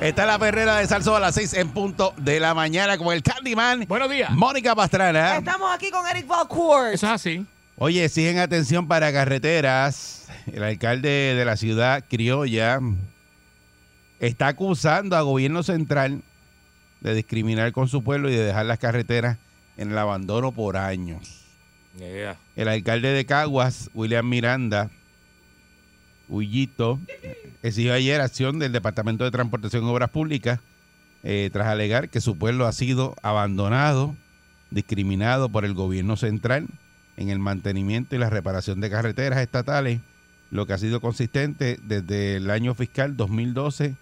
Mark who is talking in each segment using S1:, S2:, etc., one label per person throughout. S1: Está la perrera de Salso a las 6 en punto de la mañana con el Candyman.
S2: Buenos días.
S1: Mónica
S3: Ah.
S1: Pastrana.
S4: Estamos aquí con Eric Valcourt.
S2: Eso es así.
S1: Oye, exigen atención para carreteras. El alcalde de la ciudad criolla está acusando a gobierno central de discriminar con su pueblo y de dejar las carreteras en el abandono por años. El alcalde de Caguas, William Miranda, Ullito exigió ayer acción del Departamento de Transportación y Obras Públicas eh, tras alegar que su pueblo ha sido abandonado, discriminado por el gobierno central en el mantenimiento y la reparación de carreteras estatales, lo que ha sido consistente desde el año fiscal 2012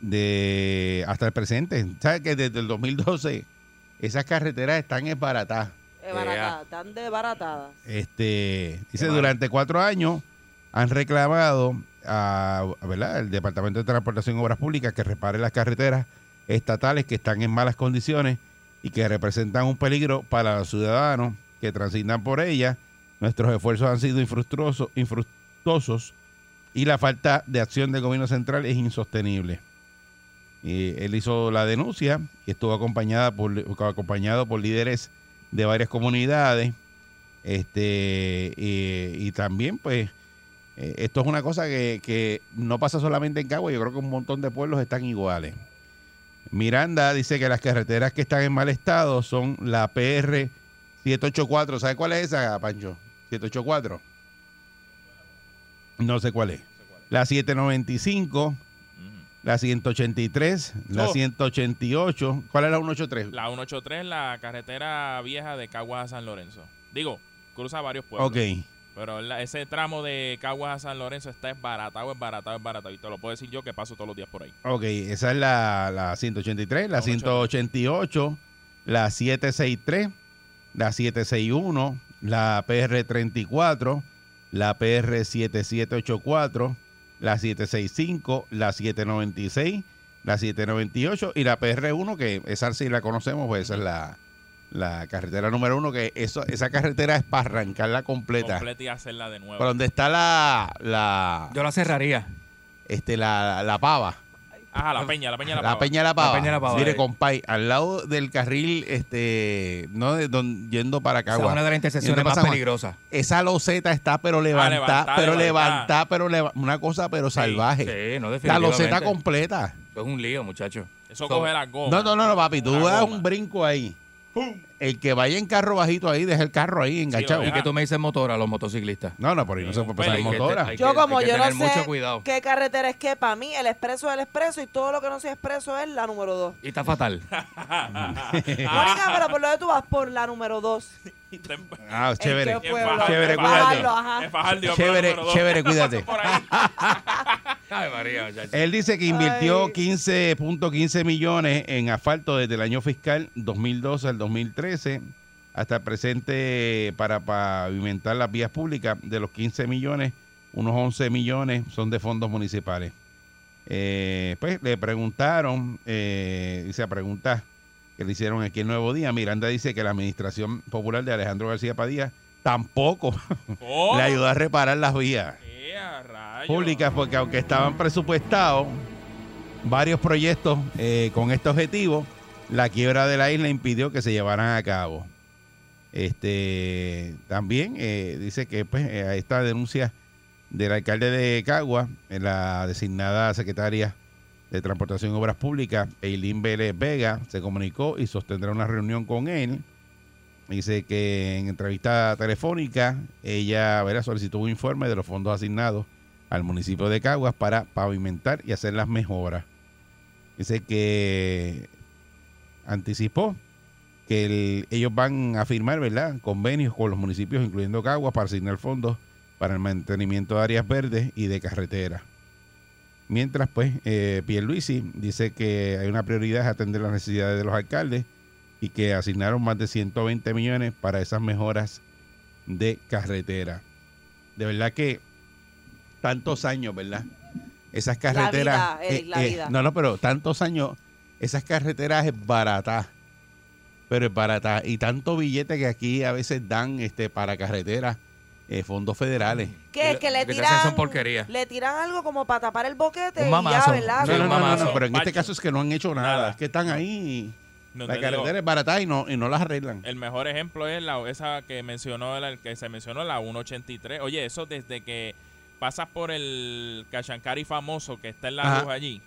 S1: de, hasta el presente. ¿Sabes que desde el 2012 esas carreteras están esbaratadas?
S4: Desbaratada, Están desbaratadas.
S1: Este, dice, durante cuatro años han reclamado a, a, ¿verdad? al Departamento de Transportación y Obras Públicas que repare las carreteras estatales que están en malas condiciones y que representan un peligro para los ciudadanos que transitan por ellas. Nuestros esfuerzos han sido infructuosos, infructuosos y la falta de acción del gobierno central es insostenible. Y él hizo la denuncia y estuvo acompañada por, acompañado por líderes de varias comunidades este y, y también pues eh, esto es una cosa que, que no pasa solamente en Cagua, yo creo que un montón de pueblos están iguales. Miranda dice que las carreteras que están en mal estado son la PR 784. ¿Sabes cuál es esa, Pancho? 784. No sé cuál es. La 795, la 183, la
S2: Oh.
S1: 188. ¿Cuál es la 183?
S2: La 183, la carretera vieja de Caguas a San Lorenzo. Digo, cruza varios pueblos.
S1: Ok.
S2: Pero la- ese tramo de Caguas a San Lorenzo está esbaratado, esbaratado, esbaratado. Y te lo puedo decir yo que paso todos los días por ahí.
S1: Ok, esa es la, la 183, la 188, la 763, la 761, la PR34, la PR7784, la 765, la 796, la 798 y la PR1, que esa sí la conocemos, pues esa es la, la carretera número uno, que eso, esa carretera es para arrancarla completa.
S2: Completa y hacerla de nuevo.
S1: Por donde está la, la,
S3: Yo la cerraría.
S1: este, la, la pava.
S2: Ajá, la peña, la peña, la,
S1: La
S2: pava.
S1: Peña de la Pava.
S3: La Peña de la Pava,
S1: Mire,
S3: eh.
S1: compay, al lado del carril, este, no de don- yendo para
S3: Esa es
S1: Cagua.
S3: una de las
S1: Yendo
S3: intersecciones
S1: para
S3: más
S1: San Juan.
S3: peligrosas. Ah,
S1: Esa loseta está, pero levantada,
S2: levantada,
S1: pero
S2: levantada.
S1: levantada, pero leva- una cosa, pero salvaje.
S3: Sí, no
S1: la
S3: definitivamente.
S1: loseta completa.
S3: Eso es un lío, muchacho.
S2: Eso
S3: So-
S2: coge la goma.
S1: No, no, no, no, papi, tú
S2: La
S1: das
S2: goma.
S1: un brinco ahí. El que vaya en carro bajito ahí, deja el carro ahí enganchado.
S2: deja.
S3: ¿Y que tú me dices motora a los motociclistas?
S1: no, no, por ahí no se puede pasar en
S3: Hay que te-
S1: motora.
S3: hay
S4: Yo,
S3: que-
S4: como
S3: hay que
S4: yo no
S3: tener mucho
S4: sé
S3: cuidado.
S4: qué carretera es que, para mí el expreso es el expreso y todo lo que no sea expreso es la número 2.
S3: Y Ah. está fatal.
S4: Mónica, pero por lo que tú vas por la número 2.
S1: Ah, chévere.
S4: ¿En qué pueblo?
S1: Chévere,
S4: En
S1: cuidado.
S4: Fajardo, ajá.
S2: En Fajardo, yo creo,
S1: Chévere,
S2: número dos.
S1: chévere, cuídate.
S2: Por ahí.
S3: Ay, María, muchacho.
S1: Él dice que invirtió
S4: Ay.
S1: 15.15 millones en asfalto desde el año fiscal 2012 al 2013 hasta el presente para pavimentar las vías públicas. De los 15 millones, unos 11 millones son de fondos municipales. Eh, pues le preguntaron, eh, dice pregunta que le hicieron aquí el Nuevo Día. Miranda dice que la administración popular de Alejandro García Padilla tampoco
S2: Oh,
S1: le ayudó a reparar las vías
S2: qué a rayos.
S1: públicas porque aunque estaban presupuestados varios proyectos eh, con este objetivo, la quiebra de la isla impidió que se llevaran a cabo. Este también eh, dice que pues eh, a esta denuncia del alcalde de Cagua, eh, la designada secretaria de Transportación y Obras Públicas, Eileen Vélez Vega, se comunicó y sostendrá una reunión con él Dice que en entrevista telefónica ella ¿verdad? solicitó un informe de los fondos asignados al municipio de Caguas para pavimentar y hacer las mejoras. Dice que anticipó que el- ellos van a firmar ¿verdad? convenios con los municipios, incluyendo Caguas, para asignar fondos para el mantenimiento de áreas verdes y de carreteras. Mientras, pues, eh, Pierluisi dice que hay una prioridad es atender las necesidades de los alcaldes y que asignaron más de 120 millones para esas mejoras de carretera. De verdad que tantos años, ¿verdad? Esas carreteras...
S4: vida,
S1: eh,
S4: Eric, la vida.
S1: no, no, pero tantos años, esas carreteras es barata. Pero es barata. Y tanto billete que aquí a veces dan este para carreteras, eh, fondos federales.
S4: ¿Qué es que
S3: Lo
S4: le
S3: que te hacen son
S4: tiran?
S3: porquerías.
S4: Le tiran algo como para tapar el boquete
S3: Un
S4: y
S3: mamazo.
S4: ya, ¿verdad?
S3: Sí,
S1: No, no,
S3: un
S1: no, no,
S3: mamazo.
S1: no, pero en este
S2: Pacho.
S1: caso es que no han hecho nada.
S2: Nada.
S1: Es que están ahí.
S2: No,
S1: la
S2: te digo,
S1: carretera es barata y no, y no las arreglan.
S3: Eh,
S2: El mejor ejemplo es la esa que mencionó el- el que se mencionó la 183. Oye, eso desde que pasas por el Cachancari famoso que está en la
S1: Ajá.
S2: luz allí.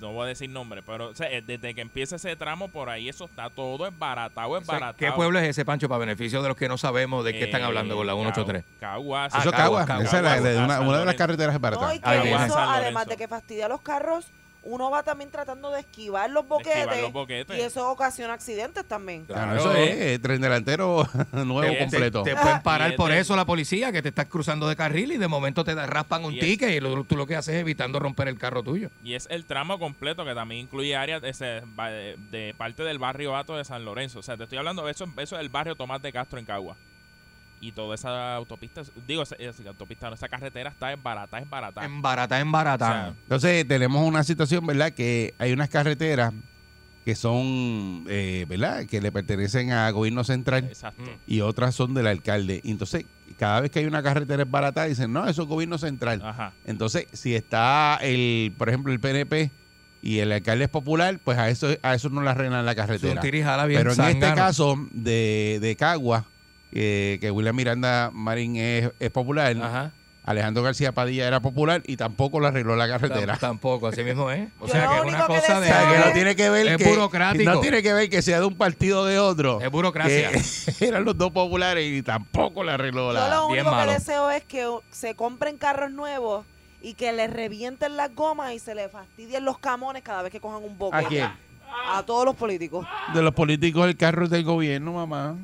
S2: No voy a decir nombre, pero o sea, eh, desde que empieza ese tramo por ahí eso está todo es baratado, es
S3: O sea,
S2: baratado.
S3: ¿Qué pueblo es ese, Pancho, para beneficio de los que no sabemos de qué
S2: Eh,
S3: están hablando con la 183?
S2: Caguas.
S3: Ah,
S1: Eso es
S3: Caguas,
S1: Caguas. Esa es la-
S2: Caguas,
S1: la- una,
S2: San
S1: una de las
S2: Lorenzo.
S1: carreteras es barata.
S4: No, y que
S3: Ahí viene.
S4: eso,
S2: San Lorenzo.
S4: además de que fastidia los carros, uno va también tratando de esquivar los
S2: De esquivar
S4: boquetes.
S2: los boquetes.
S4: Y eso ocasiona accidentes también.
S1: Ah, no, eso
S3: Claro.
S1: es eh, tren delantero nuevo
S3: Te-
S1: completo.
S3: Este, Te, te pueden
S2: Ah.
S3: parar por
S2: Siete.
S3: eso la policía, que te estás cruzando de carril y de momento te da- raspan un
S2: Siete.
S3: ticket y lo- tú lo que haces es evitando romper el carro tuyo.
S2: Y es el tramo completo que también incluye áreas ese, ba- de, de parte del barrio Ato de San Lorenzo. O sea, te estoy hablando, eso, eso es el barrio Tomás de Castro en Cagua. Y toda esa autopista, digo, esa, esa autopista, no, esa carretera está es barata, es barata.
S3: En barata, en barata.
S1: Entonces tenemos una situación, ¿verdad? Que hay unas carreteras que son, eh, ¿verdad? Que le pertenecen a gobierno central
S2: Exacto.
S3: Mm.
S1: y otras son del alcalde. Y entonces, cada vez que hay una carretera es barata, dicen, no, eso es gobierno central.
S2: Ajá.
S1: Entonces, si está el, por ejemplo, el PNP y el alcalde es popular, pues a eso, a eso no le arreglan la
S3: es un
S1: carretera.
S3: tira y jala bien
S1: Pero en este
S3: zángano.
S1: caso de, de Cagua, eh, que William Miranda Marín es, es popular,
S3: Ajá.
S1: Alejandro García Padilla era popular y tampoco le arregló la carretera.
S3: Tam- Tampoco,
S1: Pues
S3: así mismo es. O
S4: Yo
S3: sea,
S4: lo
S3: que es una
S4: único que
S3: cosa de...
S1: O sea, que no
S4: Ay.
S1: tiene que ver
S3: Es
S1: que,
S3: burocrático.
S1: No tiene que ver que sea de un partido o de otro.
S3: Es burocracia.
S1: Que eran los dos populares y tampoco le arregló
S4: Yo
S1: la...
S4: lo
S3: bien
S4: único que
S3: malo.
S4: deseo es que uh, se compren carros nuevos y que les revienten las gomas y se les fastidien los camones cada vez que cojan un boquete.
S1: ¿A quién?
S4: A todos los políticos.
S1: De los políticos el carro es del gobierno, mamá.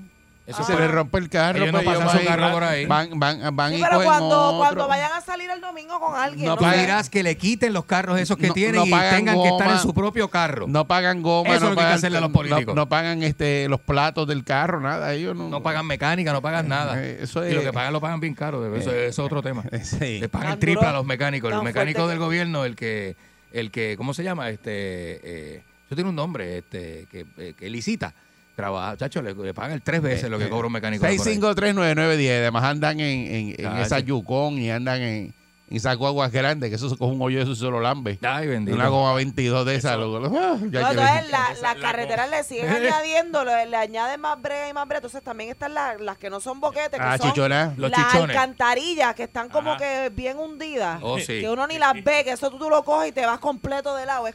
S3: Eso
S1: se
S3: fue-
S1: le rompe el carro.
S3: Ellos no
S1: pues, ellos
S3: pasan su
S1: van y-
S3: carro por ahí.
S1: Van, van, van
S4: Sí,
S1: y
S4: pero
S1: cogen
S4: cuando,
S1: otro.
S4: cuando vayan a salir el domingo con alguien,
S1: No pues
S4: no,
S3: Tú
S1: pagan-
S3: dirás que le quiten los carros esos que
S1: No-
S3: tienen
S1: no
S3: y
S1: pagan
S3: tengan que estar
S1: goma.
S3: en su propio carro.
S1: No pagan goma,
S3: Eso es
S1: no
S3: lo que hay que
S1: pagan,
S3: hacerle a los
S1: no-
S3: políticos.
S1: No, pagan este, los platos del carro, nada. Ellos no,
S3: No pagan mecánica, no pagan nada.
S1: Eh, eso
S3: Y lo
S1: es-
S3: que pagan lo pagan bien caro. de- Eso, eso es otro tema.
S1: Sí.
S3: Le pagan
S4: Tan
S3: el triple
S4: duro,
S3: a los mecánicos. El
S4: tan
S3: mecánico
S4: fuerte
S3: del
S4: que-
S3: gobierno, el que, el que, ¿cómo se llama? Este, eh, eso tiene un nombre, este, que, eh, que licita. Trabaja, chacho, le, le pagan el tres veces
S1: Eh, Este,
S3: lo que cobra un mecánico. de por ahí.
S1: 6539910. Además andan en, en, en
S3: Ah,
S1: esa
S3: sí.
S1: Yukon y andan en, en esas guaguas grandes, que eso se coge un hoyo de su solo lambe.
S3: Ay, bendito.
S1: Una goma 22 de esas. lo- lo- ah, ya que le-
S4: entonces la-
S2: Esa-
S4: las
S2: la
S4: carreteras le siguen añadiendo, le, le añaden más brega y más brega. Entonces también están las, las que no son boquetes, que
S1: Ah,
S4: son
S1: chichona.
S3: Los
S4: las
S3: chichones.
S4: alcantarillas que están como
S2: Ajá.
S4: que bien hundidas.
S3: Oh, sí.
S4: Que uno ni las ve, que eso tú, tú lo coges y te vas completo de lado. Es-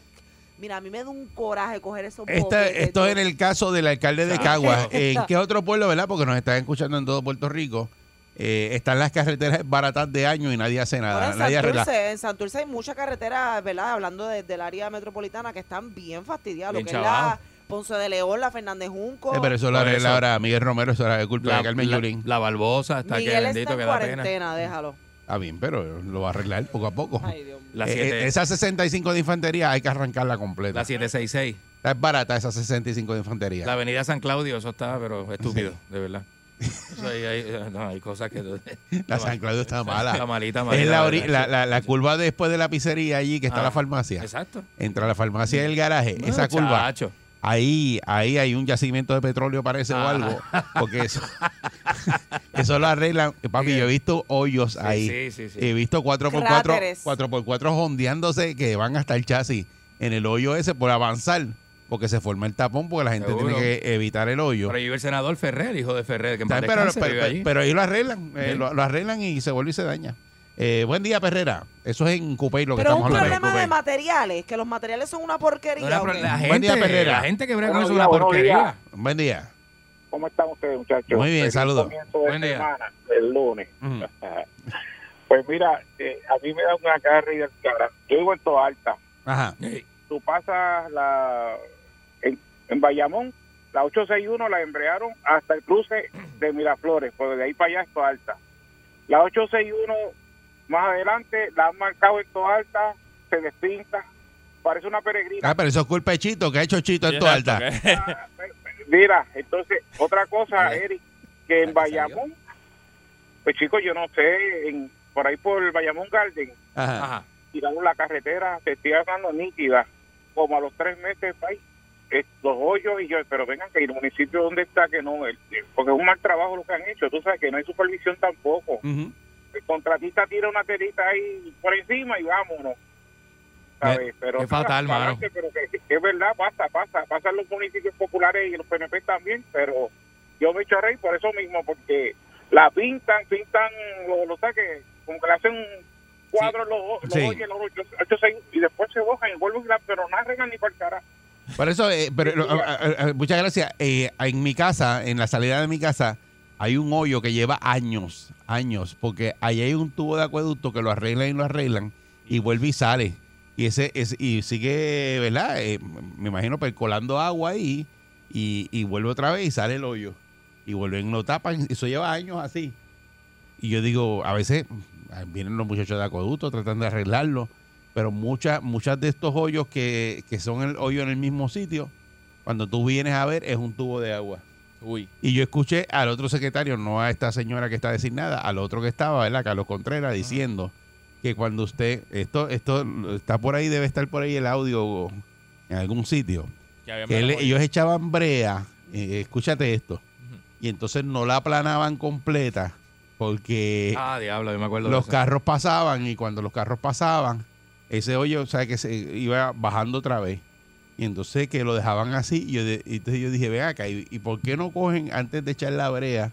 S4: mira, a mí me da un coraje coger esos
S1: Esta-
S4: boquetes,
S1: esto
S4: yo-
S1: es en el caso del alcalde de Caguas. Eh, ¿En qué otro pueblo, verdad? Porque nos están escuchando en todo Puerto Rico. eh, están las carreteras baratas de año y nadie hace
S4: Ahora
S1: nada.
S4: en,
S1: nadie arregla.
S4: Santurce, en Santurce hay muchas carreteras, ¿verdad? Hablando de- del área metropolitana que están bien fastidiadas.
S3: Bien
S4: lo que es
S3: chavao.
S4: la Ponce de León, la Fernández Junco.
S1: Eh, pero eso lo
S3: Por
S1: arregla
S3: eso.
S1: ahora Miguel Romero, eso era de culpa
S3: La,
S1: de Carmen
S3: la-
S1: Yulín.
S3: la Barbosa, hasta que
S4: Miguel
S3: bendito
S4: está
S3: que
S4: en
S3: da pena.
S4: cuarentena, déjalo.
S1: Ah, bien, pero lo va a arreglar poco a poco.
S4: Ay, Dios mío.
S3: La,
S1: Eh,
S3: siete-
S1: eh, esa 65 de infantería hay que arrancarla completa.
S3: la 766,
S1: Es barata esa 65 de infantería.
S3: la avenida San Claudio, eso está, pero estúpido, de verdad. Eso ahí- ahí- no, hay cosas que...
S1: La San Claudio está mala.
S3: Está malita,
S1: es
S3: malita,
S1: la, ori-
S3: ¿verdad?
S1: la, la- la curva después de la pizzería allí que está
S3: Ah,
S1: la farmacia.
S3: Exacto.
S1: Entre la farmacia y el garaje, esa curva.
S3: Chacho.
S1: Ahí, ahí hay un yacimiento de petróleo parece o
S3: Ah.
S1: algo. Porque eso, eso lo arreglan. Eh, Papi, yo he visto hoyos ahí.
S3: Sí, sí, sí.
S1: He visto 4x4,
S4: Cráteres.
S1: 4x4 jondeándose que van hasta el chasis en el hoyo ese por avanzar. Porque se forma el tapón porque la gente
S3: Seguro.
S1: tiene que evitar el hoyo.
S3: Pero ahí vive el senador Ferrer, hijo de Ferrer, que en paz
S1: ¿Sabes? Pero,
S3: descanse,
S1: pero-
S3: vive
S1: pero-
S3: allí.
S1: pero ahí lo arreglan, eh,
S3: Sí.
S1: lo, lo arreglan y se vuelve y se daña. Eh, buen día, Perrera. Eso es en Coupey lo que
S4: Pero es un
S1: estamos hablando.
S4: problema de
S3: Coupé.
S4: materiales, que los materiales son una porquería.
S3: No, la,
S4: ¿o qué?
S3: la
S1: Buen día,
S3: gente,
S1: Perrera.
S3: la gente que brega con
S5: Buenos
S3: eso es una
S5: días, buenos
S3: porquería.
S5: días.
S1: Buen día.
S5: ¿Cómo están ustedes, muchachos?
S1: Muy bien,
S5: Feliz
S1: saludos.
S5: comienzo de
S3: Buen día. Mm.
S5: semana, el lunes.
S1: Ujú.
S5: Pues mira, eh, a mí me da una carga y del cara. Yo vivo en Toa Alta.
S1: Ajá.
S3: Ey,
S5: Tú pasas la, en, en Bayamón, la 861 la embrearon hasta el cruce de Miraflores, porque de ahí para allá es Toa Alta. La 861 más adelante la han marcado en Toa Alta, se despinta, parece una peregrina.
S1: Ah, pero eso es culpa de Chito, que ha hecho Chito en tu
S2: Exacto,
S1: alta.
S2: que-
S5: Mira, entonces, otra cosa,
S3: Eh,
S5: Eric, que en
S3: ahí salió.
S5: Bayamón, pues chicos, yo no sé, en- por ahí por Bayamón Garden,
S1: Ajá.
S3: Ajá.
S5: tiraron la carretera, se estoy hablando nítida, como a los tres meses, ay, es- los hoyos y yo, pero vengan que el municipio donde está, que no, el- porque es un mal trabajo lo que han hecho, tú sabes que no hay supervisión tampoco
S6: Mm.
S1: Ujú.
S5: el contratista tira una telita ahí por encima y vámonos. ¿Sabes? Pero
S3: qué fatal,
S5: nada,
S3: mano.
S5: pa'lante, Pero que, que es verdad, pasa, pasa. Pasa en los municipios populares y en los PNP también, pero yo me echo a reír por eso mismo, porque la pintan, pintan, lo, lo saques, como que le hacen un cuadro, lo, lo
S1: Sí.
S5: oyen, lo oyen, ocho, seis, y después se bojan y vuelven, y la- pero no arreglan ni para el cara.
S1: Por eso, eh, pero, lo-
S5: Sí,
S1: ah, ah, ah, muchas gracias. Eh, en mi casa, en la salida de mi casa, hay un hoyo que lleva años, años, porque ahí hay un tubo de acueducto que lo arreglan y lo arreglan y vuelve y sale. Y ese, es y sigue, ¿verdad? Eh, me imagino percolando agua ahí y, y vuelve otra vez y sale el hoyo. Y vuelven, lo tapan, eso lleva años así. Y yo digo, a veces ah, vienen los muchachos de acueducto, tratan de arreglarlo, pero muchas muchas de estos hoyos que, que son el hoyo en el mismo sitio, cuando tú vienes a ver es un tubo de agua.
S2: Uy.
S1: Y yo escuché al otro secretario, no a esta señora que está designada, al otro que estaba, ¿verdad? Carlos Contreras, diciendo que cuando usted, esto, esto está por ahí, debe estar por ahí el audio en algún sitio,
S2: que había
S1: que él-
S2: menos hoy.
S1: ellos echaban brea, eh, escúchate esto,
S2: Ujú.
S1: y entonces no la aplanaban completa porque
S3: Ah, diablo, yo me acuerdo. de
S1: los
S3: eso.
S1: carros pasaban y cuando los carros pasaban, ese hoyo, o sea, que se iba bajando otra vez. Y entonces que lo dejaban así. Y, yo de- y entonces yo dije, ven acá, ¿y, y por qué no cogen antes de echar la brea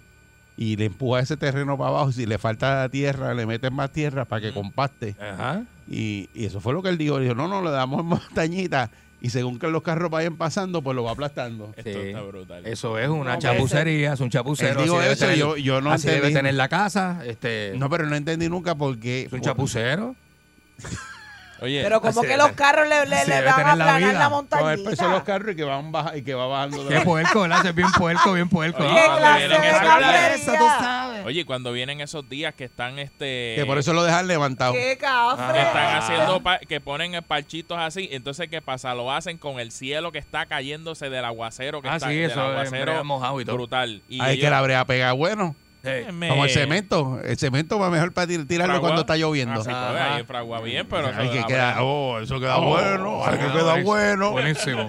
S1: y le empuja ese terreno para abajo? Si le falta tierra, le meten más tierra para que compacte.
S3: Ajá.
S1: Y, y eso fue lo que él dijo. Dijo, no, no, le damos en montañita. Y según que los carros vayan pasando, pues lo va aplastando.
S2: Esto
S3: Sí.
S2: está brutal.
S3: Eso es una
S4: No,
S3: chapucería, es un
S1: Él
S3: chapucero.
S1: dijo
S3: así debe
S1: eso,
S3: tener-
S1: yo- yo no
S3: así debe
S1: entendí.
S3: tener la casa. Este,
S1: No, pero no entendí nunca por qué.
S3: es un chapucero.
S2: Oye,
S4: Pero como
S3: Así
S4: que
S3: debe
S4: los
S3: tener-
S4: carros le, le,
S3: así
S4: le
S3: debe
S4: van a
S3: tener la
S4: aplanar
S3: vida.
S4: la
S1: Con el peso de los
S4: montañita.
S1: carros y que, van baja, y que va bajando.
S3: Qué puerco, ¿verdad? Es bien puerco, bien puerco.
S2: Oye,
S3: Ah,
S2: cuando
S4: clase
S2: vienen
S4: de
S2: esos
S4: cafre-
S2: días-
S3: eso tú sabes.
S2: Oye, cuando vienen esos días que están este
S1: Que por eso lo dejan levantado.
S4: ¡Qué
S2: que
S4: cafre!
S2: están
S3: Ah.
S2: haciendo pa- que ponen eh, parchitos así, entonces qué pasa, lo hacen con el cielo que está cayéndose del aguacero que
S3: Ah,
S2: está
S3: sí,
S2: del
S3: eso, en brea
S2: aguacero
S3: mojado y todo.
S2: brutal. Y
S1: Ahí es
S2: ellos-
S1: que la brea pega bueno.
S3: Sí.
S2: me-
S1: Como el cemento. El cemento va mejor para tir- tirarlo
S2: fragua.
S1: cuando está lloviendo.
S2: Ah, sí, pues,
S3: Ajá.
S2: ahí fragua bien, pero
S1: Hay
S2: eso
S1: que
S2: la
S1: queda,
S2: brea-
S1: oh, eso queda
S3: Oh,
S1: bueno, hay que
S3: sí,
S1: queda
S3: buenísimo.
S1: bueno.
S3: Buenísimo.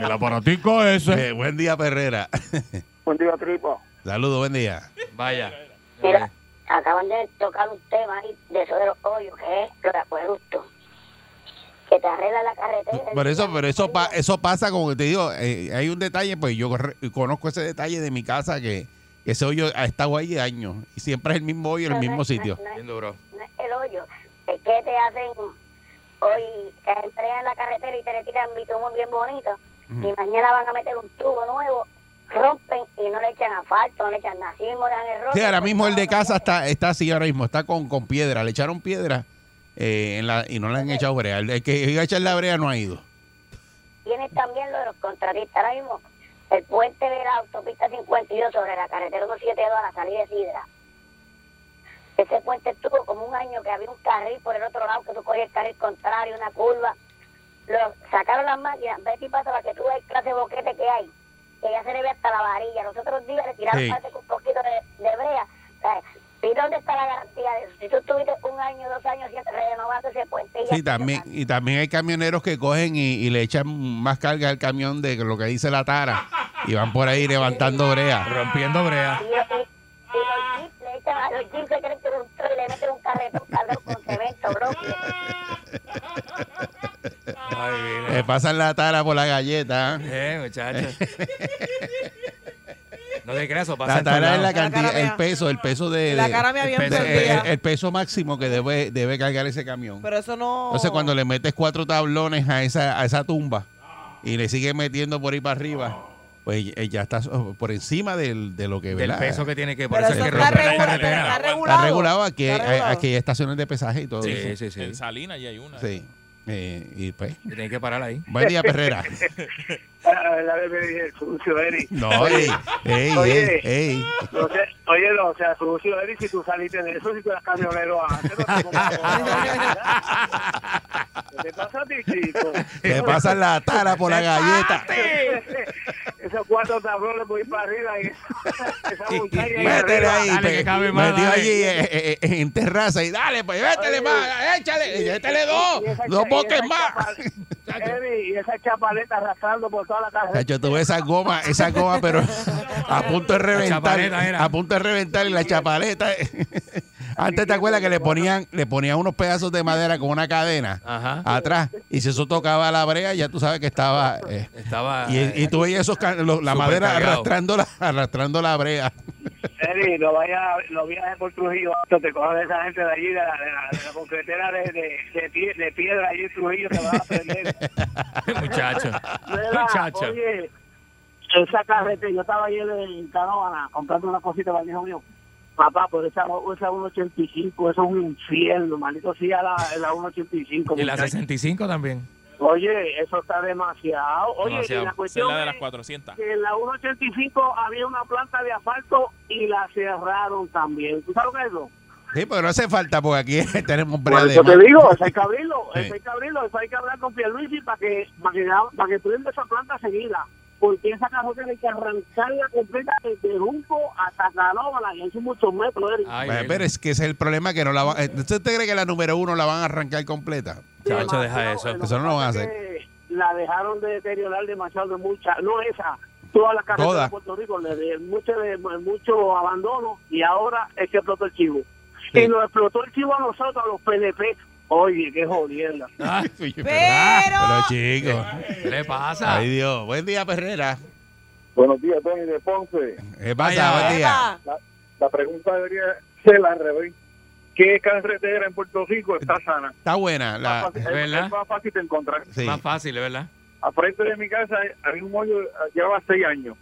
S3: El aparatico ese.
S1: Eh, buen día, Perrera.
S5: Buen día, tripo.
S1: Saludos, buen día.
S3: Vaya.
S7: Mira, acaban de tocar un tema ahí de eso de los hoyos, que es lo de acueducto. Que te arregla la carretera.
S1: Por eso, pero eso, pa- eso pasa, como te digo, eh, hay un detalle, pues yo re- conozco ese detalle de mi casa que que ese hoyo ha estado ahí años y siempre es el mismo hoyo en el
S7: Pero no
S1: mismo
S7: es- no es-
S1: sitio.
S7: no es-
S3: Bien duro.
S7: no es el hoyo, es que te hacen hoy, te entregan la carretera y te le tiran bitumón bien bonito. Y mañana van a meter un tubo nuevo, rompen y no le echan asfalto, no le echan nada. Así mismo le dan el
S1: Sí,
S7: roto,
S1: ahora
S7: pues,
S1: mismo el
S7: no,
S1: de
S7: no
S1: casa
S7: le-
S1: está, está así ahora mismo, está con, con piedra. Le echaron piedra eh, en la, y no le han echado brea. El que iba a echar la brea no ha ido.
S7: Tienes también lo de los contratistas. Ahora mismo, el puente de la autopista 52 sobre la carretera 272 a la salida de Sidra. Ese puente estuvo como un año que había un carril por el otro lado que tú cogías el carril contrario, una curva. Lo, sacaron las máquinas, vete y pasa para que tú veas el clase de boquete que hay, que ya se le ve hasta la varilla. Los otros días le tiraron
S1: Sí.
S7: parte con un poquito de, de brea. O sea, ¿Y dónde está la garantía de eso? Si tú estuviste un año, dos años siempre renovando ese puente. y ya te
S1: Sí, también,
S7: sacaron.
S1: y también hay camioneros que cogen y, y le echan más carga al camión de lo que dice la tara y van por
S7: Ah,
S1: ahí levantando brea.
S3: Rompiendo brea.
S7: Y, y- y los jeeps le echan a los jeeps se creen que era un tro- y le meten un carretón cabrón con cemento, bro. Ah,
S3: Ay, mira.
S1: Le Eh, pasan la tara por la galleta. ¿eh?
S3: Eh, muchacho. No te creas, eso pasa
S1: La
S3: en todos
S1: tara es
S3: lados.
S1: la
S4: La cara
S1: cantidad, el
S4: mía.
S1: peso, el peso de,
S4: la
S1: de-
S4: cara me había
S3: el
S1: el,
S3: peso-
S4: perdida.
S1: el- el peso máximo que debe, debe cargar ese camión.
S4: Pero eso no...
S1: Entonces cuando le metes cuatro tablones a esa, a esa tumba y le sigues metiendo por ahí para arriba, pues eh, ya está so- por encima del, de lo que...
S3: Del
S1: ¿verdad?
S3: peso que tiene que
S4: Pero
S3: por eso
S4: eso
S3: es que
S4: está,
S3: rompe la
S4: regula-
S3: carretera.
S4: está
S2: Está
S4: regulado.
S1: Está regulado, aquí,
S4: Está
S1: hay-
S4: regulado.
S1: aquí hay estaciones de pesaje y todo
S3: Sí,
S1: eso.
S3: sí, sí.
S2: En Salinas ya hay una.
S1: Sí. Eh, y pues,
S3: Que tiene que parar ahí.
S1: buen día, Perrera.
S8: Ah, La verdad me dije, sucio, Eri.
S1: No, ey, ey, ey,
S8: Oye.
S1: ey.
S8: No sé, oye, no, o sea, sucio, Eri, si tú saliste de eso, si tú eras camionero antes, no te pongas ahora, ¿Qué te pasa a ti, chico?
S1: Te pasan la tara por la galleta.
S8: Esos cuatro tablones voy para arriba y esa- esa montaña. ahí
S1: Métele
S8: arriba.
S1: ahí,
S3: dale,
S1: pe-
S3: que cabe más,
S1: metido
S3: dale.
S1: allí eh, eh, eh, en terraza y dale, pues métele
S8: Ay,
S1: más, échale, échale dos,
S8: Y esa-
S1: dos
S8: y
S1: boques
S8: esa
S1: más.
S8: chapa- Eri, y esa chapaleta arrastrando por toda la carretera.
S1: Chacho, tuve esa goma, esa goma, pero a punto de
S3: chapaleta
S1: reventar,
S3: era.
S1: a punto de reventar y la chapaleta. Antes te acuerdas que le ponían, le ponían unos pedazos de madera con una cadena
S3: Ajá.
S1: atrás y si eso tocaba la brea, ya tú sabes que estaba. eh,
S3: Estaba. eh,
S1: y, y tú veías esos, ca- lo- la
S3: Supercargado.
S1: madera arrastrando la, arrastrando la brea.
S8: Eri, no vayas no viajes por Trujillo, alto, te cojan esa gente de allí, de la, de la, de la concretera de, de, de pie- de piedra allí en Trujillo, te vas a perder.
S3: Muchacho.
S8: Mira,
S3: Muchacho.
S8: Oye, esa carretera, yo estaba ayer en Canóvana comprando una cosita para el hijo mío. Papá, por esa, esa 185, eso es un infierno, maldito sea la, la 185.
S3: Y la
S8: muchacho.
S3: 65 también.
S8: Oye, eso está demasiado. Oye,
S3: Demasiado.
S8: y la
S2: Esa es
S8: cuestión
S2: la de las
S8: es
S2: 400.
S8: que en la 185 había una planta de asfalto y la cerraron también. ¿Tú sabes lo que es eso?
S1: Sí, pero no hace falta porque aquí tenemos brea
S8: Por
S1: de
S8: eso
S1: más.
S8: te digo, eso hay que abrirlo,
S1: Sí.
S8: eso hay que abrirlo, eso hay que hablar con Pierluisi para que, para que, para que prenda esa planta seguida. Porque esa carretera hay que arrancarla completa desde Junco hasta Canóvala y hay muchos metros, Eric.
S3: Ay,
S1: Bueno,
S3: Dios.
S1: Pues, pero es que ese es el problema que no la van. ¿Usted cree que la número uno la van a arrancar completa?
S3: Chacho, deja eso.
S8: Demasiado,
S1: Eso no lo van a
S8: pasa es que La dejaron de deteriorar demasiado, mucha, no esa, todas las carreteras
S1: Todas.
S8: de Puerto Rico, le de, mucho, de- mucho abandono y ahora es que explotó el chivo.
S1: Sí.
S8: Y nos explotó el chivo a nosotros, a los PNP. Oye, qué jodienda.
S1: Ah, Pero
S4: Pero,
S1: chicos,
S3: ¿Qué le pasa?
S1: ay Dios, buen día Perrera.
S5: Buenos días, Tony de Ponce.
S1: ¿Qué pasa? Buen día.
S4: Eva,
S5: La pregunta debería ser la revés. ¿Qué carretera en Puerto Rico está sana?
S1: Está buena la.
S5: Más fácil-
S3: es verdad.
S5: es más fácil de encontrar.
S1: Sí.
S3: Más fácil, ¿verdad?
S5: Al frente de mi casa había un hoyo, eh, llevaba seis años.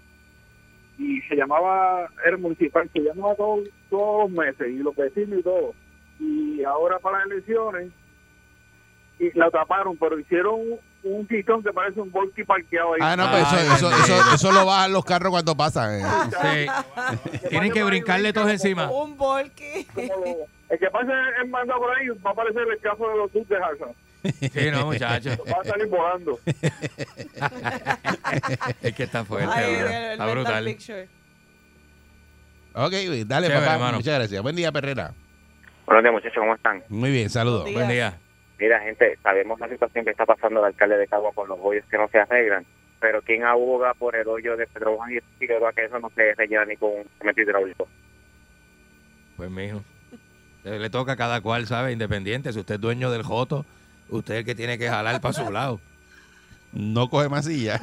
S5: Y se llamaba, era municipal, se llamaba todos, todos los meses, y los vecinos y todo. Y ahora para las elecciones, y eh, la taparon, pero hicieron un, un quitón que parece un volky parqueado ahí.
S1: Ah, no, pero
S3: Ay,
S1: eso, eso,
S3: bendito.
S1: eso, eso lo bajan los carros cuando pasan. eh.
S3: Sí. Tienen que brincarle todos encima.
S4: un volky.
S5: Como lo- el que pase el mandado por ahí va a aparecer el caso de los tubos de Harsan.
S3: Sí, no, muchacho.
S5: Va a salir volando.
S3: Es que está fuerte,
S4: Ay,
S3: bro.
S4: el- el
S3: Está
S4: mental
S3: brutal.
S4: picture.
S1: Ok, dale,
S3: Chévere,
S1: papá.
S3: hermano.
S1: Muchas gracias. Buen día, Perrera.
S9: Buenos días, muchachos, ¿cómo están?
S1: Muy bien, saludos.
S4: Sí.
S3: Buen día.
S9: Mira, gente, sabemos la situación que está pasando el alcalde de Cagua con los hoyos que no se arreglan, pero ¿quién aboga por el hoyo de Pedro Juan y Figueroa que eso no se rellena ni con un cemento hidráulico?
S3: Pues mijo. Eh, Le le toca a cada cual, ¿sabe? Independiente. Si usted es dueño del Joto, usted es el que tiene que jalar para su lado.
S1: No coge masilla.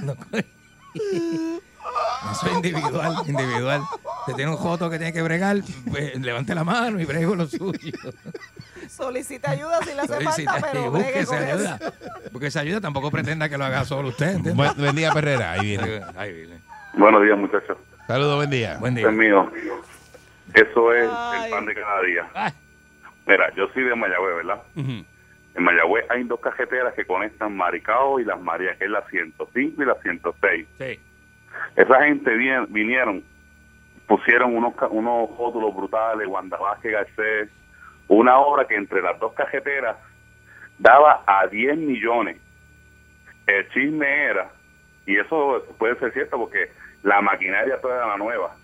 S3: Eso es individual, individual. Usted tiene un Joto que tiene que bregar, pues, levante la mano y bregue con lo suyo.
S4: Solicita ayuda si le hace
S3: Solicita
S4: falta,
S3: y
S4: pero bregue
S3: búsquese
S4: con eso.
S3: ayuda. Porque esa ayuda tampoco pretenda que lo haga solo usted. ¿entiende?
S1: Buen, buen día, Perrera. Ahí viene.
S3: Ay, dile.
S10: Buenos días, muchachos.
S1: Saludos, buen día.
S3: Buen día.
S10: Este es mío. Eso es
S4: Ay.
S10: el pan de cada día.
S3: Ah,
S10: Mira, yo soy de Mayagüez, ¿verdad?
S1: Ujú.
S10: En Mayagüez hay dos cajeteras que conectan Maricao y Las Marías, que es la 105 y la 106.
S3: sí.
S10: Esa gente vien- vinieron, pusieron unos, ca- unos rótulos brutales, Wanda Vázquez Garcés, una obra que entre las dos cajeteras daba a 10 millones. El chisme era, y eso puede ser cierto porque la maquinaria toda era la nueva,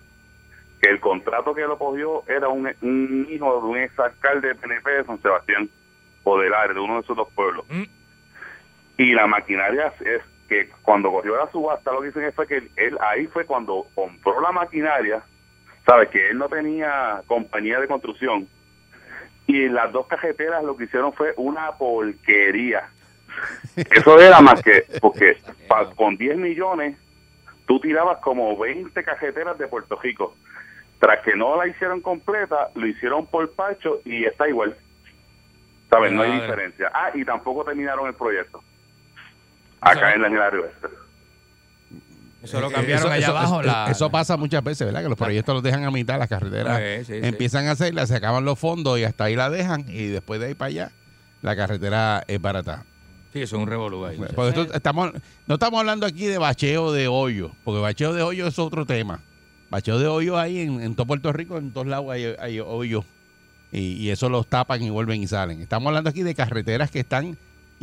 S10: que el contrato que lo cogió era un, un hijo de un ex alcalde de PNP de San Sebastián, o del área, de uno de esos dos pueblos.
S3: Mm.
S10: Y la maquinaria es que cuando corrió la subasta, lo que dicen fue que él ahí fue cuando compró la maquinaria, ¿sabes? Que él no tenía compañía de construcción. Y las dos cajeteras lo que hicieron fue una porquería. Eso era más que, porque pa- con 10 millones tú tirabas como 20 cajeteras de Puerto Rico. Tras que no la hicieron completa, lo hicieron por pacho y está igual. ¿Sabes? No hay
S3: Madre.
S10: diferencia. Ah, y tampoco terminaron el proyecto. Acá en la Isla Rivera.
S11: Eso lo
S1: Eh,
S11: cambiaron allá
S1: eso-
S11: abajo.
S1: eso-
S11: la-
S1: eso pasa muchas veces, ¿verdad? Que los proyectos los dejan a mitad, las carreteras
S11: Eh, sí, sí.
S1: empiezan a hacerlas, se acaban los fondos y hasta ahí la dejan y después de ahí para allá la carretera es barata.
S11: Sí, eso es un revolú ahí.
S1: Porque esto- estamos, no estamos hablando aquí de bacheo de hoyo, porque bacheo de hoyo es otro tema. Bacheo de hoyo ahí en, en todo Puerto Rico, en todos lados hay, hay hoyos. Y, y eso los tapan y vuelven y salen. Estamos hablando aquí de carreteras que están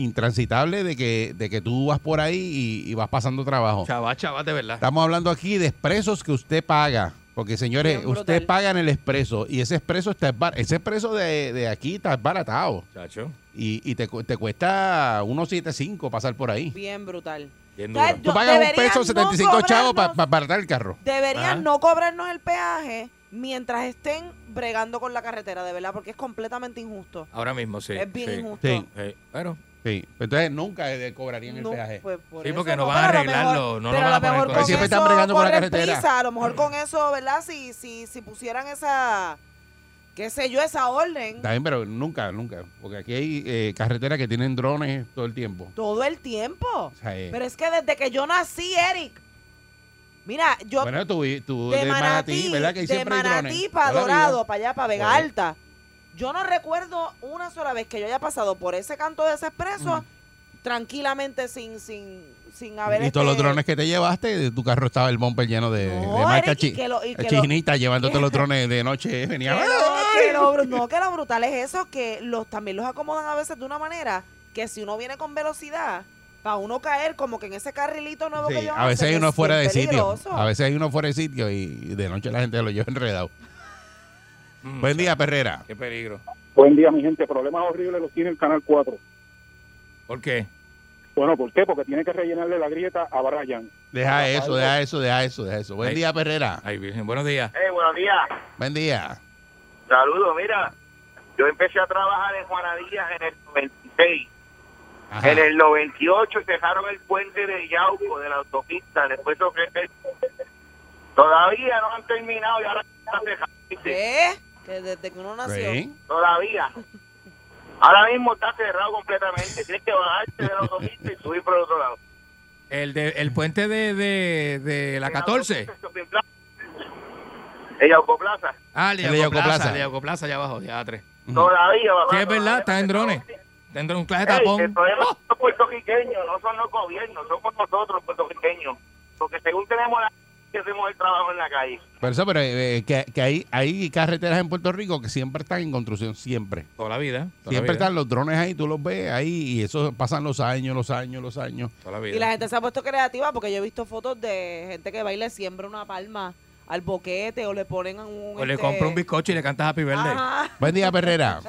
S1: intransitables, de que, de que tú vas por ahí y, y vas pasando trabajo.
S11: Chava, chava, de verdad.
S1: Estamos hablando aquí de expresos que usted paga. Porque, señores,
S11: Bien brutal.
S1: usted paga en el expreso y ese expreso está esbar- ese expreso de, de aquí está baratado.
S11: Chacho.
S1: Y, y te, cu- te cuesta 1.75 pasar por ahí.
S4: Bien brutal.
S11: Bien
S4: duro.
S1: Tú pagas un
S4: Deberían
S1: peso
S4: no
S1: 75 chavos para
S4: cobrarnos-
S1: baratar el carro.
S4: Deberían
S1: Ajá.
S4: no cobrarnos el peaje mientras estén bregando con la carretera, de verdad, porque es completamente injusto.
S11: Ahora mismo, sí.
S4: Es bien
S11: sí.
S4: injusto.
S1: Sí.
S11: Sí, claro.
S1: Sí. Entonces nunca eh, cobrarían el
S4: No,
S1: peaje.
S4: pues, por
S11: Sí,
S4: eso,
S11: porque no van a
S4: pero lo
S11: arreglarlo,
S4: mejor-
S11: no lo
S4: pero
S11: van a poner
S4: mejor
S11: todo.
S4: con
S1: Siempre están
S4: eso
S1: bregando con la
S4: corren
S1: carretera.
S4: prisa, a lo mejor con eso, ¿verdad? Si, si, si pusieran esa, qué sé yo, esa orden
S1: Está bien, pero nunca, nunca. Porque aquí hay eh, carreteras que tienen drones todo el tiempo.
S4: todo el tiempo.
S1: sea, eh.
S4: Pero es que desde que yo nací, Eric, mira, yo
S1: bueno, tú, tú
S4: de
S1: de Manatí,
S4: Manatí,
S1: ¿verdad? Que ahí
S4: de
S1: siempre hay drones.
S4: Manatí para
S1: Toda la
S4: Dorado,
S1: vida.
S4: para allá, para Vega
S1: Por ahí.
S4: Alta. Yo no recuerdo una sola vez que yo haya pasado por ese canto de ese expreso tranquilamente sin, sin, sin haber...
S1: Mm. y todos los
S4: este,
S1: drones que te llevaste, de tu carro estaba el bumper lleno de,
S4: No,
S1: de marca
S4: Eric, y
S1: chi-
S4: que lo- y que lo-
S1: chinita, llevándote los drones de noche. eh, Venía. ¡ah!
S4: que lo- que lo bru- no, que lo brutal es eso, que los también los acomodan a veces de una manera que si uno viene con velocidad, para uno caer como que en ese carrilito nuevo
S1: Sí,
S4: que yo
S1: a veces hay uno fuera de sitio.
S4: peligroso.
S1: A veces hay uno fuera de sitio y de noche la gente lo lleva enredado.
S11: Mm,
S1: Buen día,
S3: Ah.
S1: Perrera.
S11: Qué peligro.
S5: Buen día, mi gente. Problemas horribles los tiene el Canal 4.
S11: ¿Por qué?
S5: Bueno, ¿por qué? Porque tiene que rellenarle la grieta a Brian.
S1: Deja eso, deja eso, deja eso, deja eso. Buen
S11: Ay.
S1: día, Perrera.
S11: Ay, Virgen, buenos días.
S12: Hey, Eh, buenos días.
S1: Buen día.
S12: Saludos, mira. Yo empecé a trabajar en Juanadías en el 96.
S1: Ajá.
S12: En el 98 cerraron el puente de Yauco, de la autopista. Después ofrecen- Todavía no han terminado y ahora están cerrando.
S4: ¿Qué? Que desde que uno nació.
S12: Todavía. Ahora mismo está cerrado completamente. Tienes que bajarte de la autopista y subir por el otro lado.
S11: El, de, el puente de, de, de la 14.
S12: El Yauco Plaza.
S11: Ah, el
S12: El
S11: de
S12: de Yauco
S11: Yauco Plaza.
S12: Plaza.
S11: El de Yauco Plaza, allá abajo, ya tres.
S12: Todavía, papá,
S11: Sí, es verdad, está en drones. Está en drones, un clase de
S12: Ey, el
S11: Pues tapón.
S12: problema son los puertorriqueños, no son los gobiernos, somos nosotros los puertorriqueños. Porque según tenemos la que hacemos el trabajo en la calle.
S1: Pero eso, pero eh, que, que hay, hay carreteras en Puerto Rico que siempre están en construcción, siempre.
S11: Toda la vida. toda la
S1: Siempre
S11: vida,
S1: están los drones ahí, tú los ves ahí y eso pasan los años, los años, los años.
S11: Toda la
S4: Y la gente se ha puesto creativa porque yo he visto fotos de gente que va y le siembra una palma al boquete o le ponen un...
S11: O Pues le
S4: este,
S11: compro un bizcocho y le cantas Happy Birthday.
S4: Ajá.
S1: Buen día, Perrera.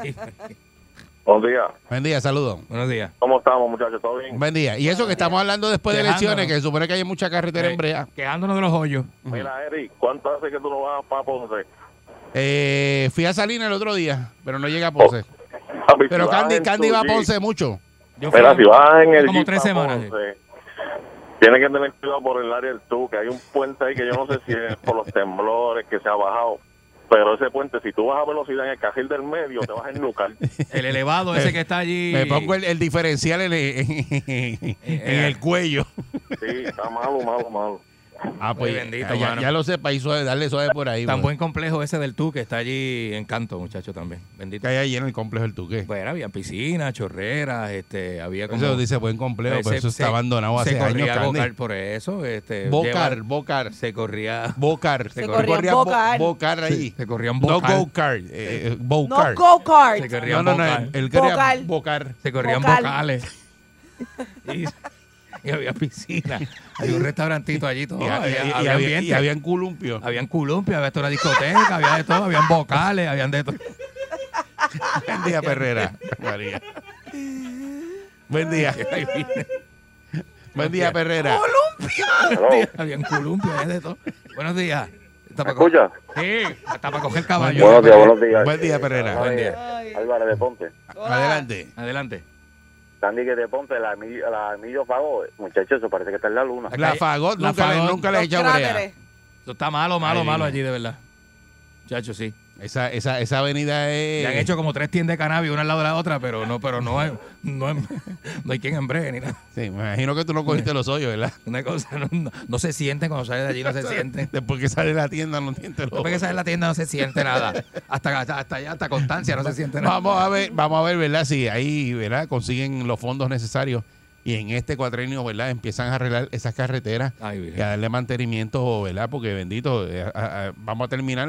S8: Buenos días.
S1: Buen día, saludos.
S11: Buenos días.
S8: ¿Cómo estamos, muchachos? ¿Todo bien?
S1: Buen día. Y eso que estamos hablando después de
S8: Quejándonos.
S1: elecciones, que se supone que hay mucha carretera en Brea.
S11: Eh, Quejándonos de los hoyos.
S8: Mira, Eric, ¿cuánto hace que tú no vas para Ponce?
S1: Eh, fui a Salinas el otro día, pero no llegué a Ponce.
S8: Papi,
S1: Pero
S8: Oh, si vas
S1: Candy,
S8: en
S1: Candy
S8: tu
S1: va a
S8: Jeep,
S1: Ponce mucho.
S8: Mira, si vas en el
S11: Como
S8: Jeep
S11: tres
S8: pa'
S11: semanas.
S8: Ponce, Tienes que tener cuidado por el área del Tuque. Hay un puente ahí que yo no sé si es por los temblores que se ha bajado. Pero ese puente, si tú vas a velocidad en el cajil del medio, te vas a ennucar.
S11: El elevado ese que está allí.
S1: Me pongo el, el diferencial en, en- en
S11: Eh,
S1: el cuello.
S8: Sí, está malo, malo, malo.
S1: Ah, pues
S11: Ay, bendito,
S1: ya- ya,
S11: mano.
S1: lo sepa y suave, darle suave por ahí.
S11: Tan
S1: pues.
S11: buen complejo ese del Tuque está allí en Canto, muchacho, también. Bendito.
S1: Que hay ahí en el complejo del Tuque.
S11: Bueno, había piscina, chorreras, este, había como...
S1: Eso dice buen complejo, pero
S11: Se-
S1: eso está
S11: se-
S1: abandonado
S11: se
S1: hace años,
S11: corría a
S1: Candy.
S11: Bocar por eso, este...
S1: Bocar,
S11: lleva-
S1: Bocar.
S11: Se corría...
S1: Bocar.
S11: Se
S1: Se
S11: corría
S1: corría
S11: un
S1: bo-
S11: Bocar.
S1: Bocar ahí.
S11: Se corría un
S1: No
S11: Bocar.
S1: go-kart. eh, eh,
S4: No
S1: Bocar.
S4: go-kart.
S11: Se
S1: No,
S11: corrían
S1: no, no.
S11: vocal.
S1: Él él quería
S4: Vocal.
S1: Bocar.
S11: Se corrían
S4: vocal.
S11: vocales. y, y había piscina. Había un restaurantito allí todo.
S1: Y,
S11: había,
S1: y- y-
S11: había
S1: y había,
S11: ambiente.
S1: y habían columpio.
S11: Habían columpio, había toda la discoteca, había de todo, habían vocales, habían de todo.
S1: Buen día, Perrera. María. Buen día.
S11: Ahí vine.
S1: Buen día, Perrera.
S11: Había Habían columpio, había de todo. Buenos días. Está para
S8: escuchas?
S11: Sí, hasta para coger caballo.
S8: Buenos días, buenos días.
S1: Buen día, Perrera.
S11: Buen día.
S8: Álvarez de Ponte.
S1: Ah, Adelante.
S11: Adelante.
S13: Candy que de Ponte, la, Emilio- la Emilio Fago, muchachos, eso parece que está en la luna.
S1: La Fagot
S11: La
S1: nunca, le-
S11: Fagot.
S1: nunca le he
S4: Los
S1: echado brea.
S4: cráteres.
S11: Eso está malo, malo,
S1: Ay,
S11: malo
S1: Dios.
S11: allí, de verdad. Chacho, sí.
S1: Esa, esa, esa avenida es.
S3: Le han hecho como tres tiendas de cannabis una al lado de la otra, pero no, pero no hay, no hay, no hay quien embregue ni nada.
S1: Sí, me imagino que tú no cogiste los hoyos, ¿verdad?
S3: Una cosa, no, no- no se sienten cuando sale de allí, no se sienten.
S1: Después que sale de la tienda, no siente los
S3: Después que sale de la tienda no se siente nada. Hasta, hasta, hasta allá, hasta Constancia no se siente nada.
S1: Vamos a ver, vamos a ver, ¿verdad? Si ahí, ¿verdad? Consiguen los fondos necesarios y en este cuatrenio, ¿verdad? Empiezan a arreglar esas carreteras y a darle mantenimiento, ¿verdad? Porque bendito, eh, a- a- vamos a terminar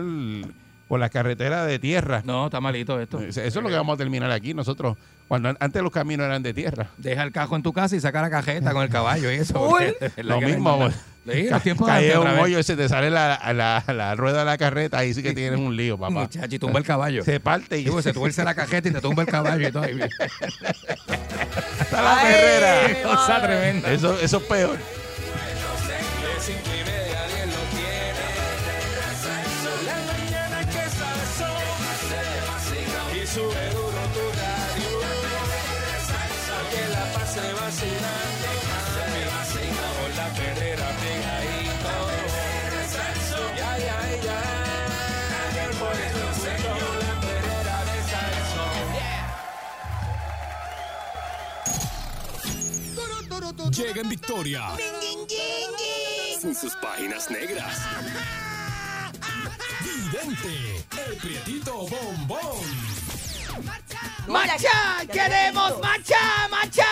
S1: con las carreteras de tierra.
S3: No, está malito esto.
S1: Eso es lo que vamos a terminar aquí nosotros. Cuando an- antes los caminos eran de tierra.
S3: Deja el cajo en tu casa y saca la cajeta con el caballo y eso.
S1: Uy.
S3: porque de verdad
S1: Lo
S3: que no
S1: mismo,
S3: hay
S1: güey.
S3: nada. Sí, los tiempos de
S1: Cae
S3: antes
S1: un
S3: otra vez.
S1: hoyo y se te sale la, la- la rueda de la carreta, ahí sí que tienes un lío, papá.
S3: Muchacho, y tumba el caballo.
S1: Se parte y
S3: Sí, pues, se tuerce la cajeta y te tumba el caballo y todo.
S1: Está la perrera.
S3: Qué cosa tremenda.
S1: Eso, eso es peor.
S14: Y sube duro tu radio Que la pase vacilando Con la perrera pegadito Ya, ya, ya Por eso escucho la perrera de Salsón
S15: Llega en victoria. En sus páginas negras. Vidente, el prietito bombón.
S11: ¡Macha! ¡Queremos macha! ¡Macha!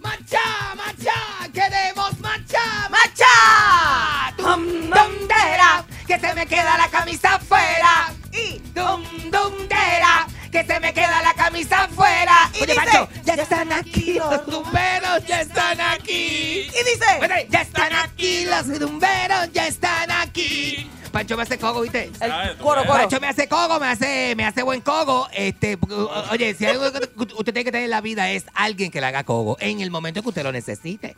S11: ¡Macha! ¡Macha! ¡Queremos macha! ¡Macha! ¡Dum, dum, dera! ¡Que se me queda la camisa afuera! ¡Y dum, dum, dera! ¡Que se me queda la camisa afuera!
S14: Y
S11: Oye,
S14: dice,
S11: Pancho, ya están aquí los rumberos, ya están aquí. Y dice, Oye, ya están aquí los rumberos, ya están aquí. Pancho me hace cogo, ¿viste?
S14: El coro, coro.
S11: Pancho me hace cogo, me hace, me hace buen cogo. Este, porque, o- o- oye, si hay algo que usted tiene que tener en la vida es alguien que le haga cogo en el momento que usted lo necesite.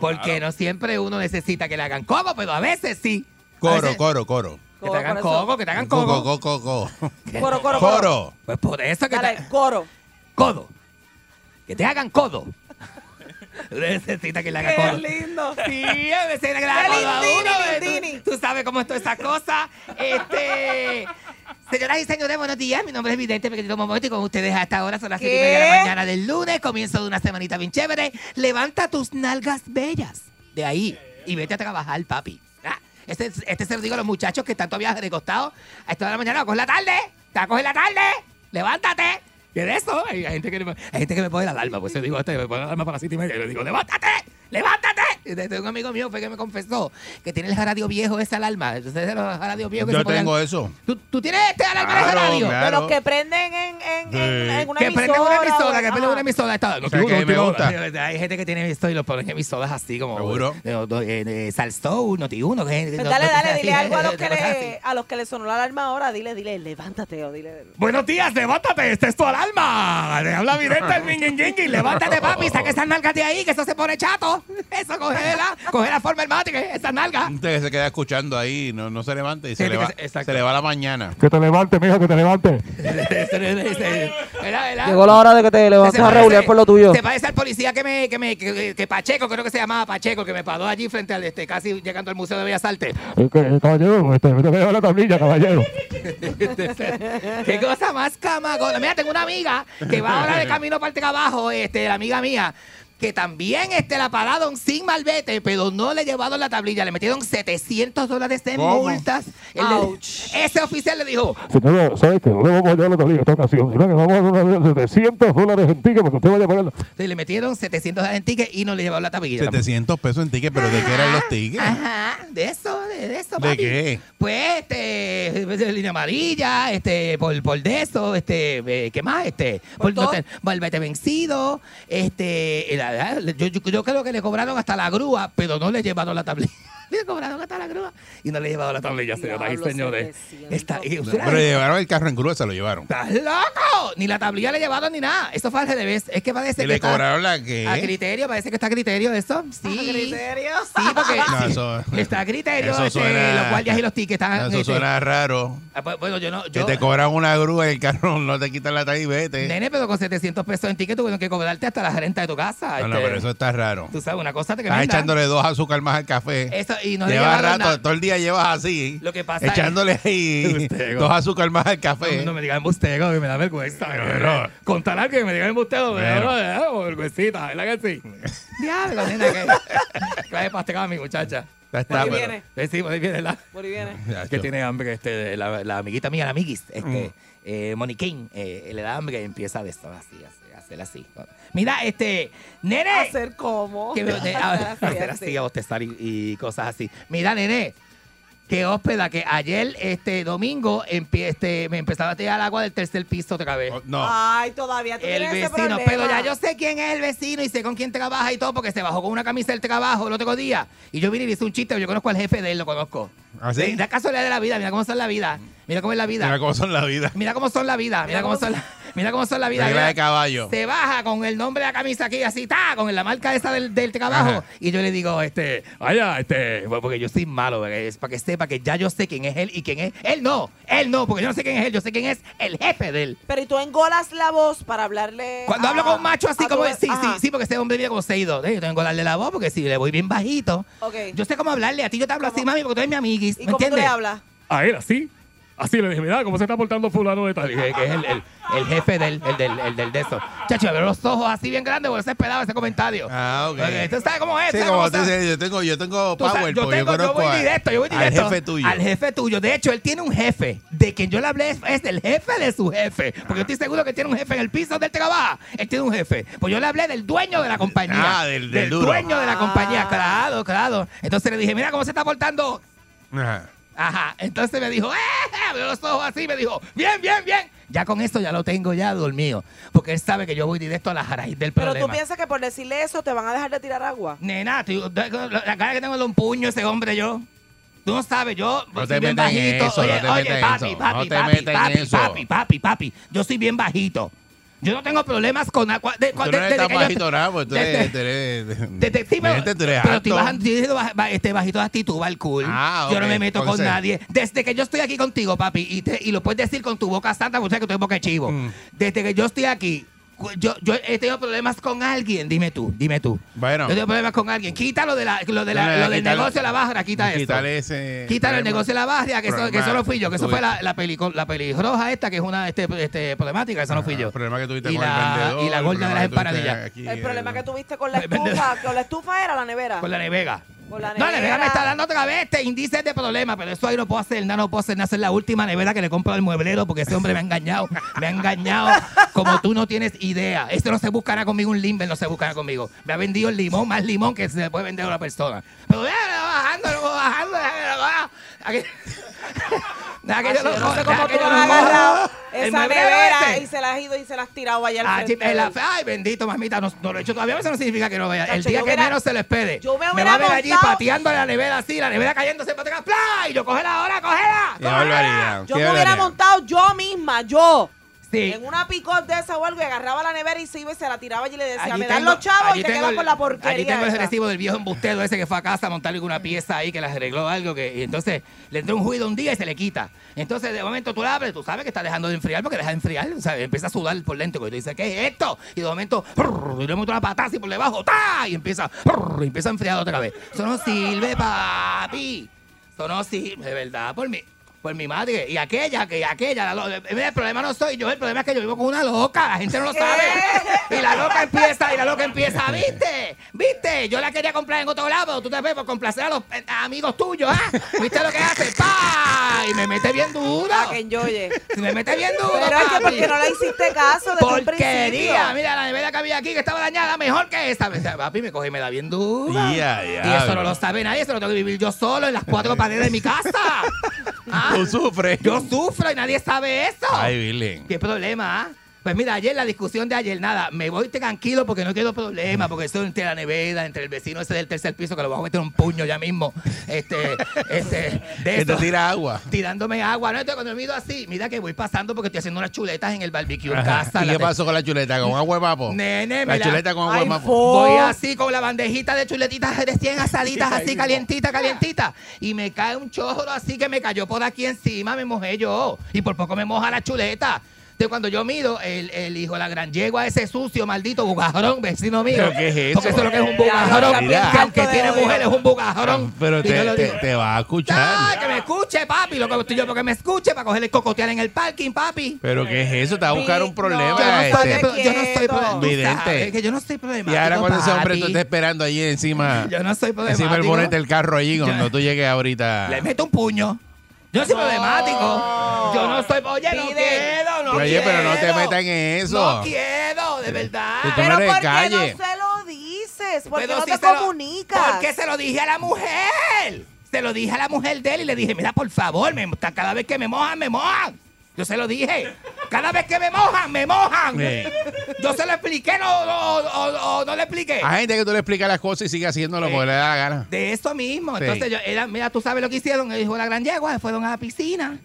S11: Porque no siempre uno necesita que le hagan cogo, pero a veces sí.
S1: Coro, coro, coro.
S11: Que te hagan
S1: con eso.
S11: cogo, que te hagan
S1: Co-
S11: cogo.
S1: co- co- co- co.
S11: Coro, coro,
S1: Coro.
S11: Pues por eso que te... coro. Codo. Que te hagan codo. Necesita que le haga codo.
S14: lindo!
S11: Sí, a veces le haga codo a uno. ¿verdad? Tú, tú sabes cómo es toda esa cosa. Este... Señoras y señores, buenos días. Mi nombre es Vidente Pequeñito Momento y con ustedes hasta ahora son las 7 y
S4: ¿Qué?
S11: media de la mañana del lunes. Comienzo de una semanita bien chévere. Levanta tus nalgas bellas de ahí y vete a trabajar, papi. Ah, Este, este se lo digo a los muchachos que están todavía recostados a esta hora de la mañana. ¡Coge la tarde! ¡Te va a coger la tarde! ¡Levántate! ¿Qué es eso? Hay, hay gente que, me- hay gente que me pone la alarma. Pues yo digo, este, me pone la alarma para las 7 y media. Y le digo, ¡levántate! ¡Levántate! Y Este, un amigo mío fue que me confesó que tiene el radio viejo esa alarma. Entonces, el radio viejo que se
S1: Yo
S11: pone
S1: tengo eso.
S11: ¿Tú, tú tienes este alarma de
S1: Claro,
S11: radio?
S1: claro. De los que
S11: prenden en, en,
S1: en
S11: Que prenden una emisora, que prenden una emisora. Está,
S3: O sea, que me gusta.
S11: Hay gente que tiene esto y los ponen emisoras así como...
S3: Seguro.
S11: Salsó, Noti Uno. Dale,
S4: Pues dale, dale, dile algo a los que le, a los que le sonó la alarma ahora, dile, dile, levántate o dile.
S11: Buenos días, levántate, esta es tu alarma. Le habla directo el minguinguingui. Levántate, papi, saca esas nalgas de ahí, que eso se pone chato. Eso, cógela, coge la forma hermática, esas nalgas.
S1: Usted que se queda escuchando ahí, no, no se levanta y se,
S11: Sí,
S1: le
S11: que
S1: va,
S11: se- exacto.
S1: se le va la mañana.
S16: Que te levante, mijo, que te levante.
S11: Llegó la
S17: hora de que te levantes
S11: a
S17: regular por lo tuyo.
S11: Se Este parece al policía que me, que me, que, que Pacheco, creo que se llamaba Pacheco, que me paró allí frente al este, casi llegando al Museo de Bellas Artes.
S16: Eh, que- eh, Caballero, este, me tengo que llevar la tablilla, caballero.
S11: Qué cosa más camagona. Mira, tengo una amiga que va ahora de camino para el trabajo, este, la amiga mía, que también este, la pararon sin malvete, pero no le llevaron la tablilla. Le metieron 700 dólares en
S16: ¿Cómo?
S11: multas. El de- ese oficial le dijo,
S16: Señor, ¿sabes qué? No le vamos a llevar la tablilla en esta ocasión, sino que vamos a dar una- 700 dólares en ticket porque usted vaya a pagarla.
S11: sí, le metieron 700 dólares en ticket y no le llevaron la tablilla.
S1: 700 pesos en ticket, pero ¿de qué eran los tickets?
S11: Ajá, de eso, de, de eso,
S1: ¿De
S11: Ah, papi.
S1: qué?
S11: Pues, este, de línea amarilla, este, por, por de eso, este, eh, ¿qué más? Este, por, no te- malvete vencido, este, eh, la- la- yo, yo- yo creo que le cobraron hasta la grúa, pero no le llevaron la tablilla. Le cobraron hasta la grúa y no le llevaron la tablilla, señoras y señores. Está, y usted-
S1: Pero llevaron el carro en grúa, se lo llevaron.
S11: ¡Estás loco! Ni la tablilla le llevaron ni nada. Eso fue al revés. Es que
S1: ¿Y
S11: parece que
S1: le
S11: este está-
S1: cobraron la qué?
S11: A criterio, parece que está a criterio eso. Sí. ¿A criterio? Sí, porque...
S1: No,
S11: Ah, sí.
S1: eso,
S11: Está a criterio
S1: Eso
S11: este,
S1: suena-
S11: los guardias y los tickets están...
S1: eso
S11: este,
S1: suena raro.
S11: ah, pues, Bueno, yo no...
S1: Que
S11: Yo,
S1: te cobran una grúa y el carro no te quitan la talla y vete.
S11: nene, pero con 700 pesos en ticket tuvieron que cobrarte hasta la renta de tu casa.
S1: no, no,
S11: este,
S1: pero eso está raro.
S11: Tú sabes, una cosa te Eh,
S1: Estás echándole dos azúcar más al café.
S11: Eso, to- y no le
S1: Llevas
S11: llevaron
S1: rato,
S11: nada.
S1: todo el día llevas así.
S11: Lo que pasa es-
S1: Echándole ahí
S11: Embustero.
S1: dos azúcar más al café.
S11: No me digas embustero, que me da vergüenza.
S1: Pero-
S11: Contar algo que me diga embustero, me da
S1: Pero-
S11: vergüenza, vergüencita, ¿verdad que sí? Diablo, nena, que clase pastel mi muchacha.
S1: Está,
S4: está, Por ahí pero- viene.
S11: Eh, Sí, por ahí viene la...
S4: Por ahí viene.
S11: Que tiene hambre, este, la, la amiguita mía, la amiguis,
S1: Mm.
S11: este, eh, Moniquín, eh, le da hambre y empieza a besar así, así, a hacer así. Mira, este, nene.
S4: ¿Hacer cómo?
S11: Que, me- de- a- hacer así, a bostezar y, y cosas así. Mira, nene, que hóspeda, que ayer, este, domingo, empie- este, me empezaba a tirar agua del tercer piso otra
S1: Oh,
S11: vez.
S4: Ay, todavía tú
S11: El
S4: tienes ese
S11: vecino,
S4: problema.
S11: pero ya yo sé quién es el vecino y sé con quién trabaja y todo, porque se bajó con una camisa del trabajo el otro día. Y yo vine y le hice un chiste, yo conozco al jefe de él, lo conozco.
S1: ¿Ah, sí?
S11: De- La casualidad de la vida, mira cómo son la vida. Mira cómo es la vida.
S1: Mira cómo son la vida.
S11: Mira cómo son la vida, mira cómo son la, mira cómo son la vida.
S1: Regla
S11: Mira,
S1: de caballo.
S11: Se baja con el nombre de la camisa aquí, así, ta, con la marca esa del, del trabajo.
S3: Ajá.
S11: Y yo le digo, este, vaya, este, bueno, porque yo soy malo, ¿verdad? es para que sepa que ya yo sé quién es él y quién es. Él no, él no, porque yo no sé quién es él, yo sé quién es el jefe de él.
S4: Pero y tú engolas la voz para hablarle.
S11: Cuando hablo con un macho así
S4: a
S11: como
S4: tu-
S11: él, sí, sí,
S4: Ah, ajá.
S11: sí, porque ese hombre viene como seído. ¿eh? Yo tengo que darle la voz porque si le voy bien bajito.
S4: Ok.
S11: Yo sé cómo hablarle, a ti yo te hablo así, mami, porque tú eres mi amiguis.
S4: ¿Y
S11: ¿Me
S4: cómo tú
S11: entiendes?
S4: le hablas?
S11: A él así. Así le dije, mira cómo se está portando fulano de tal. Que, que es el, el- el jefe del, el del, el del de eso.
S4: Ah,
S11: Chacho, abrió los ojos así bien grandes porque se esperaba ese comentario.
S1: Ah, ok.
S11: Porque tú sabes cómo es.
S1: Sí,
S11: ¿sabes
S1: como
S11: cómo
S1: tú
S11: son?
S1: dices, yo tengo, yo tengo
S11: Tú sabes,
S1: power,
S11: yo,
S1: porque
S11: tengo, yo,
S1: conozco
S11: voy
S1: a-
S11: directo, yo voy directo.
S1: Al jefe tuyo.
S11: Al jefe tuyo. De hecho, él tiene un jefe. De quien yo le hablé es, es del jefe de su jefe.
S1: Ah.
S11: Porque yo estoy seguro que tiene un jefe en el piso donde él trabaja. Él tiene un jefe. Pues yo le hablé del dueño de la compañía.
S1: Ah, del- del duro. Ah.
S11: dueño de la compañía. Claro, claro. Entonces le dije, mira cómo se está portando.
S1: Ajá.
S11: Ajá. Entonces me dijo, ¡eh! Abrió los ojos así. Me dijo, bien, bien, bien. Ya con esto ya lo tengo ya dormido. Porque él sabe que yo voy directo a la raíz del
S4: Pero
S11: problema.
S4: tú piensas que por decirle eso te van a dejar de tirar agua.
S11: Nena, tú- la cara que tengo es un puño ese hombre yo. Tú no sabes, yo
S1: No te
S11: soy bien
S1: metas en
S11: bajito.
S1: eso, no
S11: oye,
S1: te
S11: oye,
S1: metas en
S11: papi,
S1: eso,
S11: papi,
S1: no te
S11: papi,
S1: metas en
S11: papi,
S1: eso.
S11: papi, papi, papi, yo soy bien bajito. Yo no tengo problemas con agua. de-
S1: Tú no
S11: de- desde
S1: eres tan
S11: que yo- este
S1: bajito, nada, porque tú
S11: desde-
S1: eres... tú eres-
S11: Detective,
S1: Gente, tú eres
S11: pero estoy
S1: este alto.
S11: bajando, estoy diciendo baja- ba- este bajito de actitud, al cool.
S1: Ah,
S11: Yo no
S1: ok,
S11: me meto con
S1: entonces-
S11: nadie. Desde que yo estoy aquí contigo, papi, y, te- y lo puedes decir con tu boca santa, porque tú sabes que tú eres boca de chivo.
S1: Mm.
S11: Desde que yo estoy aquí, cu- yo, yo he tenido problemas con alguien, dime tú, dime tú.
S1: Bueno.
S11: Yo tengo problemas con alguien. Quítalo de la, lo de la-
S1: No, no,
S11: lo del
S1: quítale-
S11: negocio de la barra, quita eso.
S1: Quítale ese...
S11: Quítale el
S1: problema.
S11: negocio de la barra, que eso, que eso
S1: Problema
S11: no fui yo, que eso fue la,
S1: tuviste.
S11: la, pelico- la pelirroja esta, que es una este, este, problemática, eso no fui yo.
S1: El Ah, problema que tuviste
S11: Y
S1: con el
S11: la,
S1: vendedor.
S11: y la
S1: el
S11: gorda de
S1: problema
S11: las
S1: que tuviste
S11: empanadillas.
S1: aquí,
S4: El
S1: eh,
S4: problema que tuviste con la estufa, con la estufa era la nevera.
S11: Con la nevega.
S4: Con la
S11: No, la nevera me está
S4: nevera.
S11: dando otra vez este índice de problema, pero eso ahí no puedo hacer nada, no puedo hacer nada. Esa es la última nevera que le compro al mueblero porque ese hombre me ha engañado. Me ha engañado como tú no tienes idea. Este no se buscará conmigo, un limber no se buscará conmigo. Me ha vendido el limón, más limón que se le puede vender a una persona. Pero déjalo bajando, luego bajando, déjalo bajando. Aqu- Aquello
S4: Ay, yo no sé
S11: loco,
S4: cómo tú
S11: aquello
S4: has
S11: loco.
S4: agarrado
S11: El
S4: esa
S11: mueblero
S4: nevera
S11: ese.
S4: y se la has ido y se la has tirado allá
S11: Ah,
S4: al
S11: chip,
S4: frente.
S11: el
S4: del-
S11: af- ay, bendito, mamita, no, no lo he hecho todavía, eso no significa que no vea. El
S4: Chacho,
S11: día
S4: yo
S11: que
S4: hubiera-
S11: menos se lo espere.
S4: yo me
S11: me va
S4: hubiera
S11: a ver allí
S4: montado-
S11: pateando en la nevera así, la nevera cayéndose para atrás, ¡plá! Y yo, cógela ahora, cógela.
S1: Qué barbaridad.
S4: Yo
S1: qué
S4: me hubiera
S1: barbaridad.
S4: montado yo misma, yo.
S11: Sí.
S4: En una picot de esa o algo y agarraba la nevera y se iba y se la tiraba y le decía,
S11: Allí
S4: me dan
S11: tengo-
S4: los chavos
S11: allí
S4: y te
S11: tengo
S4: quedas
S11: el-
S4: con la porquería.
S11: Allí tengo el
S4: esa".
S11: recibo del viejo embustero ese que fue a casa a montarle una pieza ahí que las arregló algo que y entonces le entró un juido un día y se le quita. Entonces de momento tú la abres, tú sabes que está dejando de enfriar porque deja de enfriar, o sea, empieza a sudar por dentro y tú dices, ¿qué es esto? Y de momento brrr, y le meto una patada así por debajo, ¡ta! y empieza brrr, y empieza a enfriar otra vez. Eso no sirve, papi. Eso no sirve, de verdad, por mí. Por mi madre, y aquella, que aquella, la lo- mira, el problema no soy yo, el problema es que yo vivo con una loca, la gente no lo sabe. Y la loca empieza, y la loca empieza, ¿viste? ¿Viste? Yo la quería comprar en otro lado, tú te ves por complacer a los eh, amigos tuyos, ¿ah? ¿Viste lo que hace? ¡Pa! Y me mete bien duro.
S4: Para que enjoye.
S11: Y me mete bien duro.
S4: Pero es que
S11: papi.
S4: porque no le hiciste caso desde un principio.
S11: Porquería, mira la nevera que había aquí que estaba dañada, mejor que esta. Me dice, Papi me coge y me da bien dura.
S1: Ya,
S11: y
S1: ya,
S11: eso no
S1: bro.
S11: lo sabe nadie, eso lo tengo que vivir yo solo en las cuatro paredes de mi casa.
S1: Tú sufres.
S11: Yo sufro y nadie sabe eso.
S1: Ay, Vilén.
S11: ¿Qué problema, ah? Pues mira, ayer la discusión de ayer, nada, me voy tranquilo porque no quiero problemas, porque estoy entre la nevera, entre el vecino ese del tercer piso que lo voy a meter un puño ya mismo. Este, este, de
S1: Que te
S11: eso.
S1: tira agua.
S11: Tirándome agua, no, Entonces, cuando me mido así, mira que voy pasando porque estoy haciendo unas chuletas en el barbecue en
S1: Ajá.
S11: casa.
S1: ¿Y
S11: la
S1: qué
S11: te-
S1: pasó con la chuleta? ¿Con agua de papo?
S11: Nene,
S1: La
S11: me
S1: chuleta con agua de
S11: Ay,
S1: papo.
S11: Voy así con la bandejita de chuletitas recién asaditas, así calientita, calientita. Y me cae un chorro así que me cayó por aquí encima, me mojé yo. Y por poco me moja la chuleta. Entonces, cuando yo mido, el, el hijo de la gran yegua, ese sucio, maldito bugajarón, vecino mío.
S1: ¿Pero qué es eso?
S11: Porque eso es lo que es un
S1: Ya,
S11: bugajarón.
S1: mira.
S11: Que el que tiene mujer es un bugajarón.
S1: Pero
S11: Y
S1: te,
S11: yo lo
S1: te-
S11: digo.
S1: te va a
S11: ¡Ah,
S1: escuchar.
S11: que me escuche, papi! Lo que estoy yo, porque me escuche para cogerle cocotear en el parking, papi.
S1: ¿Pero qué es eso? Te va a buscar un problema.
S11: Yo no estoy,
S1: este.
S11: yo no estoy problemático.
S1: Vidente.
S11: sabes que yo no estoy problemático.
S1: Y ahora cuando ese hombre tú
S11: papi.
S1: estés esperando allí encima.
S11: Yo no soy
S1: Encima el
S11: problemático.
S1: bonete del carro allí cuando tú llegues ahorita.
S11: Ah. Le meto un puño. Yo no soy problemático. Yo no soy. Oye, no quiero, no
S1: Pero, oye, pero no te
S11: quiero.
S1: metas en eso. Eh.
S11: No quiero, de verdad.
S1: Que tú no eres de
S4: no se
S1: calle.
S4: lo dices? ¿Por qué
S11: Pero
S4: no
S11: sí
S4: te
S11: se lo-
S4: comunicas?
S11: ¿Por qué se lo dije a la mujer? Se lo dije a la mujer de él y le dije, mira, por favor, me, cada vez que me mojan, me mojan. Yo se lo dije. Cada vez que me mojan, me mojan.
S1: Eh.
S11: Yo se lo expliqué no, no, no, no, no le expliqué.
S1: Hay gente que tú le explicas las cosas y sigue haciéndolo
S11: Sí.
S1: porque le da la gana.
S11: De eso mismo.
S1: Sí.
S11: Entonces, yo, era- mira, tú sabes lo que hicieron. El hijo de la gran yegua se fueron a la piscina.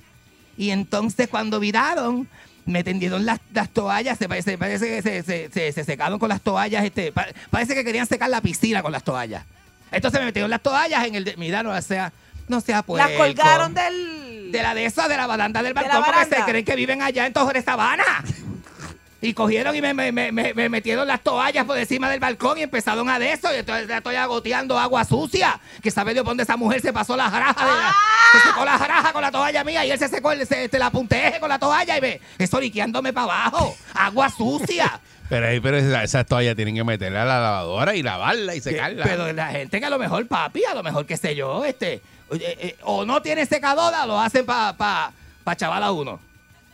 S11: Y entonces, cuando viraron, me tendieron las, las toallas. Se parece, parece que se, se- se- se secaron con las toallas. Este, pa- parece que querían secar la piscina con las toallas. Entonces, me metieron las toallas en el. de- mira, no sea. No sea pues.
S4: Las colgaron del.
S11: De la de esa, de la baranda del
S4: De la
S11: balcón, porque se
S4: baranda.
S11: creen que viven allá en Torres Sabana. Y cogieron y me, me- me- me- me metieron las toallas por encima del balcón y empezaron a de eso. Y entonces la estoy agoteando agua sucia. Que sabe Dios por dónde esa mujer se pasó la jaraja. de
S4: ¡Ah!
S11: la- se secó la jaraja con la toalla mía y él se secó el, se, este, la punteje con la toalla y me eso liqueándome para abajo. Agua sucia.
S1: Pero ahí, pero esa- esas toallas tienen que meterla a la lavadora y lavarla y secarla.
S11: Pero la gente que a lo mejor, papi, a lo mejor, qué sé yo, este, eh, eh, o no tiene secadora, lo hacen para pa, pa chaval a uno.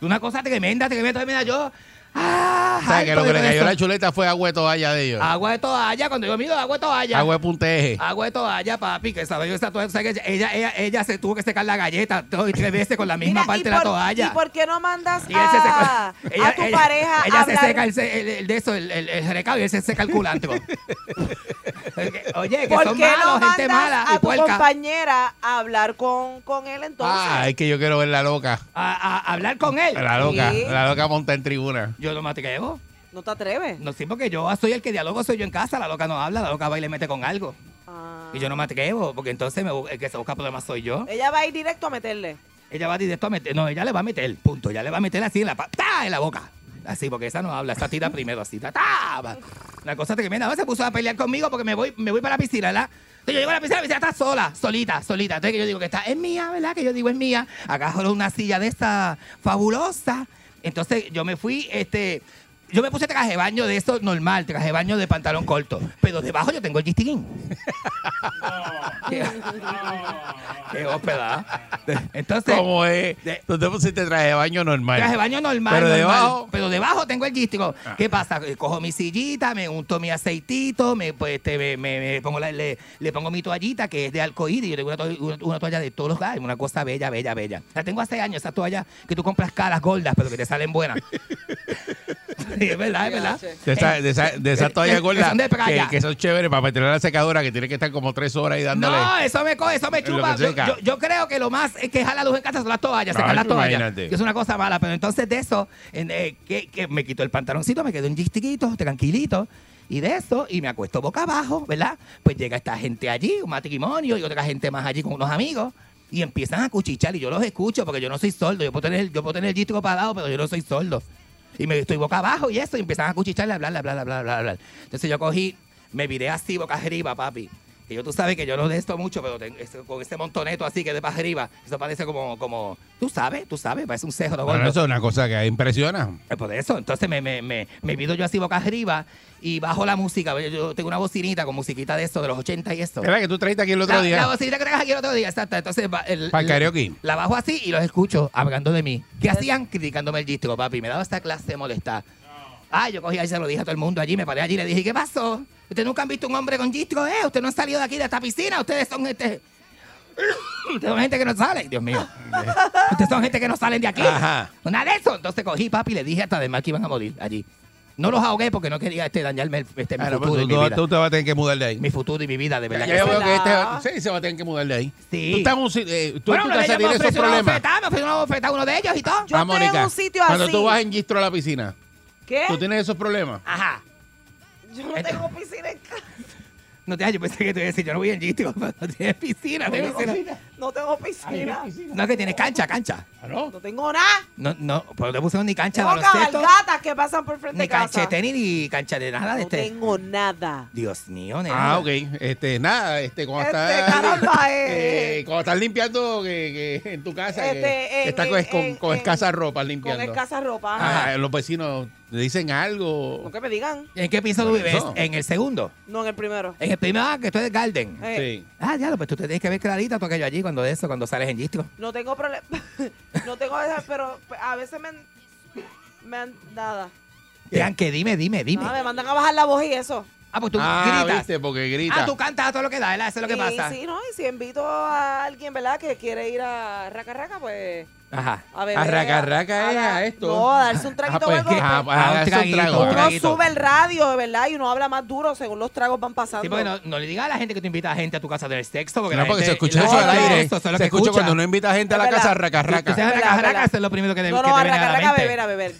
S11: Una cosa tremenda, tremenda, tremenda. Yo, ah,
S1: o sea, que
S11: harto
S1: lo que
S11: de
S1: le cayó
S11: eso.
S1: la chuleta fue agua de toalla de ellos.
S11: Agua de toalla, cuando yo miro agua de toalla.
S1: Agua de punteje.
S11: Agua de toalla, papi, que sabes, yo esa toalla, ¿sabes? que Ella, ella, ella se tuvo que secar la galleta dos y tres veces con la misma parte de la toalla.
S4: ¿Y por qué no mandas
S11: Y él se secó-
S4: a, a tu pareja
S11: ella
S4: a
S11: se
S4: hablar?
S11: seca el, se- el- el de eso, el, el, el recado, y él se seca el culantro. Oye, Eh, que
S4: ¿Por
S11: son
S4: qué
S11: malos,
S4: no mandas
S11: gente mala y
S4: a tu
S11: puerca.
S4: compañera a hablar con, con él entonces?
S1: Ah, es que yo quiero ver la loca.
S11: a, hablar con él.
S1: La loca,
S4: Sí.
S1: la loca monta en tribuna.
S11: Yo no me atrevo.
S4: ¿No te atreves?
S11: No, sí, porque yo soy el que dialogo, soy yo en casa. La loca no habla, la loca va y le mete con algo.
S4: Ah.
S11: Y yo no me atrevo, porque entonces me bu- el que se busca problemas soy yo.
S4: Ella va a ir directo a meterle.
S11: Ella va directo a meter, no, ella le va a meter, punto. Ella le va a meter así en la, pa- ¡ta! en la boca. Así, porque esa no habla, esa tira primero así. ¡ta! ¡ta! Va. La cosa tremenda, ahora se puso a pelear conmigo porque me voy, me voy para la piscina, ¿verdad? Entonces yo llego a la piscina, la piscina está sola, solita, solita. Entonces que yo digo que está, es mía, ¿verdad? Que yo digo es mía. Acá solo una silla de esta fabulosa. Entonces yo me fui, este, yo me puse traje de baño de esto normal, traje de baño de pantalón corto. Pero debajo yo tengo el gistiguín. Qué hospedada. Entonces.
S1: ¿Cómo es? Eh, Tú te pusiste traje de baño normal.
S11: Traje de baño normal.
S1: Pero
S11: normal.
S1: debajo. Ah.
S11: Pero debajo tengo el gístico. ¿Qué pasa? Eh, Cojo mi sillita, me unto mi aceitito, me, pues, este, me, me- me pongo la- le, le pongo mi toallita que es de arcoíris. Yo tengo una, toall- una- una toalla de todos los lados, una cosa bella, bella, bella. La tengo hace años, esas toallas que tú compras caras, gordas, pero que te salen buenas. Sí, es verdad, es verdad.
S1: De esa, de esa, de esa toalla
S11: eh,
S1: gorda
S11: son de
S1: que,
S11: playa.
S1: que son chéveres para meterla a la secadora que tiene que estar como tres horas ahí dándole.
S11: No, eh, eso me coge, eso me
S1: En lo
S11: chupa.
S1: que
S11: Yo,
S1: seca.
S11: yo- yo creo que lo más es que jala luz en casa son las toallas,
S1: Ay,
S11: secar las toallas.
S1: imagínate.
S11: Que es una cosa mala, pero entonces de eso, en, eh, que, que me quito el pantaloncito, me quedo un gistiquito, tranquilito. Y de eso, y me acuesto boca abajo, ¿verdad? Pues llega esta gente allí, un matrimonio y otra gente más allí con unos amigos. Y empiezan a cuchichar y yo los escucho porque yo no soy sordo. Yo puedo tener, yo puedo tener el gístico parado, pero yo no soy sordo. Y me estoy boca abajo y eso, y empiezan a cuchicharle, a bla, bla, bla, bla, bla, bla, bla. Entonces yo cogí, me viré así boca arriba, papi. Que yo tú sabes que yo no de esto mucho, pero tengo ese- con ese montoneto así que de para arriba, eso parece como, como, tú sabes, tú sabes, parece un cejo de
S1: Bueno,
S11: gordo.
S1: eso es una cosa que impresiona.
S11: Eh, Por eso, entonces me, me, me, me vido yo así boca arriba y bajo la música. Yo- Yo tengo una bocinita con musiquita de eso, de los 80 y eso.
S1: Era que tú trajiste aquí el otro
S11: la,
S1: día.
S11: La bocinita que traes aquí el otro día, exacto. Entonces, va- el-
S1: Para el
S11: la-
S1: karaoke.
S11: La bajo así y los escucho hablando de mí. ¿Qué hacían? Criticándome el distro, papi. Me daba esta clase de molestar. Ah, yo cogí ahí, se lo dije a todo el mundo allí, me paré allí y le dije, ¿qué pasó? Ustedes nunca han visto un hombre con distro, ¿eh? Ustedes no han salido de aquí, de esta piscina. Ustedes son este... Ustedes son gente que no sale. Dios mío. Ustedes son gente que no salen de aquí.
S1: Ajá.
S11: Nada de eso. Entonces cogí, papi, y le dije hasta además que iban a morir allí. No los ahogué porque no quería este, dañarme el- este, mi
S1: Claro,
S11: futuro
S1: pues
S11: y
S1: tú,
S11: mi
S1: tú-
S11: vida.
S1: tú te vas a tener que mudar de ahí.
S11: Mi futuro y mi vida, de verdad.
S1: Ya
S11: que
S1: yo
S11: sí.
S1: veo que
S4: Ah.
S1: este, sí, se va a tener que mudar de ahí.
S11: Sí.
S1: Tú estás en un sitio- eh, tú-
S11: Bueno,
S1: tú
S11: uno
S1: te vas
S11: de
S1: a salir
S11: ellos
S1: de
S11: me
S1: esos
S11: ofreció una
S1: problemas.
S11: bofetada, me ofreció una bofetada a uno de ellos y todo.
S1: Ah, Mónica, cuando tú vas en gistro a la piscina,
S4: ¿Qué? Ah,
S1: tú tienes esos problemas.
S11: Ajá.
S4: Yo no tengo piscina en casa.
S11: No te yo pensé que te iba a decir, yo no voy en GT, papá, no tienes piscina,
S4: No
S11: tienes
S4: tengo
S11: piscina.
S4: piscina. No tengo piscina.
S11: No, que tienes cancha, cancha.
S4: No tengo nada.
S11: No, no, pues no te pusieron ni cancha de
S4: Tengo
S11: baloncesto,
S4: cabalgatas que pasan por frente
S11: ni
S4: de
S11: cancha de
S4: casa.
S11: tenis, ni cancha de nada
S4: No
S11: de este.
S4: tengo nada.
S11: Dios mío, nena.
S1: Ah, ok. Este, nada, este, cuando
S4: Este,
S1: estás.
S4: caramba, eh.
S1: eh, cuando estás limpiando que, que en tu casa, que-
S4: Este,
S1: que
S4: en-
S1: estás
S4: en-
S1: con, con-
S4: en-
S1: con
S4: en-
S1: escasa ropa
S4: Con
S1: limpiando.
S4: escasa ropa. ajá.
S1: Ajá, los vecinos le dicen algo.
S4: No que me digan.
S11: ¿En qué piso tú
S1: Por
S11: vives?
S1: eso.
S11: ¿En el segundo?
S4: No, en el primero.
S11: En el primero, ah, que estoy en el Garden.
S4: Eh.
S11: Ah, ya, pues tú te tienes que ver clarita tú aquello allí cuando de eso, cuando sales en Gistro.
S4: No tengo problema. no tengo pero a veces me han, me han nada.
S11: Vean que dime, dime, dime.
S4: Nada, me mandan a bajar la voz y eso.
S11: Ah, pues tú
S1: Ah,
S11: gritas.
S1: viste, porque grita.
S11: Ah, tú cantas a todo lo que da, ¿verdad? Eso es lo que
S4: y,
S11: pasa.
S4: Sí, ¿no? Y si invito a alguien, ¿verdad? Que quiere ir a Raca Raca, pues...
S11: Ajá.
S4: A beber,
S1: Arraca,
S4: a-
S1: arraca
S4: a
S1: es
S4: la-
S1: a esto.
S4: No, a darse un traguito o algo.
S1: ah,
S4: pues,
S1: pues,
S11: Ah, un
S1: ah, es un
S11: traguito,
S1: trago.
S11: un
S4: uno
S11: traguito.
S4: sube el radio, ¿verdad? Y uno habla más duro según los tragos van pasando.
S11: Sí, porque no, no le digas a la gente que tú invitas a gente a tu casa del sexo, porque
S1: No,
S11: la
S1: porque se
S11: gente-
S1: escucha
S11: la
S1: eso al
S11: gente-
S1: aire.
S11: eso es lo
S1: se
S11: que
S1: escucha cuando no invita gente a la
S4: Es
S1: casa,
S4: verdad.
S1: raca, raca.
S11: Entonces,
S4: Verdad,
S11: raca, raca,
S4: verdad.
S11: eso es lo primero que te,
S4: no,
S11: que
S4: no,
S11: te
S4: a
S11: viene
S4: Raca
S11: a la
S4: Raca a
S11: mente.
S4: beber, a beber.